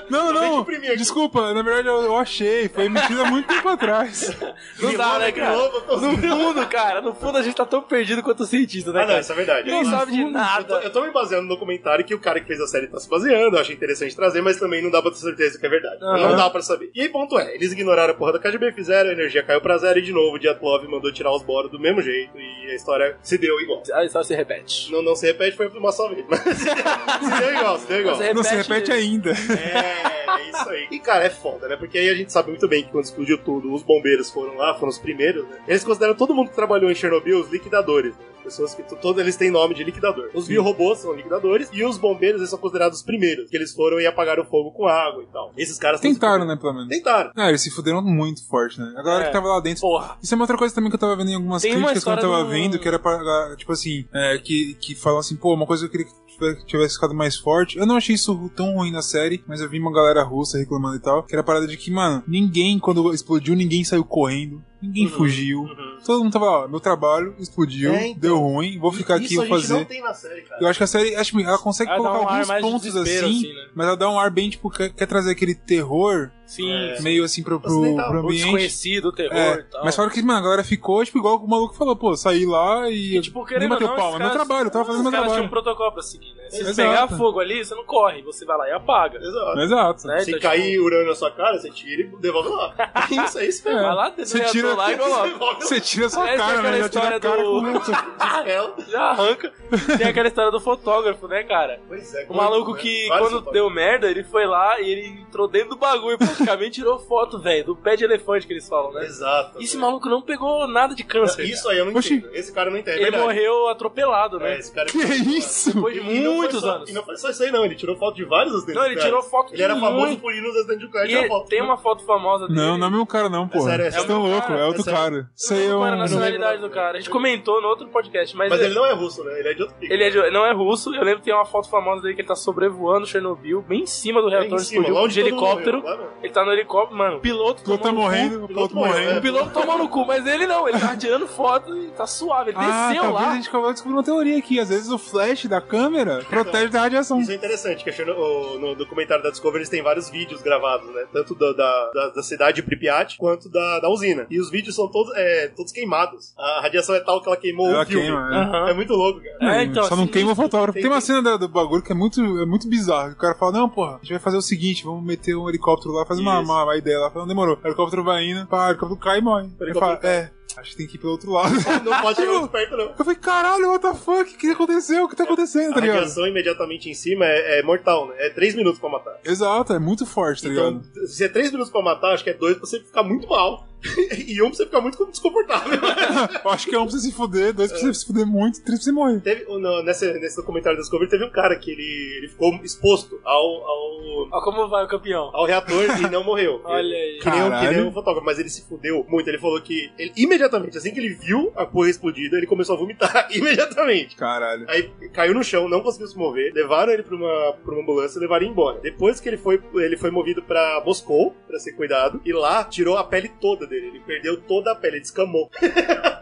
S3: Não,
S2: acabei de
S3: não.
S2: imprimir aqui.
S3: Desculpa, na verdade eu, eu achei. Foi emitida há muito tempo atrás.
S1: Não dá, né, cara?
S2: é Novo, tô-
S1: No fundo, cara, no fundo a gente tá tão perdido quanto o cientista, né,
S2: Ah, não,
S1: cara?
S2: isso é verdade.
S1: Ninguém
S2: Eu-
S1: sabe de
S2: Eu tô,
S1: nada.
S2: eu tô me baseando no documentário que o cara que fez a série tá se baseando. Eu achei interessante trazer, mas também não dá pra ter certeza que é verdade. Não dá pra saber. E aí, ponto é: eles ignoraram a porra da KGB, fizeram, a energia caiu pra zero e de novo o Diatlov mandou tirar os boros do mesmo jeito e a história se deu igual.
S1: A história se repete.
S2: Não, não se repete, foi uma só vez. Mas se deu igual, se deu igual.
S3: Não se repete ainda.
S2: É, é isso aí. E cara, é foda, né? Porque aí a gente sabe muito bem que quando explodiu tudo, os bombeiros foram lá, foram os primeiros, né? Eles consideram todo mundo que trabalhou em Chernobyl os liquidadores. né? Pessoas que t- todos eles têm nome de liquidador. Os biorobôs são liquidadores e os bombeiros eles são considerados os primeiros, que eles foram e apagaram o fogo com água e tal. Esses caras são os
S3: Tentaram,
S2: primeiros.
S3: né, pelo menos.
S2: Tentaram.
S3: Ah, eles se fuderam muito forte, né? A galera
S1: É.
S3: que tava lá dentro.
S1: Porra.
S3: Isso é uma outra coisa também que eu tava vendo em algumas
S1: Tem uma
S3: críticas que eu
S1: história
S3: tava
S1: do-
S3: vendo, que era pra, tipo assim, é, que, que falam assim, pô, uma coisa que eu queria que tivesse- tivesse ficado mais forte. Eu não achei isso tão ruim na série, mas eu vi uma galera russa reclamando e tal, que era a parada de que, mano, ninguém, quando explodiu, ninguém saiu correndo, ninguém
S1: Uhum,
S3: fugiu. Todo mundo tava lá, meu trabalho explodiu,
S2: É, então.
S3: deu ruim, vou ficar Tá aqui,
S2: Isso
S3: vou
S2: a gente
S3: fazer.
S2: não tem na série, cara.
S3: Eu acho que a série, acho que ela consegue
S1: Ela dá
S3: colocar
S1: um ar
S3: alguns
S1: mais de
S3: pontos assim,
S1: desespero, assim, né?
S3: mas ela dá um ar bem, tipo, quer, quer trazer aquele terror
S1: Sim, sim.
S3: meio assim pro, pro,
S2: Ocidental,
S3: pro
S1: o
S3: ambiente.
S1: É. desconhecido, o terror
S3: É,
S1: e tal.
S3: mas falaram que, mano, a galera ficou, tipo, igual o maluco falou, pô, saí lá e.
S1: E, tipo, querendo
S3: nem
S1: ou
S3: bateu
S1: não,
S3: palma,
S1: esses
S3: meu
S1: caras-
S3: trabalho, eu tava fazendo meu
S1: Os caras tinham
S3: trabalho.
S1: um protocolo pra seguir, né? Se
S3: Exato.
S1: pegar fogo ali, você não corre, você vai lá e apaga.
S2: Exato.
S3: Exato.
S1: Né?
S2: Se
S1: Então,
S2: cair
S1: tipo,
S2: urânio na sua cara, você tira e devolve lá. É isso, é isso
S1: Vai
S2: mesmo.
S1: lá dentro
S3: Você
S1: do
S3: tira-
S1: reator lá e coloca.
S2: Devolve
S3: Você tira a sua
S1: Essa é
S3: cara,
S1: aquela
S3: né? Já tira
S1: história
S3: a cara
S1: do-
S3: com
S1: Ah.
S2: lá. Ela.
S1: Já arranca. Tem aquela história do fotógrafo, né, cara?
S2: Pois é,
S1: O maluco
S2: muito,
S1: que
S2: né? Vários
S1: quando
S2: fotógrafos.
S1: deu merda, ele foi lá e ele entrou dentro do bagulho praticamente tirou foto, velho, do pé de elefante que eles falam, né?
S2: Exato.
S1: E esse maluco não pegou nada de câncer.
S2: Isso aí eu não
S3: Oxi.
S2: entendo. Esse cara não entende. é
S1: Ele
S2: verdade.
S1: morreu atropelado,
S2: É,
S1: né?
S2: esse cara
S3: Que isso?
S1: Depois de
S2: E não foi
S1: muitos
S2: só-
S1: anos.
S2: E não foi só isso aí, não. Ele tirou foto de vários acidentes
S1: Não, ele
S2: nucleares.
S1: tirou foto
S2: Ele
S1: de
S2: era famoso
S1: muito.
S2: por ir nos acidentes nucleares.
S1: E
S2: tirar
S1: ele-
S2: foto.
S1: tem uma foto famosa dele.
S3: Não, não é meu cara, não, pô.
S2: sério, é
S3: Vocês
S2: meu
S3: estão
S1: cara,
S3: loucos, é
S1: é
S3: outro
S2: sério.
S3: cara. Isso aí
S1: sei
S3: é
S1: qual
S3: um.
S1: era a
S2: lembro.
S1: nacionalidade do cara. A gente comentou no outro podcast, mas,
S2: Mas
S1: ele,
S2: ele não é russo, né? Ele é de outro tipo.
S1: é de- não é russo. Eu lembro que tem uma foto famosa dele que ele tá sobrevoando Chernobyl, bem em cima do
S2: Lá em
S1: reator,
S2: cima,
S1: explodiu
S2: lá onde
S1: de
S2: todo mundo
S1: helicóptero.
S2: morreu, lá mesmo.
S1: Ele tá no helicóptero, mano. O piloto
S3: O piloto tá
S1: tomando cu.
S3: morrendo, o piloto
S2: piloto morreu,
S3: morrendo.
S1: O piloto tomou no cu, mas ele não, ele tava tirando foto e tá suave, ele
S3: Ah,
S1: desceu
S3: talvez
S1: lá.
S3: a gente acabou de descobrir uma teoria aqui. Às vezes o flash da câmera
S1: Então.
S3: protege da radiação.
S2: Isso é interessante, que a Cherno- o- no documentário da Discovery eles têm vários vídeos gravados, né? Tanto da, da, da- da cidade de Pripyat quanto da, da usina. E os vídeos são todos, é, todos queimados. A radiação é tal que ela queimou
S3: Ela
S2: o filme.
S3: queima, né?
S1: Aham.
S2: É muito louco, cara.
S1: É, então,
S3: só não
S1: assim,
S3: queima o fotógrafo.
S2: tem-
S3: Tem, uma cena da- do bagulho que é muito, é muito bizarro. O cara fala: Não, porra, a gente vai fazer o seguinte: vamos meter um helicóptero lá, faz uma,
S2: Isso.
S3: uma, uma ideia lá. Fala, não demorou. O helicóptero vai indo, pá, o helicóptero cai e morre. Ele
S2: helicóptero
S3: fala: É, acho que tem que ir pelo outro lado.
S2: Não pode chegar
S3: Tipo,
S2: muito perto, não.
S3: Eu falei: Caralho, what the fuck? O que aconteceu? O que tá acontecendo,
S2: A
S3: tá ligado?
S2: radiação imediatamente em cima é, é mortal, né? É 3 minutos pra matar.
S3: Exato, é muito forte, tá
S2: Então,
S3: ligado?
S2: se é 3 minutos pra matar, acho que é 2 pra você ficar muito mal. e 1 um pra você ficar muito desconfortável.
S3: Eu acho que é um pra você se fuder, dois pra você se fuder muito, três pra você morrer.
S2: teve, no- nessa, nesse documentário da Discovery teve um cara que ele, ele ficou exposto ao, ao,
S1: Ó, como vai o campeão?
S2: ao reator e não morreu.
S1: Olha aí.
S2: Que nem, um, que nem
S3: Caralho.
S2: um fotógrafo, mas ele se fudeu muito. Ele falou que ele- imediatamente, assim que ele viu a porra explodida, ele começou a vomitar imediatamente.
S3: Caralho.
S2: Aí caiu no chão, não conseguiu se mover, levaram ele pra uma, pra uma ambulância e levaram ele embora. Depois que ele foi, ele foi movido pra Moscou, pra ser cuidado, e lá tirou a pele toda dele. Ele perdeu toda a pele, ele descamou.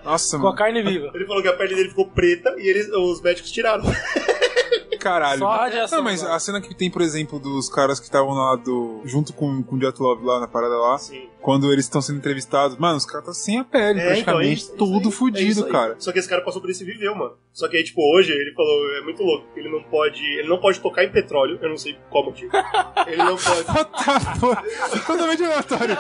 S3: Nossa,
S1: Com a
S3: mano.
S1: carne viva.
S2: Ele falou que a pele dele ficou preta e eles, os médicos tiraram.
S3: Caralho.
S1: Só a radiação,
S3: Não, mas
S1: mano.
S3: a cena que tem, por exemplo, dos caras que estavam lá do. junto com, com o Dyatlov lá na parada lá.
S2: Sim.
S3: Quando eles estão sendo entrevistados, mano, os caras estão sem a pele,
S2: é,
S3: praticamente
S2: então, isso- isso
S3: tudo
S2: aí, é isso
S3: fudido,
S2: aí.
S3: cara.
S2: Só que esse cara passou por isso e viveu, mano. Só que aí, tipo, hoje ele falou, é muito louco, ele não pode. Ele não pode tocar em petróleo, eu não sei qual motivo. ele não pode.
S3: What the fuck? Totalmente aleatório.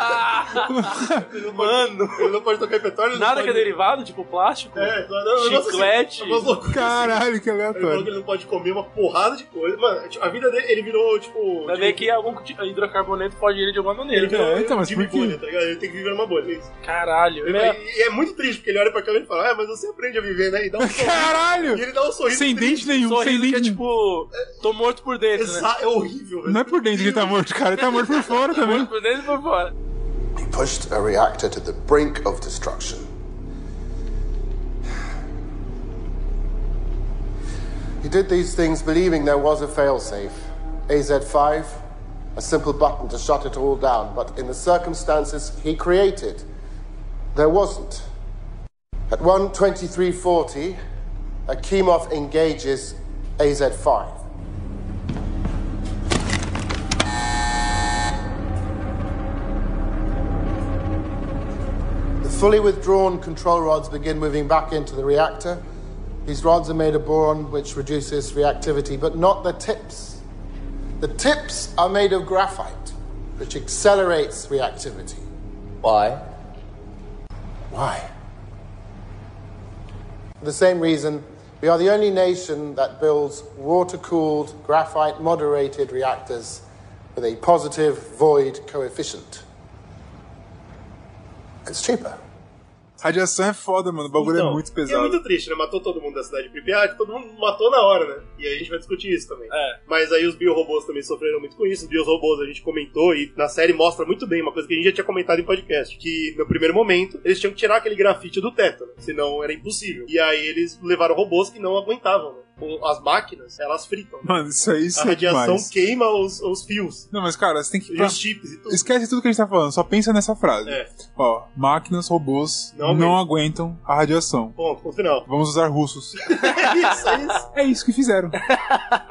S1: Mano,
S2: Ele não pode tocar em petróleo, ele não
S1: nada que é
S2: pode...
S1: derivado, tipo plástico.
S2: É, não, não, eu não sei se- é
S1: Chiclete.
S2: umas loucuras assim.
S3: Caralho, que
S2: Ele falou que
S3: aleatório.
S2: ele não pode comer uma porrada de coisa. Mano, tipo, a vida dele, ele virou, tipo.
S1: Vai ver que algum ti- hidrocarboneto pode ir de alguma maneira.
S2: Ele virou
S3: É, então, mas
S2: Jimmy
S3: por quê?
S2: bolha, tá ligado? Ele tem que viver numa bolha, é isso.
S1: Caralho.
S2: Ele-
S1: É,
S2: E é muito triste, porque ele olha pra câmera e fala, ah, mas você aprende a viver, né? E dá um sorriso. e
S3: Caralho!
S2: ele dá um sorriso.
S3: Sem
S2: triste.
S3: dente nenhum, sem
S1: sorriso que é
S3: dente nenhum.
S1: tipo, tô morto por dentro, né?
S2: Exa- É horrível, velho.
S3: Não é por dentro que ele tá morto, cara. Ele tá morto por fora também.
S1: Morto por dentro e por fora.
S9: He pushed a reactor to the brink of destruction. He did these things believing there was a failsafe. AZ5, a simple button to shut it all down, but in the circumstances he created, there wasn't. At 123.40, Akimov engages AZ5. The fully withdrawn control rods begin moving back into the reactor,
S10: These rods are made of boron, which reduces reactivity, but not the tips. The tips are made of graphite, which accelerates reactivity.
S11: Why?
S10: Why? For the same reason, we are the only nation that builds water cooled, graphite moderated reactors with a positive void coefficient. It's cheaper.
S3: Radiação é foda, mano. O bagulho
S2: Então,
S3: é muito
S2: E é
S3: pesado.
S2: muito triste, né? Matou todo mundo da cidade de Pripyat, todo mundo matou na hora, né? E aí a gente vai discutir isso também. Mas aí os biorobôs também sofreram muito com isso. Os biorobôs a gente comentou e na série mostra muito bem uma coisa que a gente já tinha comentado em podcast, que no primeiro momento eles tinham que tirar aquele grafite do teto, né? senão era impossível. E aí eles levaram robôs que não aguentavam, né? Com As máquinas, elas fritam. né?
S3: Mano, isso aí isso
S2: A
S3: é
S2: radiação
S3: demais.
S2: queima os, os fios.
S3: Não, mas cara, você tem que.
S2: E os chips e tudo.
S3: Esquece tudo que a gente tá falando, só pensa nessa frase.
S2: É.
S3: Ó, máquinas, robôs
S2: Não
S3: não, aguentam a radiação.
S2: Ponto, ponto final.
S3: Vamos usar russos.
S2: isso, é isso.
S3: É isso que fizeram.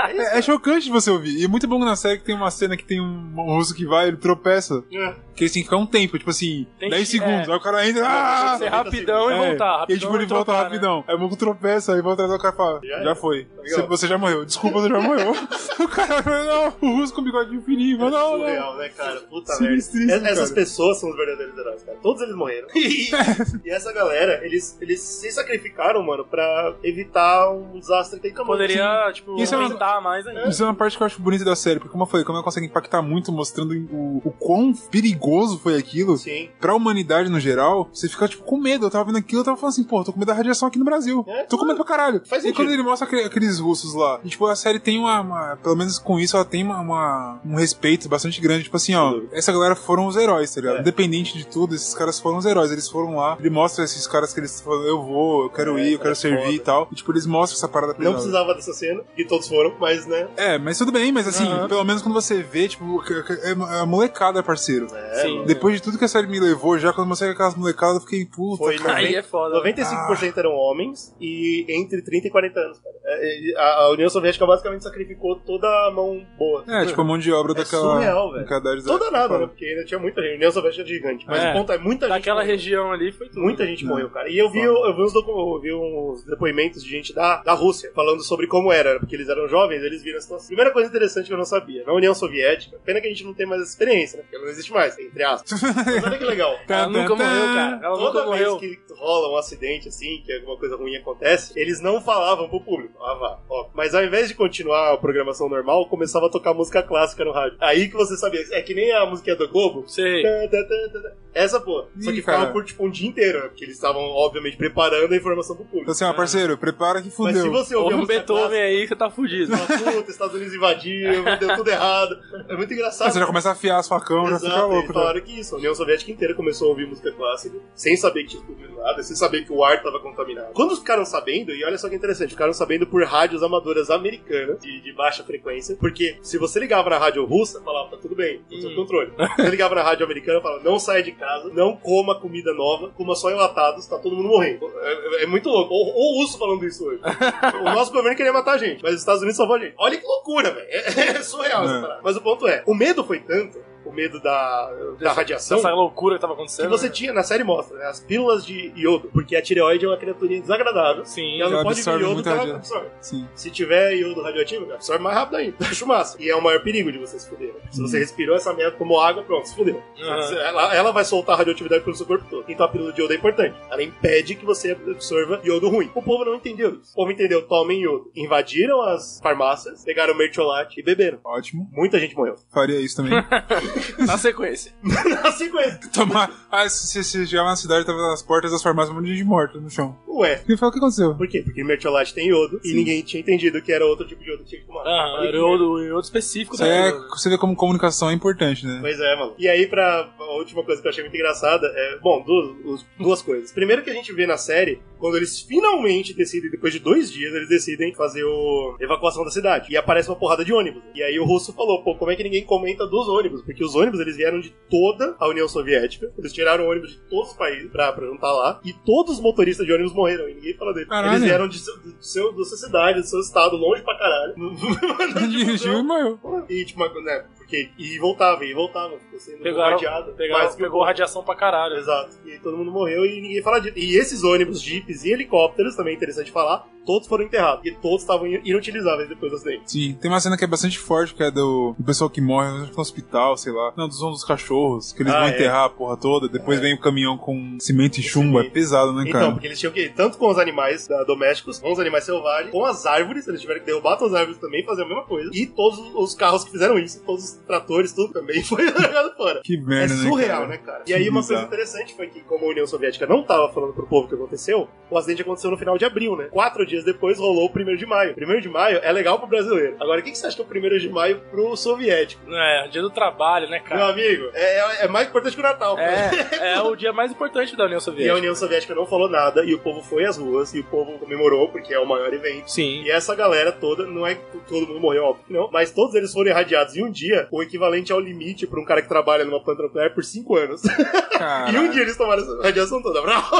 S3: É, é chocante você ouvir. E é muito bom na série que tem uma cena que tem um, um russo que vai, ele tropeça.
S2: É.
S3: Que eles têm que ficar um tempo, tipo assim,
S1: Tem
S3: 10
S1: que-
S3: segundos.
S1: é.
S3: Aí o cara entra.
S1: Tem que
S2: assim.
S3: Ah!
S1: ser rapidão e
S3: É,
S1: voltar.
S3: E
S1: Rapidão
S3: aí, tipo, ele
S1: e
S3: volta
S1: trocar, né? Tá
S3: rapidão. Aí o maluco tropeça, aí volta atrás do cara e fala:
S2: Já
S3: Já,
S2: era.
S3: foi.
S2: legal.
S3: Você, você já morreu. Desculpa, você já morreu. o cara fala: Não, o russo com bigode fininho.
S1: É
S3: Mas não, não.
S2: Surreal, né, cara? Puta merda.
S3: Sinistríssimo,
S2: Es- Essas
S3: cara.
S2: pessoas são os verdadeiros heróis, cara. Todos eles morreram. E, e essa galera, eles, eles se sacrificaram, mano, pra evitar um desastre que tem acabado.
S1: Poderia, tipo,
S3: Isso é uma-
S1: aumentar mais ainda.
S3: Isso é uma parte que eu acho bonita da série, porque como eu falei, como ela consegue impactar muito, mostrando o, o quão perigoso foi aquilo
S2: Sim.
S3: pra humanidade no geral, você fica tipo com medo. Eu tava vendo aquilo, eu tava falando assim, pô, tô com medo da radiação aqui no Brasil.
S2: É,
S3: tô com medo pra caralho.
S2: Faz
S3: e
S2: sentido.
S3: quando ele mostra aquele- aqueles russos lá, e, tipo, a série tem uma, uma- Pelo menos com isso, ela tem uma, uma- um respeito bastante grande. Tipo assim, ó, essa galera foram os heróis, tá ligado?
S2: É.
S3: Independente de tudo, esses caras foram os heróis. Eles foram lá, ele mostra esses caras que eles falam, eu vou, eu quero
S2: É,
S3: ir, eu
S2: cara,
S3: quero servir
S2: foda.
S3: e tal. E, tipo, eles mostram essa parada
S2: Não
S3: pesada.
S2: precisava dessa cena, e todos foram, mas, né?
S3: É, mas tudo bem, mas assim,
S1: Aham.
S3: pelo menos quando você vê, tipo, que- que- é é a molecada, parceiro.
S2: É.
S1: Sim.
S3: Depois de tudo que a série me levou, já quando eu mostrei aquelas molecadas, eu fiquei, puta,
S2: Foi
S3: cara.
S1: Aí é foda.
S2: 95% eram homens e entre 30 e 40 anos, cara. É, é, A a União Soviética basicamente sacrificou toda a mão boa.
S3: É, tipo, a mão de obra
S2: É
S3: daquela.
S2: surreal, velho.
S3: daquela idade
S2: Toda
S3: daquela-
S2: nada, né? Porque ainda tinha muita gente. A União Soviética é gigante. Mas
S1: É.
S2: o ponto é muita gente.
S1: Daquela
S2: morreu.
S1: região ali foi tudo.
S2: Muita gente morreu, cara. E eu vi, eu vi, uns, docu- eu vi uns depoimentos de gente da, da Rússia falando sobre como era, porque eles eram jovens, eles viram a situação. Primeira coisa interessante que eu não sabia, na União Soviética, pena que a gente não tem mais essa experiência, né? Porque ela não existe mais, entre aspas. Mas olha que legal.
S1: Ela
S3: Tan,
S1: nunca
S3: tan,
S1: morreu,
S3: tan.
S1: cara. Ela
S2: Toda
S1: nunca
S2: vez
S1: morreu.
S2: que rola um acidente, assim, que alguma coisa ruim acontece, eles não falavam pro público. Ah, vá, ó. Mas ao invés de continuar a programação normal, começava a tocar música clássica no rádio. Aí que você sabia. É que nem a musiquinha do Globo.
S1: Sei.
S2: Tá, tá, tá, tá, tá. Essa, pô. Só
S3: Ih,
S2: que ficava
S3: cara.
S2: por tipo um dia inteiro, né? Porque eles estavam, obviamente, preparando a informação pro público.
S3: Então assim, ó, parceiro, prepara que
S2: É. Mas se
S3: fudeu.
S2: você ouvir
S1: Ouve
S2: a
S1: um
S2: música
S1: Beethoven aí que tá fudido.
S2: clássica, fala, puta, Estados Unidos invadiu, deu tudo errado. É muito engraçado.
S3: Aí você já começa a afiar as facão, já
S2: Exato,
S3: fica
S2: eles
S3: louco. né? já.
S2: falaram que isso. A União Soviética inteira começou a ouvir música clássica, sem saber que tinha explodido nada, sem saber que o ar estava contaminado. Quando ficaram sabendo, e olha só que interessante, ficaram sabendo por rádios amadoras americanas, de, de baixa frequência, porque se você ligava na rádio russa, falava, tá tudo bem, tá sob controle. Se você ligava na rádio americana, falava, não saia de casa, não coma comida nova, coma só enlatados, tá todo mundo morrendo. É, é- é muito louco. Ou, ou o russo falando isso hoje. o nosso governo queria matar a gente, mas os Estados Unidos salvou a gente. Olha que loucura, velho. É, é surreal essa
S3: É.
S2: parada. Mas o ponto é, o medo foi tanto, o medo da, da radiação,
S1: Essa loucura que tava
S2: que
S1: acontecendo.
S2: você
S1: né?
S2: tinha, na série mostra, né, as pílulas de iodo, porque a tireoide é uma criaturinha desagradável.
S1: Sim,
S2: e ela
S3: ela
S2: não pode ver
S3: absorve
S2: iodo que
S3: muita
S2: ela
S3: radiação.
S2: absorve.
S3: Sim.
S2: Se tiver iodo radioativo, absorve mais rápido ainda. Acho massa. E é o maior perigo de você se fuder. né? Se
S3: Hum.
S2: você respirou essa merda, tomou água, pronto, se fudeu.
S1: Aham.
S2: Ela, ela vai soltar a radioatividade pelo seu corpo todo. Então a pílula de iodo é importante. Ela impede que você absorva iodo ruim. O povo não entendeu isso. O povo entendeu, tomem iodo. Invadiram as farmácias, pegaram mertiolate e beberam.
S3: Ótimo.
S2: Muita gente morreu.
S3: Faria isso também.
S1: Na sequência.
S2: Na sequência.
S3: Tomar. Ah, se, se, se chegar na cidade, tava nas portas das farmácias, um monte de gente morta no chão.
S2: Ué,
S3: E eu falo, o que aconteceu?
S2: Por quê? Porque mertiolate tem iodo e
S3: Sim.
S2: ninguém tinha entendido que era outro tipo de iodo que tinha que tomar.
S1: Ah,
S2: Olha que
S1: era outro, outro específico.
S3: Isso aí é,
S1: né?
S3: você vê como comunicação é importante, né?
S2: Pois é, mano. E aí, pra a última coisa que eu achei muito engraçada, é, bom, duas, os- duas coisas. Primeiro que a gente vê na série, quando eles finalmente decidem, depois de dois dias, eles decidem fazer o evacuação da cidade. E aparece uma porrada de ônibus. E aí o russo falou, pô, como é que ninguém comenta dos ônibus? Porque os ônibus, eles vieram de toda a União Soviética, eles tiraram ônibus de todos os países pra, pra juntar lá, e todos os motoristas de ônibus morreram, e ninguém fala dele.
S3: Caralho.
S2: Eles vieram de, seu, do seu, da sua cidade, do seu estado, longe pra caralho. Mano,
S3: Dirigiu e morreu.
S2: e tipo, mas, né, porque e voltava, e voltava, ficou sendo
S1: Pegaram,
S2: bombardeado.
S1: pegaram-
S2: mais que
S1: pegou
S2: o-
S1: radiação pra caralho.
S2: Exato. E todo mundo morreu e ninguém fala disso. E esses ônibus, jipes e helicópteros, também é interessante falar, todos foram enterrados. E todos estavam in- inutilizáveis depois do acidente.
S3: Sim, tem uma cena que é bastante forte, que é do, do pessoal que morre no hospital, sei lá. Não, do som dos cachorros, que eles
S2: Ah,
S3: vão
S2: é.
S3: enterrar a porra toda, depois vem o caminhão com cimento e chumbo, é pesado, né, cara?
S2: Então, porque eles tinham que ir tanto com os animais ah, domésticos, com os animais selvagens, com as árvores, eles tiveram que derrubar todas as árvores também, fazer a mesma coisa. E todos os carros que fizeram isso, todos os tratores, tudo também foi jogado fora.
S3: Que merda,
S2: É
S3: né,
S2: surreal,
S3: cara?
S2: né, cara?
S3: Que
S2: E aí uma coisa
S3: bizarro.
S2: interessante foi que, como a União Soviética não tava falando pro povo o que aconteceu, o acidente aconteceu no final de abril, né? Quatro dias depois rolou o primeiro de maio. Primeiro de maio é legal pro brasileiro. Agora, o que, que você acha que é o primeiro de maio pro soviético?
S1: É, dia do trabalho, né,
S2: Meu
S1: cara?
S2: amigo, é, é- é mais importante que o Natal. cara.
S1: É, é o dia mais importante da União
S2: E
S1: Soviética.
S2: a União Soviética não falou nada, e o povo foi às ruas, e o povo comemorou, porque é o maior evento.
S1: Sim.
S2: E essa galera toda, não é que todo mundo morreu, óbvio, que não, mas todos eles foram irradiados em um dia, o equivalente ao limite pra um cara que trabalha numa planta nuclear por cinco anos. em um dia eles tomaram essa radiação toda, bravo!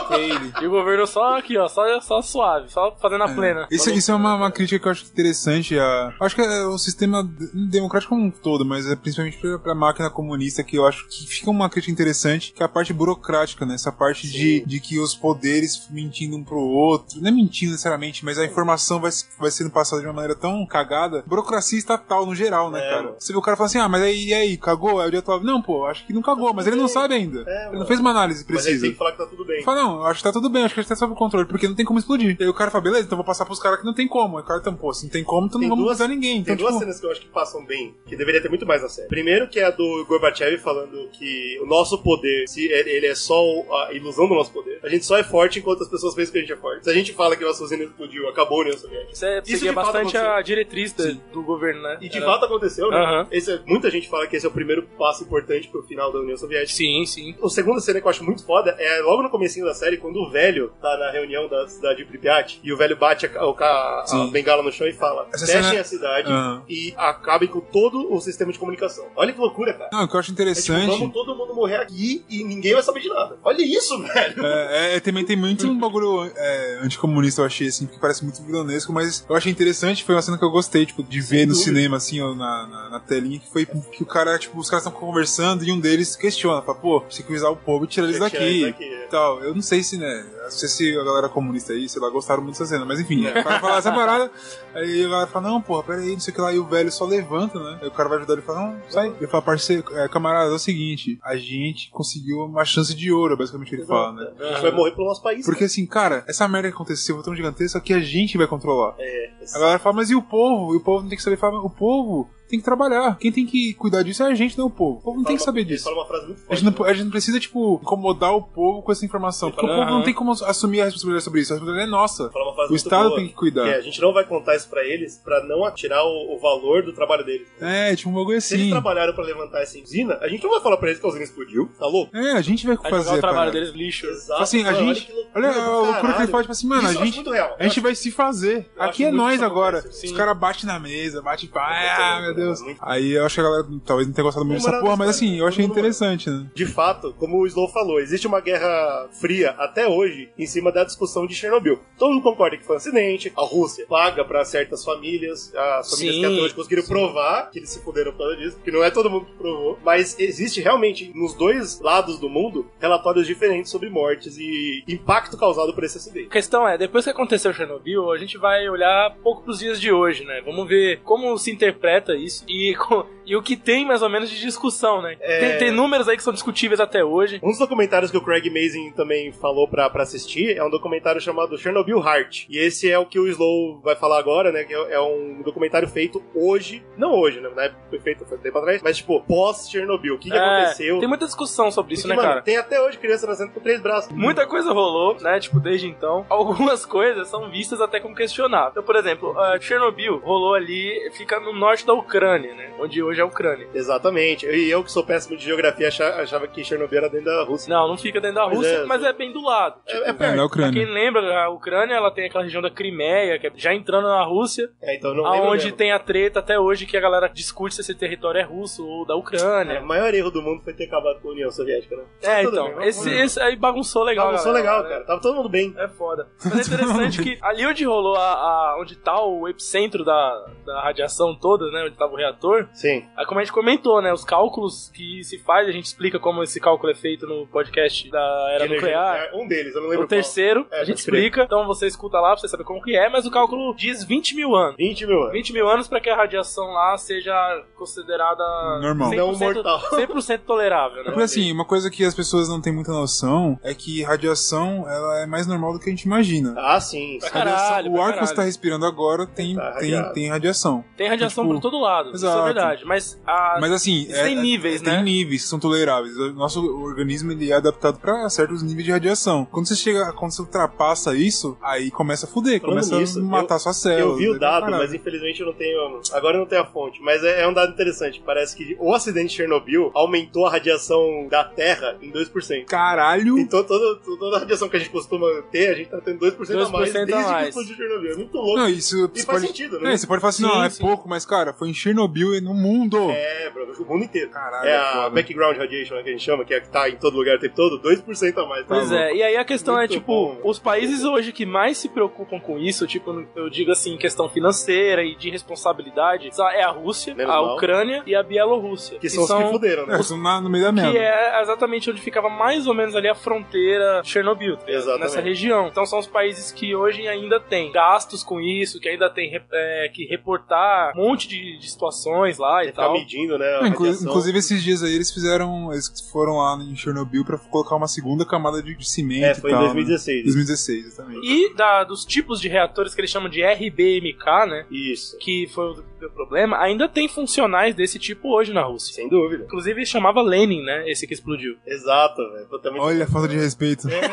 S1: E o governo só aqui, ó, só, só suave, só fazendo a plena.
S3: Isso, isso é uma, uma crítica que eu acho interessante. A, acho que é o sistema de- democrático como um todo, mas é principalmente pra, pra máquina comunista que eu acho que fica uma crítica interessante, que é a parte burocrática, né? Essa parte de, de que os poderes mentindo um pro outro, não é mentindo necessariamente, mas a informação vai, se- vai sendo passada de uma maneira tão cagada. Burocracia estatal no geral, né, cara? Você vê o cara fala assim, ah, mas aí, e aí, cagou? Aí o dia fala, não, pô, acho que não cagou, mas ele não sabe ainda. ele não fez uma análise
S2: Mas aí
S3: precisa.
S2: tem que falar que tá tudo bem.
S3: Fala, não, eu acho que tá tudo bem, acho que a gente tá sob controle, porque não tem como explodir. E aí o cara fala, beleza, então vou passar pros caras que não tem como. Aí o cara, então, pô, se não tem como, então
S2: Tem
S3: não vamos
S2: duas-
S3: usar ninguém. Então,
S2: Tem duas
S3: tipo,
S2: cenas que eu acho que passam bem, que deveria ter muito mais na série. Primeiro, que é a do Gorbachev falando que o nosso poder, se ele ele é só o- a ilusão do nosso poder. A gente só é forte enquanto as pessoas pensam que a gente é forte. Se a gente fala que nossa usina explodiu, acabou a União Soviética.
S1: Isso é,
S2: Isso
S1: seguia
S2: de fato
S1: bastante
S2: aconteceu.
S1: a diretriz da- do governo, né?
S2: E de
S1: Era-
S2: fato aconteceu, né?
S1: Aham.
S2: Esse é- muita gente fala que esse é o primeiro passo importante pro final da União Soviética.
S1: Sim, sim.
S2: O segundo cena que eu acho muito foda é logo no comecinho da série, quando o velho tá na reunião da cidade de Pripyat e o velho bate a, o ca- a
S3: Sim.
S2: bengala no chão e fala:
S3: Essa
S2: fechem
S3: cena-
S2: a cidade
S3: Aham.
S2: e acabem com todo o sistema de comunicação. Olha que loucura, cara.
S3: não, o que eu acho
S2: É tipo,
S3: interessante.
S2: vamos todo mundo morrer aqui e ninguém vai saber de nada. Olha isso, velho.
S3: É, é, também tem muito
S2: Hum.
S3: um bagulho é, anticomunista, eu achei, assim, que parece muito vilanesco, mas eu achei interessante, foi uma cena que eu gostei, tipo, de ver no
S2: dúvida.
S3: cinema, assim, ou na, na, na telinha, que foi que o cara, tipo, os caras estão conversando e um deles questiona, fala, pô, tem que avisar o povo e tirar eles
S2: Tirar eles
S3: daqui.
S2: daqui, é.
S3: e Tal. Eu não sei se, né, não sei se a galera comunista aí, sei lá, gostaram muito dessa cena, mas enfim, né, o cara fala essa parada, aí a galera fala, não, porra, peraí, não sei o que lá, e o velho só levanta, né, aí o cara vai ajudar ele e fala, não, sai. Ele fala, parceiro, é, camarada, é o seguinte, a gente conseguiu uma chance de ouro, é basicamente o que ele fala, né.
S2: A gente vai morrer pelo nosso país.
S3: Porque assim, cara, essa merda que aconteceu foi tão gigantesca que a gente vai controlar.
S2: É,
S3: A galera fala, mas e o povo? E o povo não tem que saber falar, o povo tem que trabalhar. Quem tem que cuidar disso é a gente, não o povo. O povo não tem que saber
S2: Ele
S3: disso.
S2: fala uma frase muito
S3: A
S2: forte.
S3: gente, não, a gente não precisa, tipo, incomodar o povo com essa informação. Porque o
S1: fala,
S3: povo não
S1: aham.
S3: tem como assumir a responsabilidade sobre isso. A responsabilidade é nossa.
S2: Fala uma frase
S3: O
S2: muito
S3: Estado
S2: boa,
S3: tem que cuidar.
S2: é, a gente não vai contar isso pra eles pra não atirar o, o valor do trabalho deles.
S3: É, tipo, um bagulho
S2: Se eles
S3: assim.
S2: trabalharam pra levantar essa usina, a gente não vai falar pra eles que a usina explodiu, tá louco?
S3: É, a gente vai
S1: Aí
S3: fazer.
S1: jogar o
S3: a
S1: trabalho
S3: parada.
S1: deles lixo.
S2: Exato.
S3: Assim, a
S2: mano,
S3: gente. Olha
S2: do
S3: a loucura que ele
S2: caralho.
S3: fala, tipo assim, mano,
S2: Isso
S3: a
S2: eu acho
S3: gente.
S2: muito real.
S3: A
S2: Eu
S3: gente vai se fazer.
S2: eu acho
S3: Aqui é
S2: muito
S3: nós
S2: que isso
S3: agora.
S2: acontece,
S3: Os
S2: sim.
S3: caras batem na mesa, batem pá, ah, meu Deus.
S2: Muito.
S3: Aí eu acho que a galera talvez não tenha gostado muito dessa
S2: Moral da
S3: porra, mas
S2: história,
S3: assim, eu achei
S2: todo mundo
S3: interessante, né?
S2: De fato, como o Slow falou, existe uma guerra fria até hoje em cima da discussão de Chernobyl. Todo mundo concorda que foi um acidente, a Rússia paga pra certas famílias, as famílias
S1: Sim,
S2: que até hoje conseguiram provar que eles se fuderam por causa disso, que não é todo mundo que provou, mas existe realmente nos dois lados do mundo relatórios diferentes sobre mortes e impacto causado por esse acidente.
S1: A questão é, depois que aconteceu Chernobyl, a gente vai olhar um pouco pros dias de hoje, né? Vamos ver como se interpreta isso e, co- e o que tem mais ou menos de discussão, né? Tem, tem números aí que são discutíveis até hoje.
S2: Um dos documentários que É. o Craig Mazin também falou pra, pra assistir é um documentário chamado Chernobyl Heart. E esse é o que o Slow vai falar agora, né? Que é é um documentário feito hoje, não hoje, né? Na época foi feito foi tempo atrás, mas tipo, pós-Chernobyl. O que, que
S1: É,
S2: aconteceu?
S1: Tem muita discussão sobre isso,
S2: Porque,
S1: né,
S2: mano,
S1: cara?
S2: Tem até hoje criança nascendo com três braços.
S1: Muita coisa rolou, né? Tipo, desde então. Algumas coisas são vistas até como questionáveis. Então, por exemplo, ah, Chernobyl rolou ali, fica no norte da Ucrânia, né? Onde hoje é a Ucrânia.
S2: Exatamente. E eu que sou péssimo de geografia acha- achava que Chernobyl era dentro da Rússia.
S1: Não, não fica dentro da
S2: Pois
S1: Rússia,
S2: é.
S1: mas é bem do lado.
S2: É, é
S3: É,
S2: perto.
S3: na
S1: Pra
S3: Ucrânia.
S1: quem lembra, a Ucrânia ela tem aquela região da Crimeia, que é já entrando na Rússia,
S2: É, então eu não lembro
S1: aonde
S2: mesmo.
S1: tem a treta até hoje que a galera discute se esse território é russo ou da
S2: Cara,
S1: Ucrânia.
S2: O maior erro do mundo foi ter acabado com a União Soviética, né?
S1: né? É,
S2: É, Tudo
S1: então,
S2: bem, vamos-
S1: esse, esse aí bagunçou legal.
S2: Tava só
S1: galera,
S2: legal,
S1: né?
S2: cara. Tava todo mundo bem.
S1: É foda. Mas é interessante que ali onde rolou a, a- onde tá o epicentro da, da radiação toda, né? Onde tava o reator,
S2: Sim.
S1: aí como a gente comentou, né? Os cálculos que se faz, a gente explica como esse cálculo é feito no podcast da era
S2: Energia
S1: nuclear.
S2: Um deles, eu não lembro
S1: O
S2: qual.
S1: terceiro,
S2: É,
S1: a gente
S2: pode crer.
S1: explica. Então você escuta conta lá pra você saber como que é, mas o cálculo diz 20 mil anos.
S2: 20 mil anos.
S1: 20 mil anos pra que a radiação lá seja considerada...
S3: Normal.
S2: Não mortal.
S1: 100% tolerável, né?
S3: Porque assim, uma coisa que as pessoas não têm muita noção é que radiação ela é mais normal do que a gente imagina.
S2: Ah, sim. sim.
S1: Pra caralho,
S3: o
S1: pra
S3: ar que você está
S1: caralho.
S3: respirando agora tem,
S2: Tá
S3: tem,
S2: radiado.
S3: tem radiação.
S1: Tem radiação
S3: Tipo,
S1: por todo lado, isso
S3: exato.
S1: é verdade. Mas, a...
S3: Mas assim,
S1: Isso tem níveis,
S3: tem
S1: né?
S3: níveis que são toleráveis. O nosso organismo ele é adaptado para certos níveis de radiação. Quando você chega, quando você ultrapassa isso, aí começa a fuder,
S2: Falando
S3: começa
S2: nisso,
S3: a matar suas células.
S2: Eu vi o
S3: né?
S2: dado,
S3: Caralho.
S2: mas infelizmente eu não tenho. Agora eu não tenho a fonte. Mas é, é um dado interessante. Parece que o acidente de Chernobyl aumentou a radiação da Terra em 2%.
S3: Caralho!
S2: Então toda, toda a radiação que a gente costuma ter, a gente tá tendo 2%, a mais
S1: 2% a
S2: desde
S1: mais.
S2: que explodiu Chernobyl. É muito louco.
S3: Não, isso
S2: e
S3: você
S2: faz
S3: pode...
S2: sentido,
S3: É,
S2: né?
S3: você pode falar assim,
S1: Sim,
S3: não, é
S1: sim.
S3: pouco, mas cara, foi em Chernobyl e no mundo.
S2: É, bro, o mundo inteiro.
S3: Caralho,
S2: é
S3: é
S2: a
S3: foda.
S2: background radiation né, que a gente chama, que é a que tá em todo lugar o tempo todo, 2% a mais.
S1: Pois
S2: Tá
S1: é, e aí a questão
S2: Muito
S1: é, tipo,
S2: bom.
S1: os países hoje que mais se preocupam com isso, tipo, eu digo assim, questão financeira e de responsabilidade, só é a Rússia,
S2: Menos
S1: a
S2: mal.
S1: Ucrânia e a Bielorrússia.
S2: Que são os que fuderam, né?
S3: É, são na- no meio da merda.
S1: que é exatamente onde ficava mais ou menos ali a fronteira de Chernobyl, tá ligado?
S2: Exatamente.
S1: nessa região. Então são os países que hoje ainda têm gastos com isso, que ainda tem rep- é, que reportar um monte de, de situações lá e
S2: Tá
S1: tal.
S2: medindo, né? a
S3: Não, inclu-
S2: radiação.
S3: inclusive esses dias aí eles fizeram, eles foram lá em Chernobyl pra colocar uma segunda camada de, de cimento
S2: É, foi
S3: e
S2: em
S3: tal,
S2: 2016.
S3: Né? 2016, exatamente.
S1: E da- dos tipos de reatores que eles chamam de RBMK, né?
S2: Isso.
S1: que foi o meu problema, ainda tem funcionais desse tipo hoje na Rússia.
S2: Sem dúvida.
S1: Inclusive chamava Lenin, né? Esse que explodiu.
S2: Exato, velho. Puta, é muito-
S3: Olha a falta de respeito.
S2: É, eles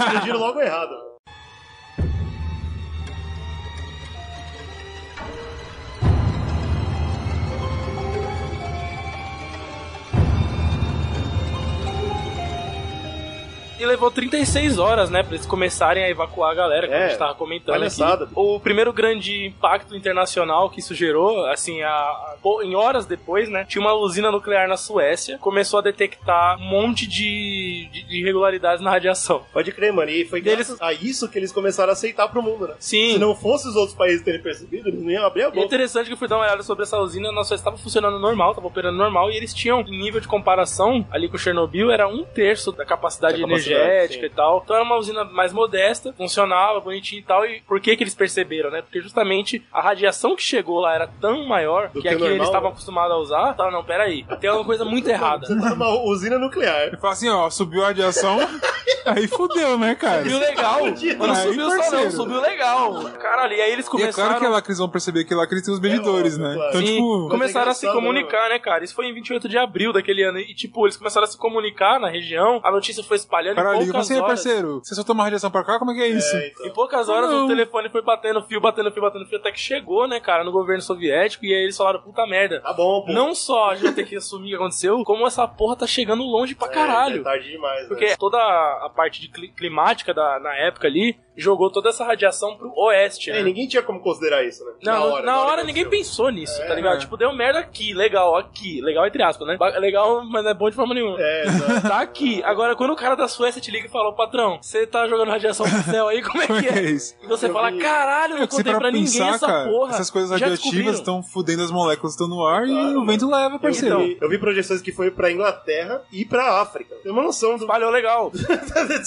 S2: explodiram logo errado. velho.
S1: E levou 36 horas, né? Pra eles começarem a evacuar a galera, que
S2: É,
S1: a gente tava comentando
S2: palhaçada.
S1: aqui. O primeiro grande impacto internacional que isso gerou, assim, a, a- pô, em horas depois, né? Tinha uma usina nuclear na Suécia, começou a detectar um monte de, de- de irregularidades na radiação.
S2: Pode crer, mano. E foi
S1: Deles-
S2: graças a isso que eles começaram a aceitar pro mundo, né?
S1: Sim.
S2: Se não fosse os outros países terem percebido, eles não iam abrir a
S1: E é
S2: boca.
S1: interessante que eu fui dar uma olhada sobre essa usina, ela só estava funcionando normal, estava operando normal, e eles tinham um nível de comparação ali com Chernobyl, era um terço da capacidade,
S2: Da capacidade,
S1: energética
S2: sim.
S1: e tal. Então era uma usina mais modesta, funcionava, bonitinha e tal. E por que que eles perceberam, né? Porque justamente a radiação que chegou lá era tão maior
S2: Do
S1: que
S2: que
S1: aqui
S2: normal,
S1: eles estavam
S2: né?
S1: acostumados a usar. Tá, não, peraí, tem alguma coisa muito errada.
S2: Uma usina nuclear.
S3: Ele fala assim, ó, subiu a radiação, aí fudeu, né, cara?
S1: Subiu legal, mas não
S3: Aí,
S1: subiu só não,
S3: parceiro.
S1: subiu legal. Caralho, e aí eles
S3: E é
S1: começaram...
S3: claro que é lá que eles vão perceber que lá que eles têm os medidores,
S2: óbvio,
S3: né?
S2: claro.
S3: Então,
S1: Sim, é
S3: tipo,
S1: começaram a se
S2: é engraçado,
S1: comunicar, né, cara? Isso foi em 28 de abril daquele ano. E, tipo, eles começaram a se comunicar na região, a notícia foi espalhando
S3: caralho,
S1: em
S3: e
S1: poucas
S3: você,
S1: horas.
S3: parceiro? Você soltou uma radiação pra cá? Como é que é isso?
S2: É, então.
S1: Em poucas horas
S3: Não.
S1: o telefone foi batendo fio, batendo fio, batendo fio, até que chegou, né, cara, no governo soviético, e aí eles falaram, puta merda.
S2: Tá bom, pô.
S1: Não só a gente tem que assumir o que aconteceu, como essa porra tá chegando longe pra
S2: É,
S1: caralho.
S2: É tarde demais, né?
S1: Porque toda a parte de cli- climática da, na época ali jogou toda essa radiação pro oeste,
S2: É,
S1: né?
S2: ninguém tinha como considerar isso, né?
S1: Não, na hora,
S2: que
S1: ninguém
S2: aconteceu.
S1: pensou nisso,
S2: É.
S1: tá ligado? Tipo, deu merda aqui, legal, aqui. Legal entre aspas, né? Ba- Legal, mas não é bom de forma nenhuma.
S2: É, exato.
S1: Tá aqui. Agora, quando o cara da Suécia te liga e fala, ô patrão, você tá jogando radiação no céu aí, como é
S3: Como
S1: que é?
S3: isso?
S1: E você
S2: Eu
S1: fala,
S2: vi.
S1: caralho, eu não
S3: É que você
S1: contei
S3: para
S1: pra ninguém
S3: pensar,
S1: essa
S3: cara,
S1: porra.
S3: essas coisas
S1: Já
S3: radioativas
S1: descobriram.
S3: estão fudendo as moléculas que estão no ar e
S2: Claro, Então,
S3: o vento leva,
S2: Eu
S3: parceiro.
S2: vi- eu vi projeções que foi pra Inglaterra e pra África. Tem uma noção do.
S1: Espalhou legal.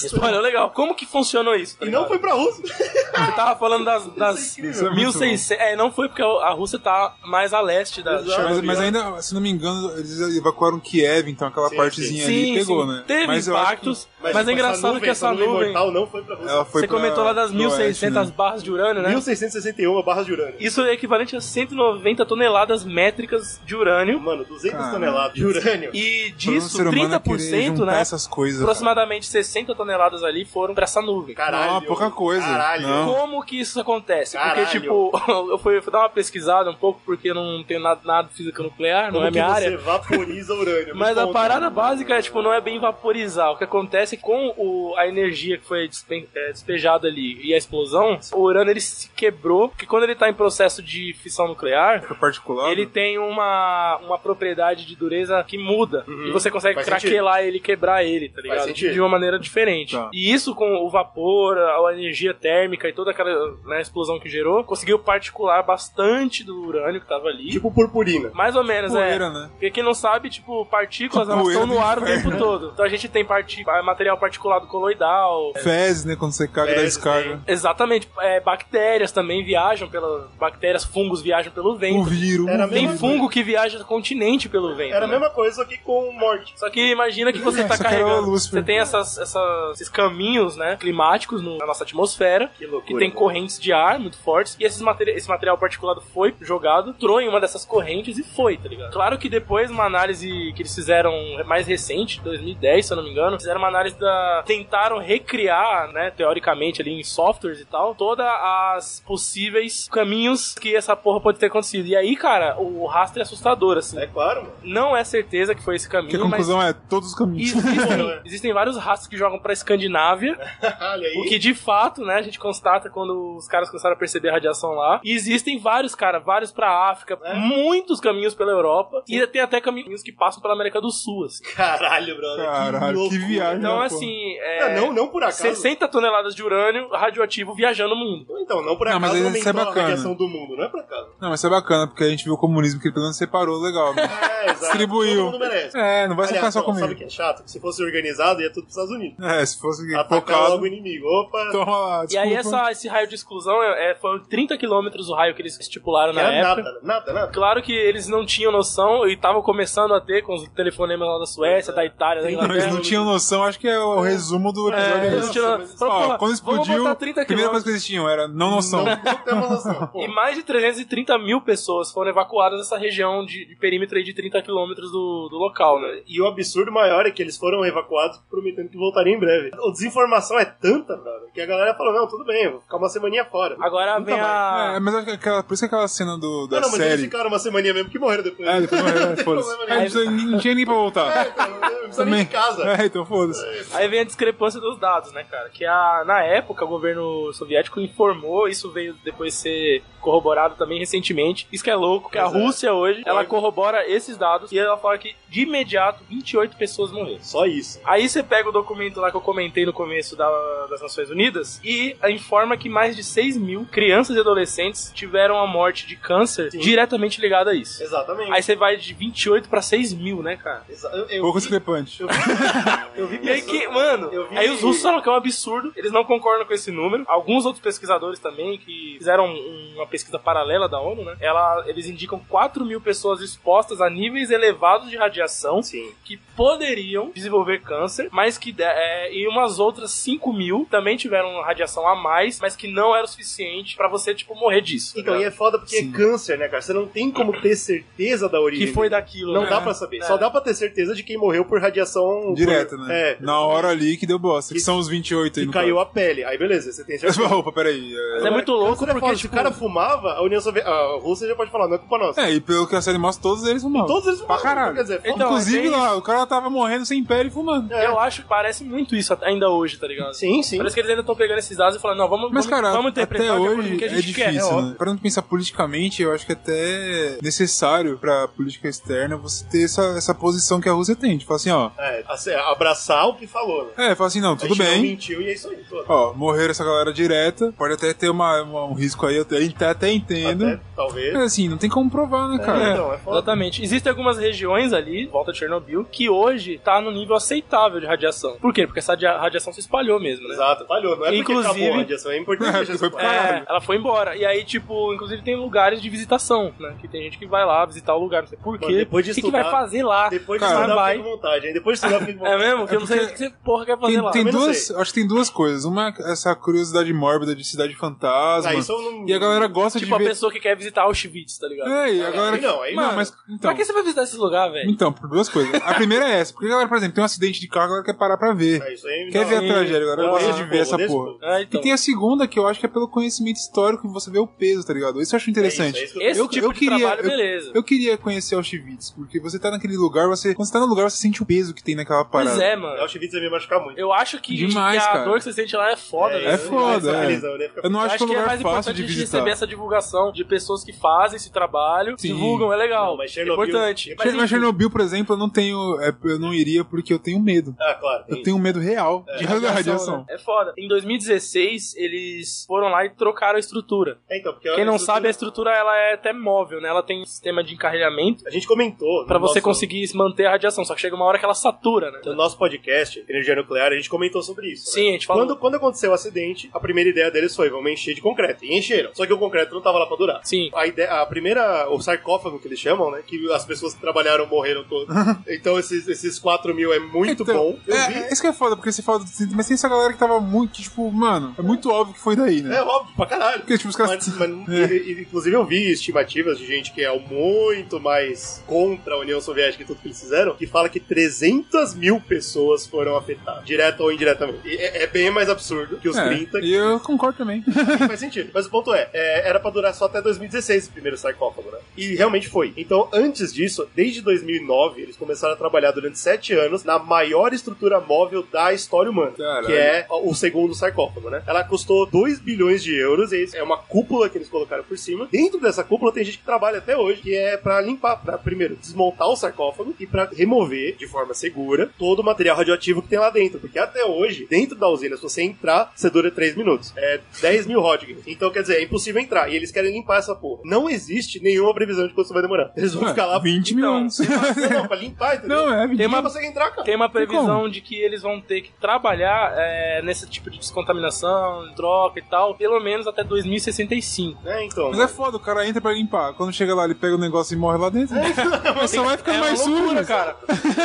S1: Espalhou legal. Como que funcionou isso? tá
S2: E não
S1: ligado?
S2: foi pra Rússia.
S1: Você tava falando das, das
S3: incrível. Isso é muito
S1: 1600. É, não foi porque a Rússia tá mais a leste da
S2: Exato.
S1: Chernobyl.
S3: Mas, mas ainda, se não me engano, eles evacuaram Kiev, então aquela
S2: Sim,
S3: partezinha ali pegou, né?
S1: Teve
S3: mas eu acho que
S1: impactos, mas, é
S2: tipo,
S1: engraçado
S2: nuvem,
S1: que essa nuvem.
S2: mortal não foi pra Rússia.
S3: ela foi
S1: Você
S3: pra-
S1: comentou lá das
S3: pro oeste,
S1: 1.600
S3: né?
S1: barras de urânio, né?
S2: 1661 barras de urânio.
S1: Isso é equivalente a 190 toneladas métricas de urânio.
S2: Mano, 200
S3: Cara.
S2: toneladas de urânio.
S1: E
S3: Pra um
S1: disso,
S3: ser humano querer
S1: 30%,
S3: juntar
S1: né?
S3: essas coisas.
S1: Aproximadamente 60 toneladas ali foram pra essa nuvem.
S2: Caralho.
S3: Não, pouca coisa.
S2: Caralho.
S3: Não.
S1: Como que isso acontece? Porque,
S2: Caralho.
S1: tipo, eu fui, eu fui dar uma pesquisada um pouco, porque eu não tenho nada, nada de física nuclear,
S2: Como
S1: não é
S2: que
S1: minha
S2: você
S1: área.
S2: vaporiza urânio? Me
S1: Mas a
S2: conta.
S1: parada básica é, tipo, não é bem vaporizar. O que acontece é que com o- a energia que foi despe- é, despejada ali e a explosão, o urânio ele se quebrou, porque quando ele tá em processo de fissão nuclear,
S3: Fica particular.
S1: ele tem uma, uma propriedade de dureza que muda. E você consegue
S2: Uhum. Faz
S1: craquelar ele, quebrar ele, tá
S2: Faz
S1: ligado?
S2: sentido.
S1: De uma maneira diferente.
S3: Tá.
S1: E isso com o vapor, a, a energia térmica e toda aquela né, explosão que gerou, conseguiu particular bastante do urânio que tava ali.
S2: Tipo purpurina.
S1: Mais ou menos,
S3: Poeira,
S1: é.
S3: né?
S1: Porque quem não sabe, tipo, partículas elas
S3: Poeira É.
S1: estão no
S3: do
S1: ar o
S3: inferno.
S1: tempo todo. Então a gente tem parti- material particulado coloidal.
S3: Fezes, né? Quando você caga da
S1: Fezes,
S3: descarga.
S1: Exatamente. É, bactérias também viajam pela. Bactérias, fungos viajam pelo vento.
S3: O vírus.
S2: Era
S3: Era
S2: a
S1: Tem
S2: mesma-
S1: fungo que viaja do continente pelo vento.
S2: Era a
S1: né?
S2: mesma coisa, só que com morte.
S1: Só que imagina que você
S3: É,
S1: tá
S3: só que era o
S1: carregando.
S3: Lúcifer.
S1: Você tem essas, essas- esses caminhos né, climáticos no- na nossa atmosfera, que, tem correntes de ar muito fortes, e esses materi- esse material particulado foi jogado, entrou em uma dessas correntes e foi, tá ligado? Claro que depois, uma análise que eles fizeram mais recente, 2010, se eu não me engano, fizeram uma análise da. tentaram recriar, né, teoricamente ali em softwares e tal, todas as possíveis caminhos que essa porra pode ter acontecido. E aí, cara, o rastro é assustador, assim.
S2: É claro, mano.
S1: Não é certeza que foi esse caminho,
S3: Que a
S1: mas
S3: conclusão é todos os caminhos.
S1: Existem, existem vários rastros que jogam pra Escandinávia,
S2: Olha aí.
S1: o que de fato, né, a gente constata quando os caras começaram a perceber a radiação lá. E existem vários, cara, vários pra África,
S3: É?
S1: muitos caminhos pela Europa, e tem até caminhos que passam pela América do Sul, assim.
S2: Caralho, brother.
S3: Caralho, que,
S2: loucura.
S3: viagem.
S1: Então,
S3: né, pô?
S1: assim, é,
S2: Não, não por acaso.
S1: 60 toneladas de urânio radioativo viajando no mundo.
S2: Então, não por
S3: Não,
S2: acaso
S3: mas isso é
S2: aumentou a
S3: bacana.
S2: radiação do mundo, não é por acaso.
S3: Não, mas isso é bacana, porque a gente viu o comunismo que pelo menos separou legal. né?
S2: É, exato. Todo
S3: Distribuiu.
S2: mundo merece.
S3: É, não vai
S2: Aliás,
S3: ficar só
S2: não, Sabe o
S3: comigo.
S2: que é chato? Que se fosse organizado, ia tudo pros Estados Unidos.
S3: É, se fosse
S2: Atacar
S3: focado,
S2: logo o inimigo. Opa,
S3: toma lá,
S1: E aí, é
S3: desculpa.
S1: essa, esse raio de exclusão é, é, foram 30 quilômetros o raio que eles estipularam na
S3: É
S2: era
S1: época.
S2: nada, nada, nada.
S1: Claro que eles não tinham noção e estavam começando a ter com os telefonemas lá da Suécia, da Itália, da
S3: Não, eles
S1: Inglaterra.
S3: não tinham noção, acho que é o resumo do
S1: É,
S3: episódio.
S1: eles tiram-
S3: Ó,
S1: Fala, porra,
S3: quando
S1: vamos
S3: explodiu,
S1: botar
S3: a
S1: 30
S3: primeira coisa que eles tinham era não noção.
S2: Não, não temos noção. Pô,
S1: E mais de 330 mil pessoas foram evacuadas dessa região de, de perímetro aí de 30 quilômetros do, do local, né?
S2: E o absurdo maior é que eles foram evacuados prometendo que voltariam em breve. A desinformação é tanta, brother, que a galera falou, não, tudo bem, eu vou ficar uma semaninha fora.
S1: Agora
S2: Nunca
S1: vem
S2: mais.
S1: a.
S3: É, mas acho que aquela, por isso que aquela cena do, da
S2: Não, não, mas eles
S3: série.
S2: ficaram uma semaninha mesmo, que morreram depois.
S3: É, depois é, foda-se.
S2: problema
S3: É, não, precisa- não tinha nem pra voltar.
S2: Então, Não precisa nem de casa.
S3: É, então foda-se.
S1: Aí vem a discrepância dos dados, né, cara? Que a, na época o governo soviético informou, isso veio depois ser corroborado também recentemente. Isso que é louco, que a
S2: Pois é.
S1: Rússia hoje, ela corrobora esses dados e ela fala que de imediato 28 pessoas morreram.
S2: Só isso.
S1: Aí você pega o documento lá que eu comentei no começo da- das Nações Unidas e informa que mais de 6 mil crianças e adolescentes tiveram a morte de câncer
S2: Sim.
S1: diretamente ligada a isso.
S2: Exatamente.
S1: Aí você vai de 28 pra 6 mil, né, cara?
S2: Exa- eu- eu
S3: Pouco
S2: vi-
S3: discrepante.
S2: Eu Eu vi
S1: E aí, que, mano,
S2: Eu vi-
S1: aí os russos falam que é um absurdo, eles não concordam com esse número. Alguns outros pesquisadores também, que fizeram um- uma pesquisa paralela da ONU, né? Ela, eles indicam 4 mil pessoas expostas a níveis elevados de radiação
S2: Sim.
S1: que poderiam desenvolver câncer, mas que é, e umas outras 5 mil também tiveram radiação a mais, mas que não era o suficiente pra você, tipo, morrer disso.
S2: Então, e
S1: né?
S2: é foda porque é câncer, né, cara? Você não tem como ter certeza da origem.
S1: que foi daquilo,
S2: é Não
S1: né?
S2: dá pra saber.
S1: É.
S2: Só dá um- pra ter certeza de quem morreu por radiação...
S3: Direto,
S2: por-
S3: né?
S2: É.
S3: Na hora ali que deu bosta, que
S2: Que-
S3: são os 28 aí
S2: Que
S3: no
S2: caiu a pele. Aí, beleza, você tem certeza.
S3: caso. Opa, peraí. é-
S1: Mas é muito louco
S2: Câncer é
S1: porque,
S2: foda. Se
S1: tipo-
S2: o cara fumava, a União Soviética... A Rússia já pode falar, não é culpa nossa.
S3: É, e pelo que a série mostra, todos eles fumavam.
S2: Todos eles
S3: Pra
S2: fumavam.
S3: caralho.
S2: Quer dizer,
S1: Então,
S3: Inclusive
S1: é bem
S3: lá, o cara tava morrendo sem pele e fumando.
S1: Eu acho que parece muito isso ainda hoje, tá ligado?
S2: Sim, sim.
S1: Parece que eles ainda estão pegando esses dados e falando, não, vamos,
S3: Mas,
S1: vamos,
S3: cara,
S1: vamos
S3: até
S1: interpretar de acordo com o
S3: hoje
S1: que
S3: é
S1: a gente
S3: difícil,
S1: quer. É óbvio.
S3: né? Pra não pensar politicamente, eu acho que até é necessário pra política externa você ter essa, essa posição que a Rússia tem. Tipo assim, ó.
S2: É, assim, abraçar o que falou, né?
S3: É, fala assim, não,
S2: A
S3: tudo
S2: gente não
S3: bem.
S2: mentiu e é isso aí. pô.
S3: Ó, morreram essa galera direta. Pode até ter uma, uma- um risco aí, eu até, até, até entendo.
S2: Até, talvez.
S3: Mas assim, não tem como provar, né, cara?
S2: Então, é foda.
S1: Exatamente. Existem algumas regiões ali, em volta de Chernobyl, que hoje tá no nível aceitável de radiação. Por quê? Porque essa radia- radiação se espalhou mesmo, né?
S2: Exato, falhou. Não é
S1: Inclusive-
S2: porque acabou a radiação, é importante.
S3: É,
S2: deixar isso
S3: foi
S2: claro.
S1: É, ela foi embora. E aí, tipo, inclusive tem lugares de visitação, né? Que tem gente que vai lá visitar o lugar, não sei por
S2: Mano,
S1: quê.
S2: depois de
S1: o que, que
S2: estudar-
S1: vai fazer lá?
S2: É, Depois de
S1: Cara,
S2: estudar, eu
S1: vai.
S2: fiquei com vontade, hein? Depois de estudar, eu fiquei com
S1: É
S2: vontade.
S1: mesmo? Que eu não sei o que você porra quer fazer
S3: Tem,
S1: lá.
S3: tem
S2: Também não
S3: duas,
S2: sei.
S3: acho que tem duas coisas. Uma é essa curiosidade mórbida de cidade fantasma.
S2: Ah, isso eu não-
S3: E a galera gosta
S1: Tipo,
S3: de
S1: a
S3: ver.
S1: pessoa que quer visitar Auschwitz, tá ligado?
S3: É, e a galera.
S2: aí não, aí
S3: Mano,
S2: não.
S3: mas então.
S1: Pra que você vai visitar esse lugar, velho?
S3: Então, por duas coisas. A primeira é essa. Porque a galera, por exemplo, tem um acidente de carro, a galera quer parar pra ver.
S2: É isso aí,
S3: quer
S2: não.
S3: ver
S1: Sim.
S3: a tragédia, a galera
S1: Não,
S3: gosta
S1: esse
S3: de
S2: povo,
S3: ver essa
S2: desse
S3: porra.
S2: povo.
S1: Ah, então.
S3: E tem a segunda, que eu acho que é pelo conhecimento histórico que você vê o peso, tá ligado? Isso eu acho interessante.
S2: É isso, é isso que
S1: Esse
S3: eu,
S1: tipo
S3: eu
S1: de
S3: queria,
S1: trabalho,
S3: eu-
S1: beleza.
S3: Eu, queria conhecer Auschwitz, porque você tá naquele lugar, você, quando você tá no lugar, você sente o peso que tem naquela parada.
S1: Pois é,
S2: O
S1: mano.
S2: Auschwitz vai me machucar muito.
S1: Eu acho que,
S3: Demais,
S1: que a
S3: cara.
S1: dor que você sente lá é foda,
S3: É
S1: velho.
S2: eu-
S3: foda,
S2: eu-
S3: é.
S2: eu- eu-
S3: Eu não
S1: Eu
S3: acho,
S1: acho
S3: que
S1: que
S3: é um
S1: é
S3: lugar
S1: mais
S3: fácil
S1: importante
S3: de
S1: a gente
S3: visitar.
S1: receber essa divulgação de pessoas que fazem esse trabalho,
S3: Sim.
S1: divulgam, é legal.
S2: Não, mas
S1: é
S2: Chernobyl-
S1: importante.
S2: Chernobyl-
S1: Mas,
S3: Mas
S1: enfim,
S3: Chernobyl, por exemplo, eu não tenho. é, eu não iria porque eu tenho medo.
S2: Ah, claro.
S3: Eu
S2: tem né?
S3: tenho um medo real de radiação.
S1: É foda. Em 2016, eles foram lá e trocaram a estrutura.
S2: É, então, porque
S1: Quem não
S2: a
S1: sabe, a estrutura ela é até móvel, né? Ela tem um sistema de encarrilhamento
S2: A gente comentou. no
S1: é pra você
S2: nosso-
S1: conseguir manter a radiação, só que chega uma hora que ela satura, né?
S2: No nosso podcast, Energia Nuclear, a gente comentou sobre isso. né?
S1: Sim, a gente falou.
S2: Quando, quando aconteceu o acidente, a primeira ideia deles foi: vamos encher de concreto. E encheram. Só que o concreto não tava lá pra durar.
S1: Sim.
S2: A, ideia, a primeira, o sarcófago que eles chamam, né? Que as pessoas que trabalharam morreram todas. então esses, esses 4 mil é muito bom. Eu
S3: é,
S2: vi.
S3: é, isso que é foda, porque você fala do 30, mas tem essa galera que tava muito, que, tipo, mano, é muito óbvio que foi daí,
S2: É,
S3: né?
S2: óbvio, pra caralho.
S3: Porque, tipo, os caras-
S2: Mas- mas-
S3: É.
S2: e- e- inclusive, eu vi estimativas de gente que é muito mais contra a União Soviética e tudo que eles fizeram, que fala que 300 mil pessoas foram afetadas, direta ou indiretamente. E é, é bem mais absurdo que os 30,
S3: É, E eu concordo também.
S2: que faz sentido. Mas o ponto é, é, era pra durar só até 2016 esse primeiro sarcófago, né? E realmente foi. Então, antes disso, desde 2009, eles começaram a trabalhar durante sete anos na maior estrutura móvel da história humana,
S3: Caralho.
S2: que é o segundo sarcófago, né? Ela custou 2 bilhões de euros, e é uma cúpula que eles colocaram por cima. Dentro dessa cúpula tem gente que trabalha até hoje, que é pra limpar, pra primeiro desmontar o sarcófago e pra remover de forma segura todo o material radioativo que tem lá dentro, porque até hoje, dentro da usina, se você entrar, você dura 3 minutos. É 10 mil Rodgers. Então, quer dizer, é impossível entrar. E eles querem limpar essa porra. Não existe nenhuma previsão de quanto isso vai demorar. Eles vão
S3: Ué,
S2: ficar lá.
S3: 20 mil
S1: Então,
S3: anos.
S2: Não, não, pra limpar, entendeu?
S3: Não, é,
S2: Ninguém
S1: uma-
S2: consegue entrar, cara.
S1: Tem uma previsão
S3: como?
S1: de que eles vão ter que trabalhar é, nesse tipo de descontaminação, troca e tal, pelo menos até 2065.
S2: É, então.
S3: Mas é foda, o cara entra pra limpar. Quando chega lá, ele pega o negócio e morre lá dentro.
S2: É
S3: Mas só vai ficando
S1: é uma
S3: mais
S1: loucura,
S3: sujo.
S1: cara.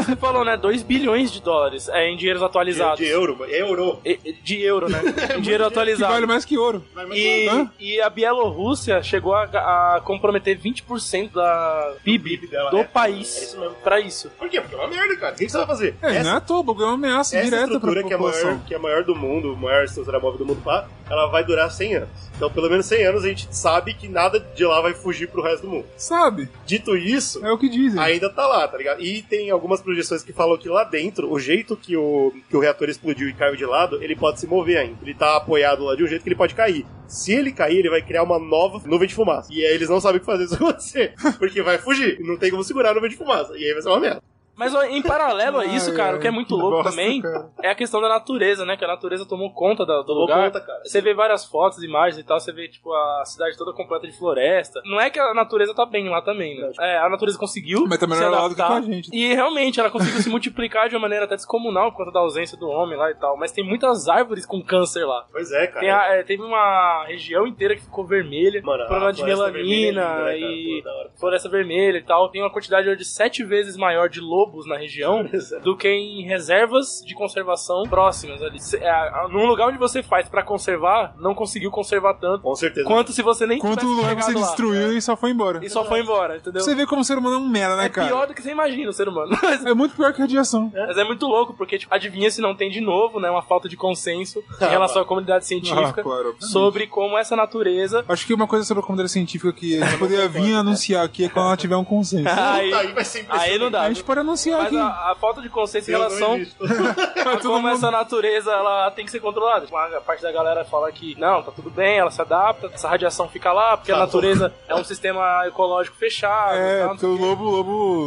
S1: Você falou, né? 2 bilhões de dólares é, em dinheiros atualizados.
S2: De euro, euro.
S1: E- e- de euro, né? Em dinheiro
S3: Que vale
S1: atualizado.
S3: mais que né? ouro.
S1: E,
S3: Hã?
S1: e a Bielorrússia chegou a, a comprometer 20% da PIB do,
S2: PIB dela, é.
S1: país
S2: É isso mesmo.
S1: pra isso.
S2: Por quê? Porque é uma merda, cara. O que que você vai fazer?
S3: É, não é à toa, porque é uma ameaça
S2: essa
S3: direta pra
S2: estrutura que é, a
S3: população.
S2: maior, que é a maior do mundo, a maior estrutura móvel do mundo, pá, ela vai durar 100 anos. Então, pelo menos 100 anos, a gente sabe que nada de lá vai fugir pro resto do mundo.
S3: Sabe?
S2: Dito isso,
S3: É o que dizem.
S2: ainda tá lá, tá ligado? E tem algumas projeções que falam que lá dentro, o jeito que o, que o reator explodiu e caiu de lado, ele pode se mover ainda. Ele tá apoiado lá de um jeito que ele pode cair. Se ele cair, ele vai criar uma nova nuvem de fumaça. E aí eles não sabem o que fazer isso acontecer. Porque vai fugir. E não tem como segurar a nuvem de fumaça. E aí vai ser uma merda.
S1: Mas ó, em paralelo a isso,
S3: Ai,
S1: cara,
S3: ai,
S1: o que é muito
S3: que
S1: louco
S3: bosta,
S1: também
S3: cara.
S1: é a questão da natureza, né? Que a natureza tomou conta da- do lugar.
S2: conta, cara.
S1: Você vê várias fotos, imagens e tal, você vê, tipo, a cidade toda completa de floresta. Não é que a natureza tá bem lá também, né? É, a natureza conseguiu.
S3: Mas tá melhor
S1: se
S3: lá do que
S1: adaptar.
S3: com a gente. né?
S1: E realmente, ela conseguiu se multiplicar de uma maneira até descomunal por conta da ausência do homem lá e tal. Mas tem muitas árvores com câncer lá.
S2: Pois é, cara.
S1: Tem a- é, teve uma região inteira que ficou vermelha,
S2: Mano, a
S1: problema de
S2: floresta vermelha
S1: melanina
S2: é linda, né, cara?
S1: e
S2: Pô, da hora.
S1: floresta vermelha e tal. Tem uma quantidade hoje de sete vezes maior de lobos na região do que em reservas de conservação próximas ali. Se- é, a- num lugar onde você faz pra conservar, não conseguiu conservar tanto
S2: Com certeza.
S1: quanto se você nem
S3: Quanto
S1: tivesse
S3: lugar você
S1: chegado lá.
S3: destruiu e só foi embora.
S1: E só foi embora, entendeu?
S3: Você vê como o ser humano é um merda, né,
S1: é
S3: cara?
S1: pior do que você imagina o ser humano. Mas,
S3: É muito pior que a radiação.
S1: mas é muito louco, porque tipo, adivinha se não tem de novo, né? Uma falta de consenso em relação à comunidade científica
S3: Ah, claro, obviamente.
S1: sobre como essa natureza
S3: Acho que uma coisa sobre a comunidade científica que a gente poderia vir anunciar aqui é quando ela tiver um consenso.
S1: Aí,
S2: Aí vai ser impressionante.
S1: aí Ah, não dá.
S3: a gente pode anunciar
S1: Mas
S3: aqui.
S1: a, a falta de consciência em
S2: Deus
S1: relação
S2: não existe.
S1: a
S3: Todo
S1: como
S3: mundo-
S1: essa natureza ela tem que ser controlada. Tipo, A parte da galera fala que não, tá tudo bem, ela se adapta, essa radiação fica lá, porque a
S2: Tá
S1: natureza é um sistema ecológico fechado.
S3: É,
S1: tal,
S3: porque
S1: não
S3: o
S1: sei o quê.
S3: lobo, o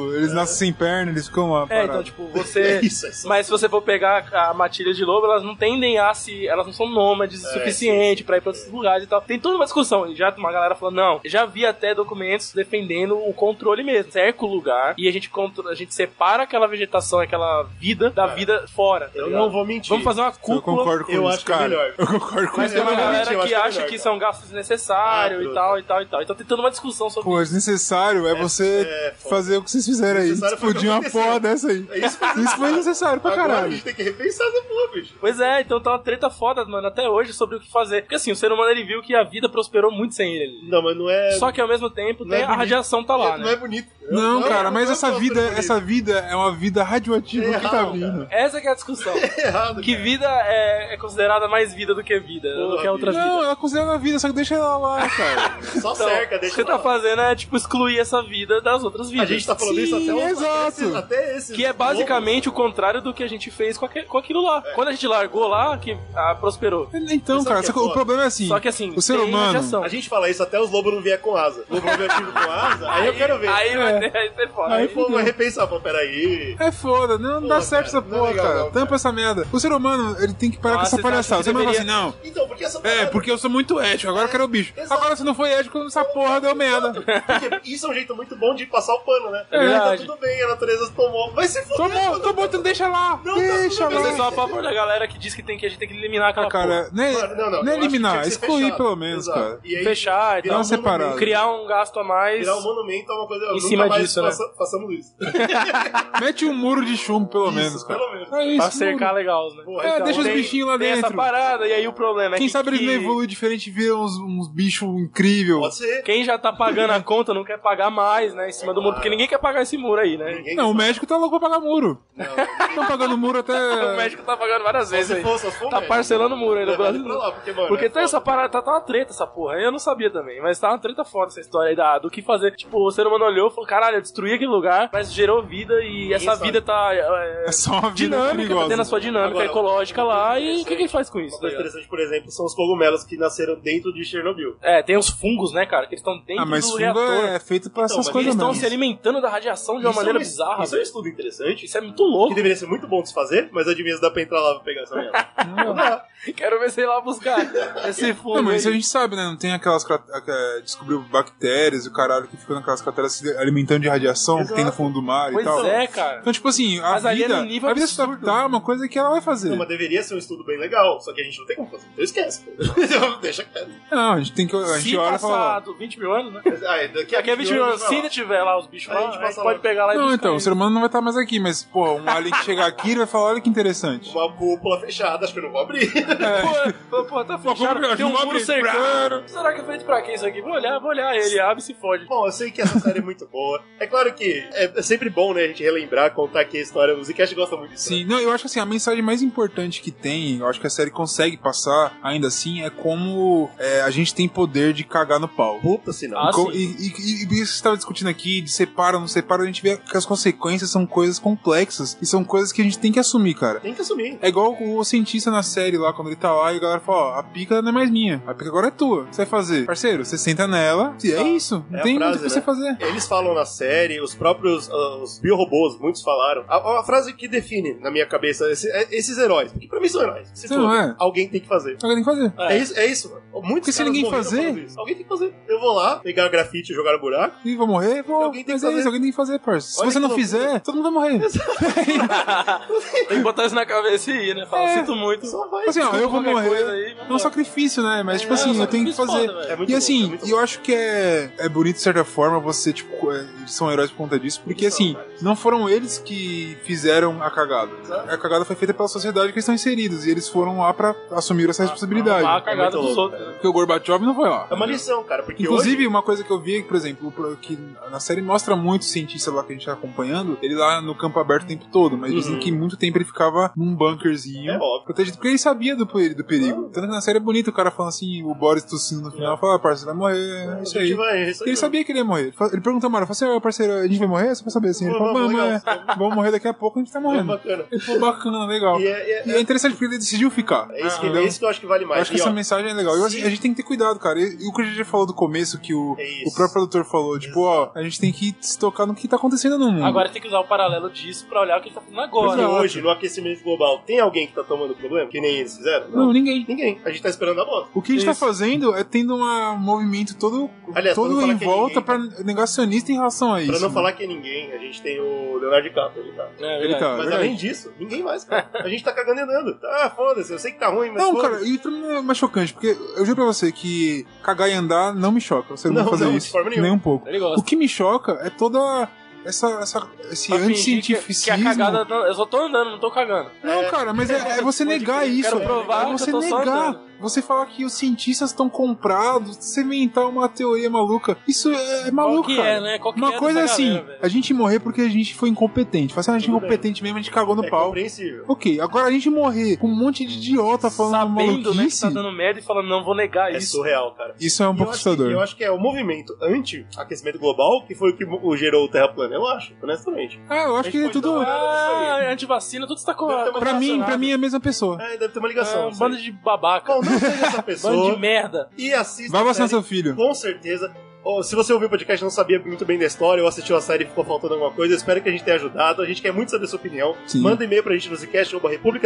S3: lobo, eles nascem sem perna, eles ficam lá.
S1: É, então,
S3: parados.
S1: tipo, você.
S2: Isso, é isso.
S1: Mas se você for pegar a matilha de lobo, elas não tendem a se. Elas não são
S2: É,
S1: nômades o suficiente pra ir pra outros lugares e tal. Tem toda uma discussão. E já uma galera falando, não, já vi até documentos defendendo o controle mesmo. Cerca o lugar e a gente, contro- a gente separa aquela vegetação, aquela vida da vida fora. tá
S2: É. Eu
S1: ligado?
S2: não vou mentir.
S1: Vamos fazer uma
S3: eu
S1: cúpula.
S3: concordo com
S2: eu
S3: isso,
S2: acho que é
S3: cara.
S2: melhor.
S3: Eu concordo com
S1: Mas
S3: isso.
S1: tem uma
S2: Eu
S1: galera
S2: acho
S1: que um
S2: que é
S1: acha
S2: melhor,
S1: que
S2: cara.
S1: são gastos desnecessários
S2: Ah,
S1: e
S2: tudo.
S1: tal e tal e tal. Então tem toda uma discussão sobre
S3: Pô, desnecessário é você
S2: é, foda.
S3: fazer o que vocês fizeram aí.
S2: Desnecessário foi o que
S3: Explodir uma
S2: aconteceu.
S3: porra dessa aí.
S2: É Isso foi
S3: Isso foi necessário pra
S2: Agora a
S3: caralho.
S2: gente tem que repensar essa porra, bicho.
S1: Pois é, então tá uma treta foda, mano, até hoje sobre o que fazer. Porque assim, o ser humano ele viu que a vida prosperou muito sem ele.
S2: Não, mas não é.
S1: Só que ao mesmo tempo
S2: Não
S1: tem,
S2: é
S1: a
S2: bonito.
S1: radiação tá lá,
S2: não é
S1: né?
S2: bonito. entendeu?
S3: Não,
S2: Não,
S3: cara,
S2: não
S3: mas
S2: é
S3: essa
S2: uma
S3: vida,
S2: coisa
S3: essa vida é uma vida radioativa que tá
S2: Errado,
S3: vindo.
S1: Essa que é a discussão.
S2: Errado,
S1: que vida é, é considerada mais vida do que vida, né? do que a outra vida.
S3: Não, ela considera a vida, só que deixa ela lá, cara.
S2: Só
S1: Então,
S2: é cerca,
S1: o
S2: deixa
S1: que você tá
S2: pra lá.
S1: fazendo é, tipo, excluir essa vida das outras
S2: A
S1: vidas.
S2: gente tá falando isso
S3: Sim,
S2: até
S3: exato.
S2: Esses, até esses
S1: Que é basicamente o contrário do que a gente fez com, aque- com aquilo lá.
S2: É.
S1: Quando a gente largou lá, que ah, prosperou.
S3: Então,
S2: Sabe
S3: cara,
S2: o que é
S3: só que o
S2: foda?
S3: problema é assim.
S1: Só que assim,
S3: o ser
S1: tem
S3: humano.
S1: radiação.
S2: A gente fala isso até os lobos não vier com asa. Lobo não vier com asa, aí eu quero ver.
S1: Aí vai
S8: Aí você foda.
S2: Aí o povo vai repensar, pô, peraí.
S3: É foda, não, não dá
S2: Porra,
S3: certo
S2: cara,
S3: essa
S2: não é
S3: porra,
S2: legal,
S3: cara.
S2: não, cara. Ah, tá
S3: Tampa essa merda. O ser humano, ele tem que parar
S8: Nossa,
S3: com essa
S8: você acha que
S3: palhaçada. Você não vai falar assim,
S8: deveria-
S3: não.
S2: Então, porque essa
S3: É,
S2: parada-
S3: porque eu sou muito ético, agora eu quero o bicho.
S2: exato.
S3: Agora se não foi ético, essa porra deu merda.
S2: Porque isso é um jeito muito bom de passar o pano, né?
S1: É
S2: tá
S1: verdade.
S2: tudo bem, a natureza tomou. Vai se fuder.
S3: Tomou,
S2: mano.
S3: tomou, então deixa lá.
S2: Não, tá
S3: deixa
S2: tudo bem,
S3: lá.
S8: Eu sou a favor da galera que diz que tem que a gente tem que eliminar aquela
S3: Ah, cara, nem,
S2: Mano, não, não, eu
S3: nem
S2: acho que tinha
S3: é eliminar,
S2: que ser
S3: excluir
S2: fechado.
S3: pelo menos,
S2: Exato.
S3: cara.
S2: E aí,
S1: Fechar e
S2: virar
S1: tal.
S2: um monumento.
S3: separado.
S1: Criar um gasto a mais.
S2: Virar um monumento é uma coisa. nunca
S1: cima
S2: mais
S1: disso, né?
S2: faça- Façamos isso.
S3: Mete um muro de chumbo, pelo
S2: Isso,
S3: menos, cara.
S2: pelo menos.
S3: É isso,
S1: Pra
S3: muro.
S1: cercar legal, os, né?
S2: Pô,
S3: É,
S2: então,
S3: deixa os
S2: tem-
S3: bichinhos lá
S1: Tem
S3: dentro.
S1: essa parada, e aí o problema é
S3: Quem
S1: que-
S3: sabe eles não
S1: que-
S3: evoluem diferente e viram uns, uns bichos incríveis.
S2: Pode ser.
S1: Quem já tá pagando a conta não quer pagar mais, né? Em cima do muro, porque ninguém quer pagar esse muro aí, né?
S2: Ninguém
S3: Não, o médico tá louco pra pagar muro. Estão pagando muro até.
S1: O médico tá pagando várias vezes
S2: se
S1: aí.
S2: for- só se for
S1: Tá
S2: médico.
S1: parcelando o muro aí no
S2: É, vai
S1: Brasil.
S2: pra lá, porque, mano,
S1: Porque
S2: é
S1: tem essa
S2: foda.
S1: parada, tá, tá uma treta essa porra. Eu não sabia também, mas tá uma treta foda essa história aí da, do que fazer. Tipo, o ser humano olhou e falou: caralho, eu destruí aquele lugar, mas gerou vida e essa
S2: sabe.
S1: vida tá. É,
S3: É só uma vida
S1: dinâmica, tá
S3: perigosa.
S1: tendo a sua dinâmica
S2: Agora,
S1: ecológica lá, e o que
S2: interessante.
S1: que ele faz com isso?
S2: Uma
S1: tá
S2: coisa
S1: ligado?
S2: interessante, por exemplo, são os cogumelos que nasceram dentro de Chernobyl.
S1: É, tem os fungos, né, cara? Que eles estão dentro
S3: Ah, mas
S1: do
S3: fungo
S1: reator.
S3: é feito pra
S2: Então,
S3: essas
S2: mas
S3: coisas
S1: Eles estão
S3: mesmo.
S1: se alimentando da radiação de uma
S2: Isso
S1: maneira
S2: é um-
S1: bizarra.
S2: Isso é um
S1: velho.
S2: estudo interessante.
S1: Isso é muito
S2: Que
S1: louco.
S2: deveria ser muito bom desfazer, mas adivinha se dá pra entrar lá pra pegar essa merda.
S1: Quero ver se ir lá buscar esse fungo.
S3: Não, mas isso a
S1: aí.
S3: gente sabe, né? Não tem aquelas. cra- aque- eh, Descobriu bactérias e o caralho que ficam naquelas crateras se alimentando de radiação que tem no fundo do mar e
S1: Pois
S3: tal.
S1: é, cara.
S3: Então, tipo assim, a
S1: Mas ali é
S3: vida.
S1: num nível
S3: a vida
S1: absurdo.
S3: adaptar é uma coisa que ela vai fazer.
S2: Não, mas deveria ser um estudo bem legal, só que a gente não tem como fazer. Então esquece. pô. Então Deixa quieto.
S3: É, Não, a gente tem que. A gente
S1: Se
S3: olha e fala. ó,
S1: passado 20 mil anos, né?
S2: Ah, é,
S1: Daqui
S2: daqui
S1: a 20
S3: um
S1: mil anos, se ainda tiver lá os bichos
S2: Aí
S1: lá,
S2: a
S1: a
S2: gente
S1: gente
S2: passa
S1: pode
S2: lá.
S1: pegar lá e
S3: Não,
S1: buscar
S3: então, o
S1: eles.
S3: ser humano não vai estar mais aqui, mas, pô, um alien que chegar aqui ele vai falar, olha que interessante. É.
S2: Uma cúpula fechada, acho que eu não vou abrir.
S1: Pô, pô, tá
S3: compra-
S1: fechado, tem um
S3: uma
S1: muro
S3: abrir-
S1: cercando. Será que é feito pra quem isso aqui? Vou olhar, vou olhar. Ele abre e se fode.
S2: Bom, eu sei que essa série é muito boa. É claro que é é sempre bom, né, a gente relembrar, contar aqui a história. O Zcast gosta muito disso.
S3: Sim, não, eu acho assim, a mensagem mais importante que tem, eu acho que a série consegue passar, ainda assim, é como é, a gente tem poder de cagar no pau.
S2: Puta se não.
S1: Ah,
S3: Co-
S1: sim.
S3: e, e, e, e isso que você estava discutindo aqui, de separa, não separa, a gente vê que as consequências são coisas complexas e são coisas que a gente tem que assumir, cara.
S2: Tem que assumir.
S3: É igual o cientista na série lá, quando ele tá lá e a galera fala, ó, a pica não é mais minha, a pica agora é tua. O que Você vai fazer? Parceiro, você senta nela e é isso. Não
S2: É a
S3: tem
S2: frase,
S3: muito o que você
S2: né?
S3: fazer.
S2: Eles falam na série, os próprios ah, os biorobôs, muitos falaram. A, a frase que define, na minha cabeça, esse- é- esses heróis. Porque pra mim são heróis. Se
S3: Não
S2: for,
S3: é.
S2: alguém tem que fazer.
S3: Só que tem que fazer.
S2: É, isso, é isso. mano. Muitos
S3: Porque se
S2: caras
S3: ninguém
S2: morreram
S3: fazer-
S2: falando isso. Alguém tem que fazer. Eu vou lá, pegar grafite e jogar no buraco.
S3: Ih, vou morrer? Vou.
S2: Alguém tem
S3: Mas
S2: que
S3: é
S2: fazer.
S3: isso, alguém tem que fazer, parça. Se
S2: Olha
S3: você
S2: que
S3: não
S2: loucura.
S3: fizer, todo mundo vai morrer.
S1: Tem que botar isso na cabeça e ir, né? Fala,
S3: É.
S1: sinto muito.
S2: Só vai.
S3: Tipo assim, ó,
S1: Desculpa
S3: eu vou
S1: qualquer
S3: morrer.
S1: coisa aí, vamos
S3: é um
S1: lá.
S3: sacrifício, né? Mas, tipo
S1: É,
S3: assim,
S1: é um
S3: eu tenho que
S1: sacrifício
S3: fazer.
S1: foda, velho.
S2: É muito
S3: E
S2: bom,
S3: assim,
S2: é muito
S3: eu
S2: bom.
S3: acho que é, é bonito de certa forma você, tipo, é, eles são heróis por conta disso, porque
S2: Eles são,
S3: assim,
S2: cara.
S3: não foram eles que fizeram a cagada.
S2: Exato.
S3: A cagada foi feita pela sociedade que eles estão inseridos, e eles foram lá pra assumir essa responsabilidade.
S1: Lá, Ah, a cagada
S2: É muito
S1: dos
S2: louco,
S1: outros.
S3: Porque o Gorbachev não foi lá.
S2: É uma lição, cara. Porque
S3: Inclusive, uma coisa que eu vi, por exemplo, pro- que na série mostra muito o cientista lá que a gente tá acompanhando, ele lá no campo aberto o tempo todo, mas dizem que muito tempo ele ficava num bunkerzinho.
S2: Uhum. É óbvio.
S3: Protegido, porque ele sabia do, peri- do perigo. Tanto que na série é bonito o cara falando assim, o Boris tossindo no final, fala, ah, parceiro, vai morrer, é
S2: hoje,
S3: isso
S2: É. a gente
S3: aí.
S2: vai. é isso aí,
S3: Ele sabia que ele ia morrer. Ele fa- Ele perguntou, mano, ele falou assim, "Ô, parceiro, a gente vai morrer? Só pra saber, assim. Ele
S2: Pô,
S3: falou,
S2: vamos,
S3: vamos,
S2: legal.
S3: é, vamos morrer daqui a pouco, a gente tá
S2: mano. É
S3: morrendo.
S2: bacana.
S3: Ele falou, bacana, legal.
S2: E é- é-
S3: E é interessante porque ele decidiu ficar.
S2: É isso, que,
S3: Entendeu?
S2: é isso que eu acho que vale mais.
S3: Eu acho que
S2: E, ó,
S3: essa mensagem é legal. E eu acho que a gente tem que ter cuidado, cara. E, e o que a gente já falou do começo, que o,
S2: É isso.
S3: o próprio produtor falou, tipo, ó, a gente tem que se tocar no que tá acontecendo no mundo.
S1: Agora tem que usar o paralelo disso pra olhar o que ele tá fazendo agora.
S2: Porque
S3: Exato.
S2: hoje, no aquecimento global, tem alguém que tá tomando problema? Que nem eles fizeram?
S3: não, ninguém.
S2: Ninguém. A gente tá esperando a bola.
S3: O que a gente tá fazendo é tendo uma- um movimento todo,
S2: Aliás, pra
S3: todo
S2: não falar
S3: em
S2: que é
S3: volta
S2: ninguém- né?
S3: pra negacionista em relação a isso.
S2: Pra não
S3: né?
S2: falar que é ninguém, a gente tem o Leonardo DiCaprio ali, tá?
S1: É,
S3: Ele
S1: verdade.
S3: tá,
S2: Mas
S3: verdade.
S2: além disso, ninguém mais, cara. A gente tá cagando e andando. Ah, foda-se, eu sei que tá ruim, mas.
S3: Não,
S2: foda-se.
S3: cara, e também é mais chocante, porque eu juro pra você que cagar e andar não me choca. Você não,
S2: Não,
S3: vai fazer
S2: não, de
S3: isso.
S2: forma nenhuma.
S3: Nem um pouco.
S1: Ele
S3: O
S1: gosta.
S3: que me choca é toda essa, essa, Então, esse
S1: Pra fingir que-
S3: anticientificismo.
S1: Que a cagada. tá- Eu só tô andando, não tô cagando.
S3: Não, cara, mas é, é você negar isso.
S1: Quero provar
S3: é
S1: que
S3: você
S1: eu tô só
S3: negar.
S1: andando.
S3: Você falar que os cientistas estão comprados, você inventar uma teoria maluca. Isso é, é maluco,
S1: Qual que
S3: cara.
S1: é, né? Qual que
S3: Uma
S1: é
S3: coisa é
S1: dessa
S3: assim,
S1: galera, velho?
S3: a gente morrer porque a gente foi incompetente. Fala assim, ah, a gente é
S2: Tudo bem.
S3: incompetente mesmo, a gente cagou no
S2: É
S3: pau.
S2: compreensível.
S3: Ok, agora a gente morrer com um monte de idiota falando
S1: Sabendo, né, que
S3: maluquice,
S1: tá dando merda e falando, não vou negar
S2: É
S1: isso.
S2: surreal, cara.
S3: isso é um
S2: E
S3: pouco
S2: eu, acho que,
S3: assustador.
S2: eu acho que é o movimento anti-aquecimento global que foi o que mo- o gerou o Terra plana, eu acho, honestamente.
S3: Ah, eu acho
S2: A
S3: que
S2: gente
S3: é
S2: pode dar
S3: tudo...
S2: uma-
S1: Ah, antivacina, tudo está co
S2: Deve ter uma
S3: Pra mim,
S1: correlacionado.
S3: pra mim é a mesma pessoa.
S2: É, deve ter uma
S1: É
S2: ligação.
S1: um
S2: não sei.
S1: bando de babaca. Um
S2: Bom, não seja essa
S1: Bando de
S2: pessoa
S1: merda.
S2: e assista.
S3: Vai
S2: a
S3: vacinar
S2: série,
S3: seu filho.
S2: Com certeza. Ô, se você ouviu o podcast e não sabia muito bem da história ou assistiu a série e ficou faltando alguma coisa, eu espero que a gente tenha ajudado. A gente quer muito saber a sua opinião.
S3: Sim.
S2: Manda e-mail pra gente no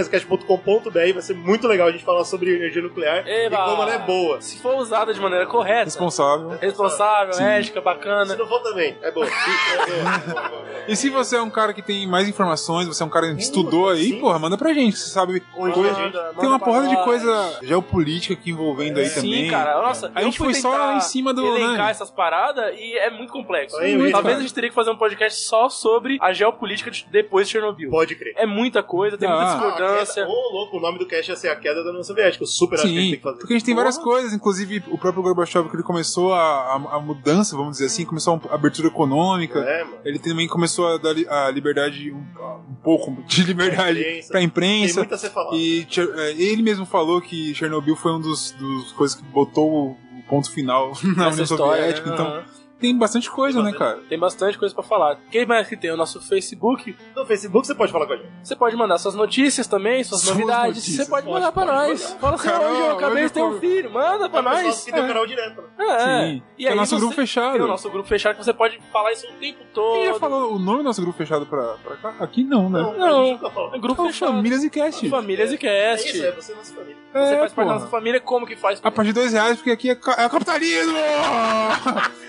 S2: zcast.republicascast.com.br. Vai ser muito legal a gente falar sobre energia nuclear
S1: Eba!
S2: e como ela é boa.
S1: Se for usada de maneira correta,
S3: Responsável.
S1: responsável,
S3: Sim.
S1: ética, bacana.
S2: Se não for também, é boa. É boa.
S3: E se você é um cara que tem mais informações, você é um cara que estudou aí,
S2: sim.
S3: porra, manda pra gente. Você sabe.
S2: Onde
S3: coisa-
S2: a gente-
S3: Tem uma
S1: pra
S3: porrada de
S1: nós.
S3: coisa geopolítica aqui envolvendo aí
S1: Sim,
S3: também.
S1: cara. Nossa,
S3: A
S1: eu
S3: gente
S1: fui
S3: foi só
S1: tentar
S3: em cima do,
S1: Elencar
S3: né?
S1: essas paradas e é muito complexo.
S2: Aí, muito,
S1: Talvez
S2: cara.
S1: a gente teria que fazer um podcast só sobre a geopolítica de- depois de Chernobyl.
S2: Pode crer.
S1: É muita coisa, tem muita
S3: Ah.
S1: discordância.
S2: Ah, a queda- Ô, louco, o nome do cast ia ser A Queda da União Soviética. Eu super acho que a gente
S3: Sim,
S2: tem que fazer.
S3: porque a gente tem várias coisas, inclusive o próprio Gorbachev que ele começou a, a, a mudança, vamos dizer assim, começou a abertura econômica,
S2: É, mano.
S3: ele também começou a dar li- a liberdade, um, um pouco de liberdade
S2: Pra imprensa.
S3: pra
S2: Tem
S3: imprensa.
S2: muito a ser falado.
S3: E Tcher- é, ele mesmo falou que Chernobyl foi um dos, dos coisas que botou o o ponto final na
S1: Essa
S3: Ah, União
S1: história,
S3: Soviética.
S1: né?
S3: Então
S1: Aham.
S3: tem bastante coisa, né, cara?
S1: Tem bastante coisa pra falar. Quem mais que tem? O nosso Facebook.
S2: No Facebook você pode falar com a
S3: É
S2: gente.
S1: Você pode mandar suas notícias também, suas,
S3: Suas
S1: novidades.
S3: notícias.
S1: Você pode
S2: Pode,
S1: mandar pra
S2: pode
S1: nós.
S2: mandar.
S1: Fala assim,
S3: Caramba,
S1: hoje eu acabei
S3: hoje
S1: de ter um
S3: eu-
S1: filho. Manda pra
S2: O pessoal
S1: nós.
S2: que tem
S1: É.
S2: o canal direto. né?
S1: É.
S3: Sim.
S1: E
S3: É
S1: aí
S3: o nosso
S1: você-
S3: grupo fechado.
S1: Tem o nosso grupo fechado que você pode falar isso o tempo todo.
S3: Ele já falou o nome do nosso grupo fechado pra, pra cá? Aqui não, né?
S2: Não, a
S1: Não.
S2: gente nunca fala.
S1: É Grupo
S3: É o
S1: fechado.
S3: Famílias e Cast.
S1: Famílias e
S2: É
S1: cast.
S2: isso, é você e nossa família.
S1: Você faz
S3: É,
S1: parte da
S3: porra.
S1: nossa família, como que faz?
S3: A partir de dois reais, porque aqui é, ca- é capitalismo!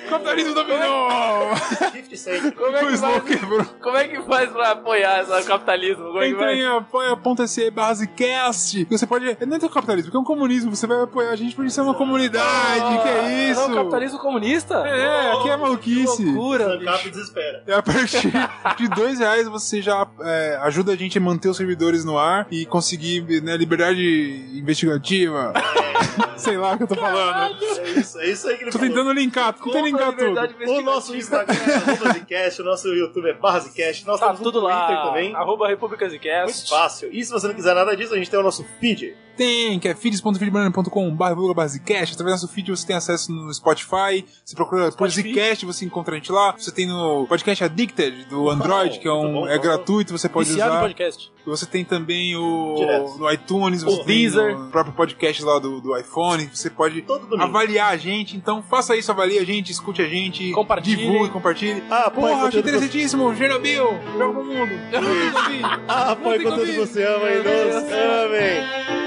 S3: capitalismo dominou!
S2: 50 Cent.
S1: Como é
S3: o
S1: que
S3: slogan
S1: faz,
S3: quebrou.
S1: como é que faz pra apoiar essa- o capitalismo? Como é que
S3: Entra
S1: vai?
S3: em apoia.se basecast. Você pode. Não é capitalismo, porque é um comunismo. Você vai apoiar a gente por isso é uma comunidade. que é isso?
S1: É o capitalismo comunista?
S3: É, aqui é maluquice.
S1: Que loucura.
S2: Zancap desespera.
S3: E a partir de dois reais você já é, ajuda a gente a manter os servidores no ar e conseguir né, liberdade investigativa. Sei lá o que eu tô falando.
S2: É isso, é isso aí que ele
S3: Tô
S2: falou.
S3: tentando linkar, tô
S2: é
S3: tentando linkar tudo.
S2: O nosso Instagram é arroba Zcast, o nosso YouTube é barra Zcast, nós
S1: Tá
S2: temos um
S1: tudo
S2: Twitter
S1: lá.
S2: também.
S1: Arroba Repúblicas e
S2: Muito
S1: Cast.
S2: fácil. E se você não quiser nada disso, a gente tem o nosso feed.
S3: Tem, que é feeds.feedbanana.com basecast. Através do nosso feed você tem acesso no Spotify. Você procura por
S1: Spotify.
S3: Zcast, você encontra a gente lá. Você tem no podcast Addicted do Android, que é,
S2: muito
S3: um,
S2: bom,
S3: é
S2: bom.
S3: gratuito, você pode
S1: Viciado em
S3: usar.
S1: podcast.
S3: Você tem também o
S2: Direto.
S3: no iTunes,
S1: O
S3: você tem
S1: Deezer.
S3: no próprio podcast lá do, do iPhone. Você pode
S2: Todo domingo.
S3: avaliar a gente. Então faça isso, avalie a gente, escute a gente,
S1: Compartilhe.
S3: divulgue, compartilhe.
S2: Ah, põe
S3: Porra, achei
S2: conteúdo que você-
S3: interessantíssimo. Chernobyl, joga pro mundo. Joga pro mundo.
S2: Ah, põe
S3: tem
S2: conteúdo que
S3: Covid.
S2: você ama e nos amem.